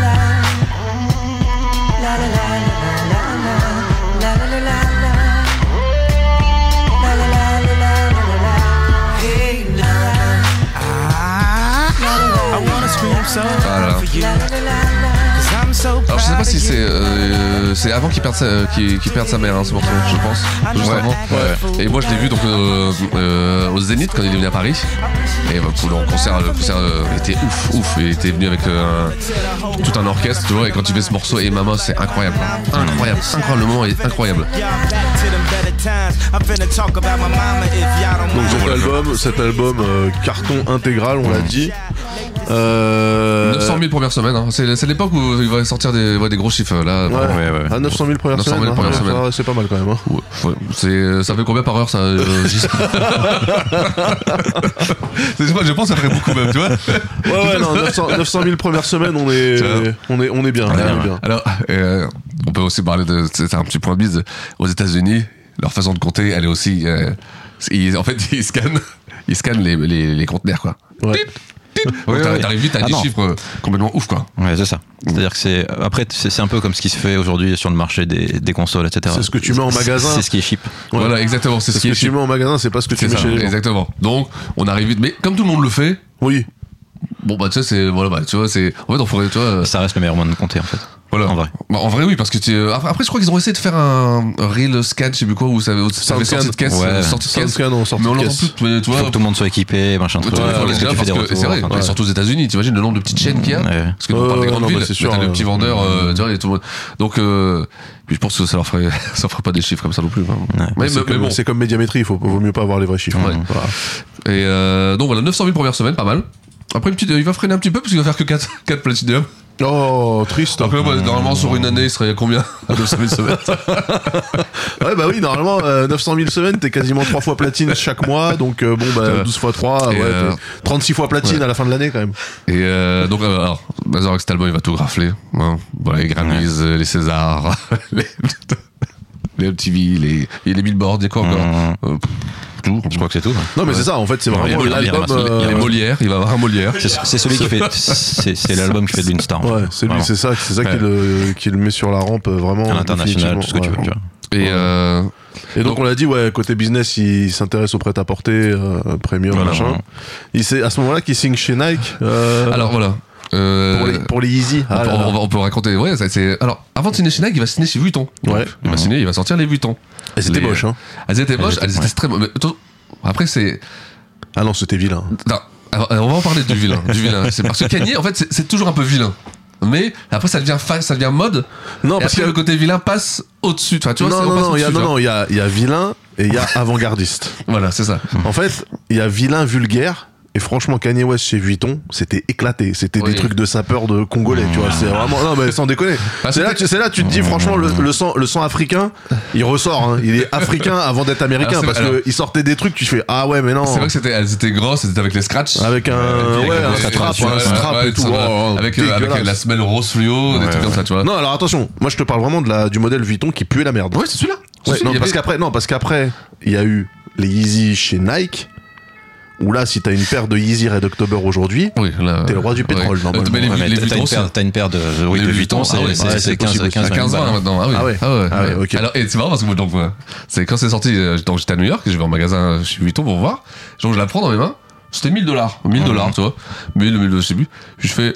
Speaker 13: I wanna scream so
Speaker 8: Ah là là.
Speaker 13: hard for you. Cause I'm so
Speaker 8: Alors, je sais pas
Speaker 13: proud
Speaker 8: si
Speaker 13: of
Speaker 8: c'est
Speaker 13: you.
Speaker 8: euh, c'est avant qu'il perde sa euh, qu'il- qu'il perde sa mère hein, ce morceau je pense juste
Speaker 13: Ouais.
Speaker 8: avant.
Speaker 13: Ouais.
Speaker 8: et moi je l'ai vu donc euh, euh, au Zénith quand il est venu à Paris et bah, pour le concert le concert euh, était ouf ouf il était venu avec euh, un- tout un orchestre tu vois et quand il fait ce morceau et Mama c'est incroyable
Speaker 7: Hmm.
Speaker 8: incroyable incroyable le moment est incroyable
Speaker 13: Y'all back to them better times. I'm finna talk about my mama if y'all don't
Speaker 7: Donc
Speaker 13: mind.
Speaker 7: cet album, cet album euh, carton intégral, on l'a dit. Euh,
Speaker 8: 900 000 premières semaines hein. c'est c'est l'époque où il va sortir des, ouais, des gros chiffres là
Speaker 7: Ouais. Ah, À 900 000 premières
Speaker 8: 900
Speaker 7: semaines,
Speaker 8: 000 premières
Speaker 7: hein,
Speaker 8: semaines.
Speaker 7: ça, c'est pas mal quand même. hein.
Speaker 8: Ouais, c'est- ça fait combien par heure ça euh, Gis C'est- moi, Je pense que ça ferait beaucoup même, tu vois.
Speaker 7: Ouais, ouais, non, 900, 900 000 premières semaines, on est, on est, on est bien. on est
Speaker 8: Alors,
Speaker 7: bien.
Speaker 8: alors, euh, on peut aussi parler de. C'est un petit point de bise. Aux États-Unis, leur façon de compter, elle est aussi. euh, ils- en fait, ils scannent, ils scannent les, les, les conteneurs, quoi.
Speaker 7: Ouais.
Speaker 8: Donc,
Speaker 12: Ouais,
Speaker 8: t'arri-
Speaker 12: ouais.
Speaker 8: T'arrives vite à
Speaker 12: Ah
Speaker 8: des
Speaker 12: non.
Speaker 8: chiffres euh, complètement ouf, quoi.
Speaker 12: Ouais, c'est ça. C'est-à-dire que c'est après c'est c'est un peu comme ce qui se fait aujourd'hui sur le marché des, des consoles, etc.
Speaker 7: C'est ce que tu mets en
Speaker 12: C'est-
Speaker 7: magasin.
Speaker 12: C'est ce qui est cheap.
Speaker 7: Ouais.
Speaker 8: Voilà, exactement. C'est
Speaker 7: C'est
Speaker 8: ce
Speaker 7: ce
Speaker 8: qui
Speaker 7: que
Speaker 8: est
Speaker 7: tu
Speaker 8: chiffre.
Speaker 7: mets en magasin, c'est pas ce que tu
Speaker 8: C'est
Speaker 7: mets
Speaker 8: ça,
Speaker 7: chez les gens.
Speaker 8: exactement. Donc, on arrive vite. Mais comme tout le monde le fait.
Speaker 7: Oui.
Speaker 8: Bon, bah, tu sais, c'est. Voilà, bah, tu vois, c'est. En fait, on ferait. Tu vois, euh,
Speaker 12: Ça reste le meilleur moyen de compter en fait.
Speaker 8: Voilà.
Speaker 12: En vrai.
Speaker 8: Bah, en vrai, oui, parce que tu- euh, après, après, je crois qu'ils ont essayé de faire un, un reel scan, je sais plus quoi, où ça, où ça avait sorti de caisse, euh, sorti de caisse.
Speaker 7: Soundscan en sortie
Speaker 8: mais on
Speaker 7: de
Speaker 8: l'entend
Speaker 7: caisse.
Speaker 8: plus, mais tu vois.
Speaker 12: Faut que tout le monde soit équipé, machin
Speaker 8: Ouais,
Speaker 12: truc.
Speaker 8: tu vois,
Speaker 12: faut
Speaker 8: les
Speaker 12: que
Speaker 8: gars,
Speaker 12: tu fais
Speaker 8: parce
Speaker 12: des
Speaker 8: que
Speaker 12: retours,
Speaker 8: c'est vrai,
Speaker 12: enfin,
Speaker 8: mais
Speaker 12: ouais.
Speaker 8: surtout aux États-Unis, t'imagines le nombre de petites chaînes qu'il y a
Speaker 12: Ouais.
Speaker 8: Parce que nous, on parle
Speaker 12: Ouais,
Speaker 8: des grandes
Speaker 12: non,
Speaker 8: villes,
Speaker 12: bah, c'est sûr,
Speaker 8: mais t'as le
Speaker 12: euh,
Speaker 8: petit vendeur, euh, tu vois, et tout le monde. Donc, euh, puis je pense que ça leur ferait, ça leur ferait pas des chiffres comme ça non plus. hein. Mais, mais-
Speaker 7: C'est
Speaker 8: mais
Speaker 7: comme,
Speaker 8: bon.
Speaker 7: c'est comme médiamétrie, il faut, vaut mieux pas avoir les vrais chiffres.
Speaker 8: Ouais.
Speaker 7: Voilà.
Speaker 8: Et euh, donc voilà, 900 000 premières semaines, pas mal. Après, une petite, euh, il va freiner un petit peu parce qu'il va faire que 4, 4 platinum.
Speaker 7: Oh, triste.
Speaker 8: Donc là, moi, normalement, sur une année, il serait à combien À 900 000 semaines.
Speaker 7: Ouais, bah oui, normalement, euh, 900 000 semaines, t'es quasiment 3 fois platine chaque mois, donc euh, bon, bah 12 fois 3,
Speaker 8: Et,
Speaker 7: ouais,
Speaker 8: euh,
Speaker 7: t'es 36 fois platine
Speaker 8: ouais.
Speaker 7: à la fin de l'année quand même.
Speaker 8: Et euh, donc, euh, alors, Mazorek Stalboy va tout rafler. Hein. Bon, les Grammys, euh, les Césars, les, les MTV, les, et les Billboards, et quoi encore Euh, pff, Tout.
Speaker 12: Je crois que c'est tout.
Speaker 7: Non, mais c'est ça, en fait, c'est vraiment
Speaker 8: il y a-
Speaker 7: Oh, l'album.
Speaker 8: il y a- il y a les
Speaker 7: euh,
Speaker 8: Molières, il va avoir un Molière.
Speaker 12: C'est- C'est celui qui fait. C'est c'est l'album qui fait de lui une star. en
Speaker 7: Ouais,
Speaker 12: fait.
Speaker 7: c'est lui,
Speaker 12: Vraiment.
Speaker 7: c'est ça, c'est ça
Speaker 12: Ouais.
Speaker 7: qui, le, qui le met sur la rampe euh, vraiment.
Speaker 12: À l'international,
Speaker 7: définitivement,
Speaker 12: tout ce que tu
Speaker 7: ouais.
Speaker 12: veux. tu vois.
Speaker 8: Et, euh,
Speaker 7: Et donc, on l'a dit, ouais, côté business, il s'intéresse au prêt-à-porter, euh, premium,
Speaker 12: Voilà,
Speaker 7: machin.
Speaker 12: voilà.
Speaker 7: Il c'est à ce moment-là qu'il signe chez Nike. euh,
Speaker 8: alors voilà. Euh,
Speaker 7: Pour les, pour les Yeezy.
Speaker 8: on,
Speaker 7: Ah
Speaker 8: peut,
Speaker 7: là là.
Speaker 8: on va- on peut raconter. Ouais, ça, c'est. Alors, avant de signer chez Nike, il va signer chez Vuitton.
Speaker 7: Ouais. Mmh.
Speaker 8: Il va signer, il va sortir les Vuitton.
Speaker 7: Elles étaient
Speaker 8: Les-
Speaker 7: moches, hein.
Speaker 8: Elles étaient moches,
Speaker 12: étaient-
Speaker 8: elles étaient
Speaker 12: ouais.
Speaker 8: extrêmement. mais attends, Après, c'est.
Speaker 7: Ah non, c'était vilain.
Speaker 8: Non, alors, alors, on va en parler du vilain. Du vilain. C'est parce que Kanye, en fait, c'est- c'est toujours un peu vilain. Mais après, ça devient fan, ça devient mode.
Speaker 7: Non,
Speaker 8: Et
Speaker 7: parce
Speaker 8: après,
Speaker 7: que-
Speaker 8: le côté vilain passe au-dessus. Enfin, tu vois,
Speaker 7: non,
Speaker 8: c'est- on
Speaker 7: non,
Speaker 8: passe
Speaker 7: non, il y a,
Speaker 8: au-dessus,
Speaker 7: non,
Speaker 8: tu
Speaker 7: non,
Speaker 8: vois.
Speaker 7: il y a, il y a vilain et il y a avant-gardiste.
Speaker 8: Voilà, c'est ça.
Speaker 7: en fait, il y a vilain, vulgaire. Et franchement, Kanye West chez Vuitton, c'était éclaté. C'était
Speaker 8: Oui.
Speaker 7: des trucs de sapeurs de congolais, tu vois. C'est vraiment, non, mais sans déconner.
Speaker 8: Parce
Speaker 7: c'est
Speaker 8: que
Speaker 7: là,
Speaker 8: t'es-
Speaker 7: tu, c'est là, tu te dis, franchement, le, le sang, le sang africain, il ressort, hein. Il est africain avant d'être américain
Speaker 8: Alors, Ah, c'est-
Speaker 7: parce
Speaker 8: alors-
Speaker 7: que il sortait des trucs, tu fais, ah ouais, mais non.
Speaker 8: C'est vrai que c'était, elles étaient grosses, elles étaient avec les scratchs.
Speaker 7: Avec un, Ah ouais, un strap, un strap et tout. Oh, oh,
Speaker 8: Avec, euh, avec
Speaker 7: dégueulasse.
Speaker 8: la semelle rose fluo, des trucs comme ça, tu vois.
Speaker 7: Non, alors attention, moi je te parle vraiment de la, du modèle Vuitton qui puait la merde.
Speaker 8: Ouais, c'est celui-là. C'est
Speaker 7: Ouais,
Speaker 8: celui-là,
Speaker 7: non,
Speaker 8: il y
Speaker 7: parce
Speaker 8: avait-
Speaker 7: qu'après, non, parce qu'après, il y a eu les Yeezy chez Nike. Où là, si t'as une paire de Yeezy Red October aujourd'hui,
Speaker 8: Oui, là.
Speaker 7: t'es le roi du pétrole.
Speaker 8: ouais.
Speaker 7: normalement.
Speaker 8: Mais les-
Speaker 12: Ouais, Ah, mais
Speaker 8: les
Speaker 12: t'as- T'as
Speaker 8: Vuitton,
Speaker 12: une paire-
Speaker 8: c'est-
Speaker 12: t'as une paire de euh, oui,
Speaker 8: Les
Speaker 12: de Vuitton,
Speaker 8: Vuitton, ah ouais,
Speaker 12: c'est
Speaker 7: ouais,
Speaker 12: c'est-
Speaker 7: c'est
Speaker 12: c'est 15
Speaker 7: possible,
Speaker 12: 15
Speaker 8: à 15
Speaker 12: balles.
Speaker 8: ans maintenant. Ah oui.
Speaker 7: Ah ouais. Ah ouais, ok.
Speaker 8: Alors, et c'est marrant parce que moi, donc, voilà, c'est quand c'est sorti, euh, donc j'étais à New York, et je vais en magasin chez Vuitton pour voir. Donc, je la prends dans mes mains. C'était 1000 dollars. 1000
Speaker 7: Ah.
Speaker 8: dollars, tu vois. 1000, 1000, je sais plus. Puis je fais.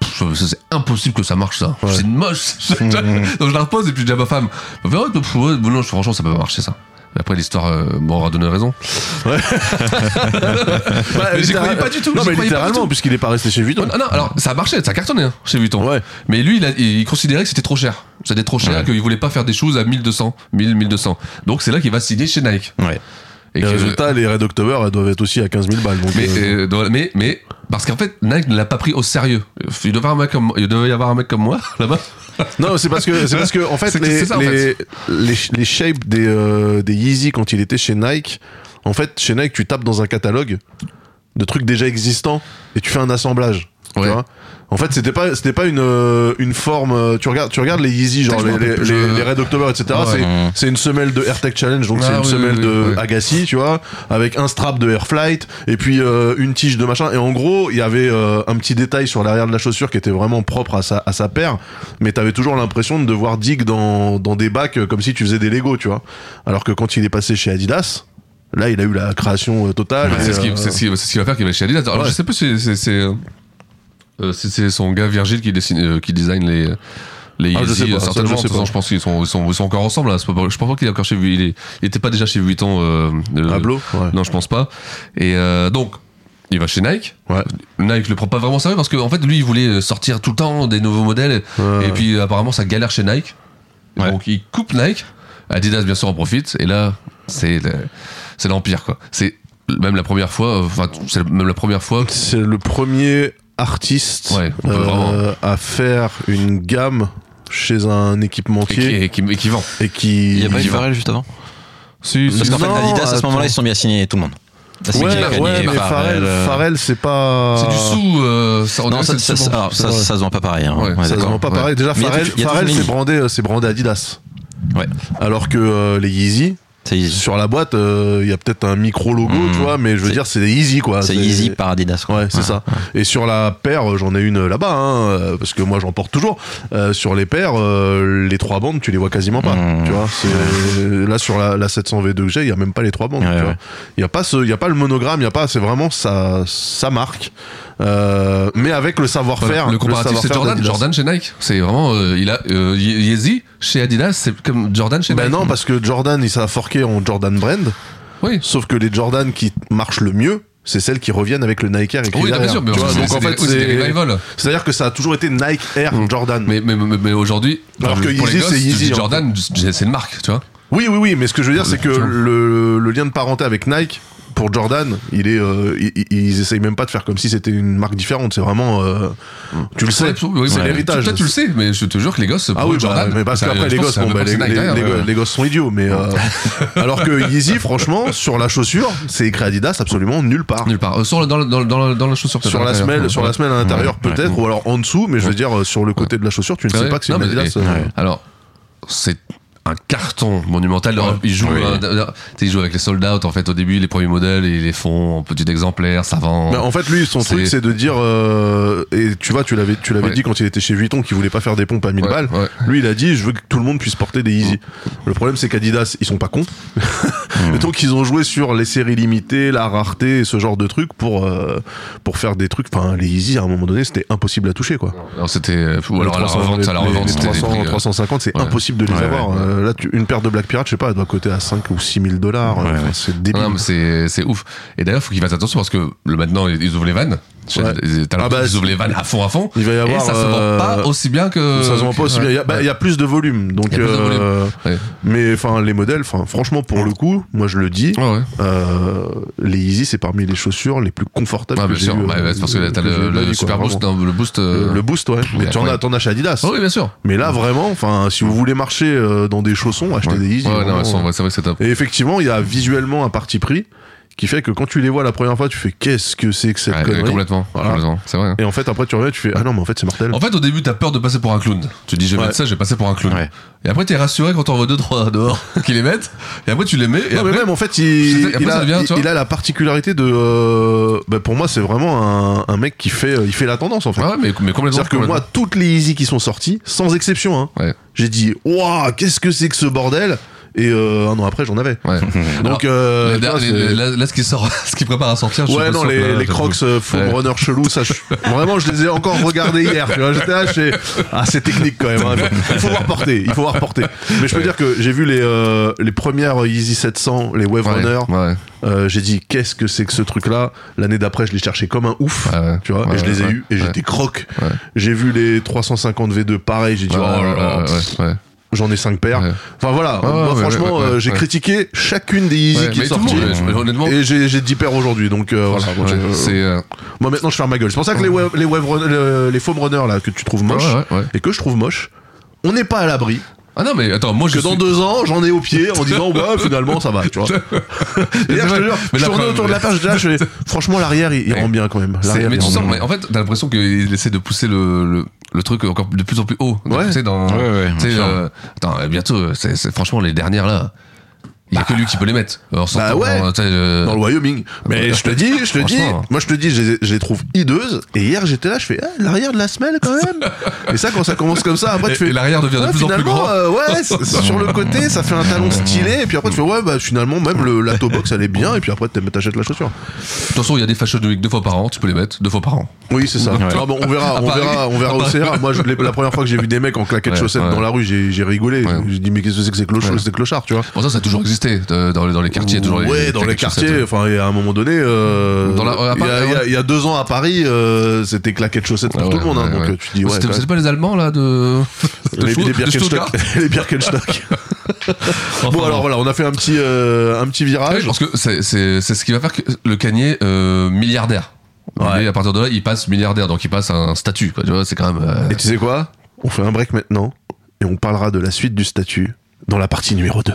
Speaker 8: Pff, ça, C'est impossible que ça marche ça. C'est moche.
Speaker 7: Mmh.
Speaker 8: Donc je la repose et puis je dis à ma femme, Elle me fait, Ouais, pff, ouais, bon, non, franchement ça peut pas marcher ça. Mais après l'histoire euh, m'aura donné raison.
Speaker 7: Bah,
Speaker 8: Mais euh, j'y croyais
Speaker 7: littéral-
Speaker 8: pas du tout,
Speaker 7: Non,
Speaker 8: j'y
Speaker 7: mais
Speaker 8: croyais pas du
Speaker 7: littéralement,
Speaker 8: tout.
Speaker 7: puisqu'il est pas resté chez Vuitton.
Speaker 8: Ah non, alors ça a marché, ça a cartonné hein, chez Vuitton.
Speaker 7: Ouais.
Speaker 8: Mais lui, il, a- il considérait que c'était trop cher. C'était trop cher,
Speaker 12: Ouais.
Speaker 8: qu'il voulait pas faire des choses à 1200, 1000, 1200. Donc c'est là qu'il va signer chez Nike.
Speaker 12: Ouais.
Speaker 8: Et
Speaker 7: Et
Speaker 8: que-
Speaker 7: résultat, les Red October, elles doivent être aussi à 15 000 balles. donc,
Speaker 8: mais,
Speaker 7: euh,
Speaker 8: euh, dans- mais, mais, parce qu'en fait, Nike ne l'a pas pris au sérieux. Il devait, avoir un mec comme, il devait y avoir un mec comme moi là-bas.
Speaker 7: Non, c'est parce que c'est parce que en fait
Speaker 8: C'est que
Speaker 7: les
Speaker 8: c'est ça, en
Speaker 7: les, les les shapes des euh, des Yeezy quand il était chez Nike, En fait, chez Nike, tu tapes dans un catalogue de trucs déjà existants et tu fais un assemblage. Tu vois en fait, c'était pas, c'était pas une, euh, une forme. euh, Tu regardes, tu regardes les Yeezy, genre
Speaker 8: je
Speaker 7: les,
Speaker 8: me rappelle
Speaker 7: les,
Speaker 8: plus,
Speaker 7: les-
Speaker 8: je-
Speaker 7: les Red October, etc.
Speaker 8: Ouais.
Speaker 7: c'est,
Speaker 8: Mmh.
Speaker 7: c'est une semelle de AirTech Challenge, donc
Speaker 8: Ah,
Speaker 7: c'est une
Speaker 8: oui,
Speaker 7: semelle
Speaker 8: oui,
Speaker 7: de
Speaker 8: oui, ouais.
Speaker 7: Agassi, tu vois, avec un strap de Air Flight et puis euh, une tige de machin. Et en gros, il y avait euh, un petit détail sur l'arrière de la chaussure qui était vraiment propre à sa, à sa paire, mais t'avais toujours l'impression de devoir dig dans, dans des bacs euh, comme si tu faisais des Lego, tu vois. Alors que quand il est passé chez Adidas, là, il a eu la création euh, totale.
Speaker 8: Ouais,
Speaker 7: et,
Speaker 8: c'est ce
Speaker 7: euh,
Speaker 8: qu'il c'est ce qu'il- c'est ce qu'il va faire qu'il va chez Adidas. Alors,
Speaker 7: Ouais.
Speaker 8: Je sais pas si c'est- c'est euh, euh, c'est- c'est son gars Virgil qui dessine euh, qui design les les
Speaker 7: Ah, je sais
Speaker 8: Yeezy,
Speaker 7: pas,
Speaker 8: euh,
Speaker 7: ça,
Speaker 8: certainement.
Speaker 7: je
Speaker 8: De
Speaker 7: sais
Speaker 8: toute façon,
Speaker 7: pas.
Speaker 8: Je pense qu'ils sont ils sont ils sont encore ensemble là. c'est pas- Je pense pas qu'il est encore chez il, est- il était pas déjà chez Vuitton. Euh, euh,
Speaker 7: Pablo, ouais.
Speaker 8: Non, je pense pas. Et euh, donc. Il va chez Nike. Nike le prend pas vraiment au sérieux parce qu'en fait lui il voulait sortir tout le temps des nouveaux modèles et puis apparemment ça galère chez Nike. Donc il coupe Nike. Adidas bien sûr en profite et là c'est le- c'est l'empire quoi. C'est même la première fois. Enfin c'est même la première fois.
Speaker 7: C'est le premier artiste
Speaker 8: on peut
Speaker 7: euh,
Speaker 8: vraiment.
Speaker 7: à faire une gamme chez un équipementier
Speaker 8: et qui, et qui vend.
Speaker 7: et qui.
Speaker 12: Il n'y a pas eu
Speaker 7: vend.
Speaker 12: Pharrell juste avant
Speaker 8: Si,
Speaker 12: Parce
Speaker 7: si.
Speaker 12: qu'en fait,
Speaker 7: Non,
Speaker 12: Adidas, à ce moment-là,
Speaker 7: attends.
Speaker 12: ils se sont mis à signer tout le monde. Ça, c'est
Speaker 7: Ouais,
Speaker 12: Jim Carrey,
Speaker 7: ouais, mais Pharrell,
Speaker 12: euh,
Speaker 7: Pharrell, c'est pas.
Speaker 12: C'est du
Speaker 8: sous. euh, ça,
Speaker 12: Non, ça, ça, ça, alors, ça, ça se vend pas pareil. hein. Ouais,
Speaker 7: ça se
Speaker 12: d'accord.
Speaker 7: vend pas
Speaker 12: Ouais.
Speaker 7: pareil. Déjà,
Speaker 12: Mais il y a
Speaker 7: Pharrell,
Speaker 12: tout- il y a toute
Speaker 7: Pharrell,
Speaker 12: une
Speaker 7: c'est
Speaker 12: ligne.
Speaker 7: brandé, euh, c'est brandé Adidas.
Speaker 12: Ouais.
Speaker 7: Alors que euh, les Yeezy. Sur la boîte, euh, il y a peut-être un micro logo,
Speaker 12: Mmh.
Speaker 7: tu vois, mais je veux
Speaker 12: C'est-
Speaker 7: dire, Ah, c'est des Yeezy quoi.
Speaker 12: c'est Yeezy par Adidas. quoi.
Speaker 7: Ouais, c'est
Speaker 12: Ouais.
Speaker 7: ça. Et sur la paire, euh, j'en ai une euh, là-bas, hein, euh, parce que moi j'en porte toujours. Euh, sur les paires, euh, les trois bandes, tu les vois quasiment pas.
Speaker 8: Mmh.
Speaker 7: Tu vois, c'est- là sur la, la 700V2 que j'ai, il y a même pas les trois bandes.
Speaker 12: Ouais,
Speaker 7: tu vois.
Speaker 12: ouais.
Speaker 7: Il y a pas ce, il y a pas le monogramme, il y a pas. C'est vraiment sa, sa marque, Euh, mais avec le savoir-faire.
Speaker 8: le comparatif c'est
Speaker 7: savoir-faire
Speaker 8: Jordan.
Speaker 7: d'Adidas.
Speaker 8: Jordan chez Nike. C'est vraiment euh, il a euh, Ye- Yeezy chez Adidas. C'est comme Jordan chez
Speaker 7: Ben
Speaker 8: Nike.
Speaker 7: non, parce que Jordan, il s'est forqué en Jordan Brand.
Speaker 8: Oui.
Speaker 7: Sauf que les Jordan qui marchent le mieux, c'est celles qui reviennent avec le Nike Air. et qui
Speaker 8: Oui,
Speaker 7: est
Speaker 8: non, bien
Speaker 7: derrière,
Speaker 8: sûr, mais
Speaker 7: tu vois.
Speaker 8: c'est-
Speaker 7: donc
Speaker 8: c'est
Speaker 7: en
Speaker 8: des-
Speaker 7: fait,
Speaker 8: oui, c'est des
Speaker 7: c'est-
Speaker 8: revivals.
Speaker 7: c'est-à-dire que ça a toujours été Nike Air Jordan.
Speaker 8: Mais, mais, mais, mais aujourd'hui,
Speaker 7: Mm. Alors
Speaker 8: pour
Speaker 7: que
Speaker 8: les- pour les
Speaker 7: Yeezy,
Speaker 8: gosses,
Speaker 7: c'est
Speaker 8: tu dis
Speaker 7: Yeezy, en
Speaker 8: Jordan, c'est une marque, tu vois.
Speaker 7: Oui, oui, oui, mais ce que je veux dire, c'est que le, le lien de parenté avec Nike, pour Jordan, il est, euh, i- i- ils, essayent même pas de faire comme si c'était une marque différente. C'est vraiment, euh, tu le sais,
Speaker 8: Ouais, Mm. oui,
Speaker 7: c'est
Speaker 8: mais
Speaker 7: l'héritage.
Speaker 8: Toi, tu le sais, mais je te jure que les gosses,
Speaker 7: Ah
Speaker 8: pour
Speaker 7: oui,
Speaker 8: eux,
Speaker 7: bah,
Speaker 8: Jordan.
Speaker 7: mais parce
Speaker 8: ça-
Speaker 7: qu'après
Speaker 8: je
Speaker 7: les
Speaker 8: pense
Speaker 7: gosses,
Speaker 8: que
Speaker 7: bon,
Speaker 8: c'est
Speaker 7: bah,
Speaker 8: un
Speaker 7: les,
Speaker 8: Nike
Speaker 7: les-
Speaker 8: derrière,
Speaker 7: les
Speaker 8: ouais.
Speaker 7: go- les gosses sont idiots, mais euh, alors que Yeezy, franchement, sur la chaussure, c'est écrit Adidas absolument nulle part.
Speaker 8: Nulle part. Euh, sur le- dans, le- dans, le- dans, le- dans la chaussure.
Speaker 7: Sur la semelle, sur la semelle à l'intérieur peut-être, ou alors en dessous, mais je veux dire euh, sur le côté de la chaussure, tu ne sais pas que c'est une Adidas. euh,
Speaker 8: Alors, c'est un carton monumental. Alors, Ils jouent,
Speaker 7: Oui.
Speaker 8: euh, d- d- tu sais, ils jouent avec les sold out en fait au début, les premiers modèles, ils les font en petit exemplaire, ça vend.
Speaker 7: Mais en fait, lui, son truc, c'est de dire. euh, et tu vois, tu l'avais, tu l'avais
Speaker 8: Ouais.
Speaker 7: dit quand il était chez Vuitton qu'il voulait pas faire des pompes à 1000
Speaker 8: Ouais,
Speaker 7: balles.
Speaker 8: ouais.
Speaker 7: Lui, il a dit, je veux que tout le monde puisse porter des Yeezy. Le problème, c'est qu'Adidas, ils sont pas cons. Donc, ils ont joué sur les séries limitées, la rareté, et ce genre de trucs pour euh, pour faire des trucs. Enfin, les Yeezy, à un moment donné, c'était impossible à toucher, quoi.
Speaker 8: Alors, c'était. euh, Ou
Speaker 7: Les
Speaker 8: alors à la
Speaker 7: 300,
Speaker 8: revente, à la
Speaker 7: les-
Speaker 8: revente,
Speaker 7: les
Speaker 8: c'était des
Speaker 7: 300,
Speaker 8: prix, euh,
Speaker 7: 350, c'est
Speaker 8: ouais.
Speaker 7: impossible de les
Speaker 8: Ouais,
Speaker 7: avoir.
Speaker 8: ouais.
Speaker 7: Euh, là, tu- une paire de Black Pirate, je sais pas, elle doit coûter à 5 ou 6 000 dollars. euh, Enfin, c'est débile.
Speaker 8: Ah Non, mais c'est, c'est ouf. Et d'ailleurs, faut qu'ils fassent attention parce que le, maintenant, ils ouvrent les vannes. Chez-
Speaker 7: Ouais.
Speaker 8: Ils, t'as
Speaker 7: Ah bah,
Speaker 8: l'impression qu'ils ouvrent les vannes à fond, à fond.
Speaker 7: Il va y avoir.
Speaker 8: Et ça se
Speaker 7: euh,
Speaker 8: vend pas aussi bien que.
Speaker 7: Ça se vend pas aussi bien. Il y a, bah, il y a plus de volume. Donc,
Speaker 8: euh, Il y a plus de
Speaker 7: euh,
Speaker 8: volume. Ouais.
Speaker 7: Mais enfin, les modèles, enfin, franchement, pour le coup, moi je le dis, euh, les Yeezy, c'est parmi les chaussures les plus confortables
Speaker 8: Ah,
Speaker 7: que
Speaker 8: bien
Speaker 7: j'ai
Speaker 8: sûr.
Speaker 7: eues, euh,
Speaker 8: Ouais, ouais, c'est parce que
Speaker 7: j'ai
Speaker 8: t'as
Speaker 7: eues de
Speaker 8: le-
Speaker 7: ma
Speaker 8: le
Speaker 7: vie,
Speaker 8: super
Speaker 7: quoi,
Speaker 8: boost,
Speaker 7: vraiment.
Speaker 8: hein, le boost, euh,
Speaker 7: Le, le boost, ouais. Mais tu en as,
Speaker 8: incroyable.
Speaker 7: t'en as chez Adidas.
Speaker 8: oui, bien sûr.
Speaker 7: Mais là, vraiment, enfin, si vous voulez marcher euh, dans des chaussons, achetez des Yeezy.
Speaker 8: Ouais, non,
Speaker 7: vraiment.
Speaker 8: elles sont- ouais, c'est vrai que c'est top.
Speaker 7: Et effectivement, il y a visuellement un parti pris qui fait que quand tu les vois la première fois, tu fais qu'est-ce que c'est que cette
Speaker 8: Ouais,
Speaker 7: connerie
Speaker 8: complètement, complètement, c'est vrai. hein.
Speaker 7: Et en fait, après, tu reviens, tu fais ah non, mais en fait, c'est mortel.
Speaker 8: En fait, au début, t'as peur de passer pour un clown. Tu dis, je vais
Speaker 7: Ouais.
Speaker 8: mettre ça, je vais passer pour un clown. Et après, t'es rassuré quand on voit deux, trois dehors qui les mettent. Et après, tu les mets. Et
Speaker 7: Non,
Speaker 8: après,
Speaker 7: mais même en fait, il,
Speaker 8: après,
Speaker 7: il
Speaker 8: ça
Speaker 7: a,
Speaker 8: devient,
Speaker 7: il-
Speaker 8: tu vois.
Speaker 7: il a la particularité de. euh, bah, pour moi, c'est vraiment un, un mec qui fait, euh, il fait la tendance en fait.
Speaker 8: Ouais, mais, mais complètement.
Speaker 7: C'est-à-dire que
Speaker 8: complètement.
Speaker 7: moi, toutes les Easy qui sont sorties, sans exception, hein,
Speaker 8: Ouais.
Speaker 7: j'ai dit Waouh, qu'est-ce que c'est que ce bordel Et euh, un an après, j'en avais. Donc, euh, tu
Speaker 8: Les
Speaker 7: vois,
Speaker 8: derniers-
Speaker 7: c'est-
Speaker 8: là, là, ce qui sort, ce qui prépare à sortir, Ah, je suis
Speaker 7: Ouais,
Speaker 8: pas
Speaker 7: non,
Speaker 8: sûr que
Speaker 7: les,
Speaker 8: là,
Speaker 7: les
Speaker 8: j'avoue.
Speaker 7: Crocs euh, Foam
Speaker 8: Ouais.
Speaker 7: Runner chelou, ça, je- vraiment, je les ai encore regardés hier. Tu vois, j'étais là, je fais, ah, c'est technique quand même. hein. il faut voir porter, il faut voir porter. Mais je peux
Speaker 8: Ouais.
Speaker 7: dire que j'ai vu les, euh, les premières Yeezy 700, les Wave
Speaker 8: Ouais,
Speaker 7: Runner.
Speaker 8: ouais.
Speaker 7: Euh, j'ai dit, qu'est-ce que c'est que ce truc-là L'année d'après, je les cherchais comme un ouf, tu vois,
Speaker 8: ouais,
Speaker 7: et je les ai
Speaker 8: ouais,
Speaker 7: eus, et
Speaker 8: ouais.
Speaker 7: j'étais croque. J'ai vu les 350 V2, pareil, j'ai dit,
Speaker 8: Ouais,
Speaker 7: oh là
Speaker 8: ouais,
Speaker 7: là.
Speaker 8: ouais, ouais, ouais.
Speaker 7: J'en ai 5 paires. Enfin voilà,
Speaker 8: Ouais, ouais,
Speaker 7: moi
Speaker 8: ouais,
Speaker 7: franchement,
Speaker 8: ouais, ouais,
Speaker 7: euh, j'ai
Speaker 8: ouais.
Speaker 7: critiqué chacune des Yeezy
Speaker 8: Ouais,
Speaker 7: qui
Speaker 8: mais
Speaker 7: est
Speaker 8: tout le
Speaker 7: sortie.
Speaker 8: monde, ouais, je- honnêtement.
Speaker 7: Et j'ai j'ai 10 paires aujourd'hui, donc euh, voilà. donc,
Speaker 8: Ouais,
Speaker 7: euh,
Speaker 8: c'est, euh,
Speaker 7: Moi maintenant je ferme ma gueule. C'est pour ça que les, wave, les, wave run- le- les foam runners là que tu trouves moches
Speaker 8: Ouais, ouais, ouais.
Speaker 7: et que je trouve moches, on n'est pas à l'abri.
Speaker 8: Ah non, mais attends, moi
Speaker 7: que
Speaker 8: je.
Speaker 7: dans
Speaker 8: suis-
Speaker 7: deux ans, j'en ai au pied en disant, bah finalement, ça va, tu vois. Et là, je te jure,
Speaker 8: Mais
Speaker 7: je
Speaker 8: la
Speaker 7: tournais
Speaker 8: preuve-
Speaker 7: autour de la page, là, je fais, franchement, l'arrière, il, il rend bien quand même.
Speaker 8: C'est-
Speaker 7: L'arrière,
Speaker 8: mais
Speaker 7: il
Speaker 8: tu
Speaker 7: rend
Speaker 8: sens,
Speaker 7: bien.
Speaker 8: mais en fait, t'as l'impression qu'il essaie de pousser le, le, le truc encore de plus en plus haut. De
Speaker 7: Ouais.
Speaker 8: pousser dans,
Speaker 7: Ouais, ouais,
Speaker 8: tu sais,
Speaker 7: bien sûr.
Speaker 8: euh, attends, euh, bientôt, euh, c'est, c'est- franchement, les dernières là, il n'y a que lui qui peut les mettre. En sortant,
Speaker 7: Bah. ouais.
Speaker 8: tu sais, euh,
Speaker 7: Dans le Wyoming. Mais je te dis, je te dis,
Speaker 8: Franchement. hein.
Speaker 7: moi je te dis, je les- je les trouve hideuses. Et hier j'étais là, je fais ah, l'arrière de la semelle quand même. et ça, quand ça commence comme ça, après tu
Speaker 8: Et-
Speaker 7: fais.
Speaker 8: et l'arrière devient de
Speaker 7: ah,
Speaker 8: plus en plus
Speaker 7: finalement,
Speaker 8: grand.
Speaker 7: euh, ouais, c'est- c'est sur le côté, ça fait un talon stylé. Et puis après tu fais ouais, bah finalement, même le, la toe box elle est bien. Et puis après t'aimes- t'achètes la chaussure.
Speaker 8: De toute façon, il y a des fashion week deux fois par an, tu peux les mettre deux fois par an.
Speaker 7: Oui, c'est ça. Ah, bon, on verra,
Speaker 8: À
Speaker 7: on
Speaker 8: Paris.
Speaker 7: verra, on
Speaker 8: À
Speaker 7: verra au
Speaker 8: Paris.
Speaker 7: CRA. Moi, je- les- la première fois que j'ai vu des mecs en claquettes
Speaker 8: Ouais,
Speaker 7: chaussettes
Speaker 8: ouais.
Speaker 7: dans la rue, j'ai j'ai rigolé. J'ai dit, mais qu'est-ce que c'est que ces clochard, clochards, tu vois
Speaker 8: Bon, ça, ça a toujours existé euh, dans, les- dans les quartiers, toujours les-
Speaker 7: Ouais, dans les
Speaker 8: les
Speaker 7: quartiers, enfin, et à un moment donné, euh,
Speaker 8: Dans la- à
Speaker 7: il y, a- il
Speaker 8: Paris,
Speaker 7: y a-
Speaker 8: ouais.
Speaker 7: il y a deux ans à Paris, euh, c'était claquettes chaussettes
Speaker 8: Ah
Speaker 7: pour tout le monde, hein, donc euh, tu te dis, ouais,
Speaker 8: C'était-
Speaker 7: quand
Speaker 8: C'était
Speaker 7: même.
Speaker 8: pas les Allemands là de. de
Speaker 7: les,
Speaker 8: Schmau-
Speaker 7: les
Speaker 8: de Stuttgart
Speaker 7: Birkenstock. les Birkenstock.
Speaker 8: Enfin,
Speaker 7: bon, alors voilà, on a fait un petit, euh, un petit virage.
Speaker 8: Ouais, je pense que c'est, c'est, c'est ce qui va faire que le canier euh, milliardaire. Et à partir de là, il passe milliardaire, donc il passe un statut. Quoi, tu vois, c'est quand même. euh,
Speaker 7: Et tu sais quoi On fait un break maintenant et on parlera de la suite du statut dans la partie numéro 2.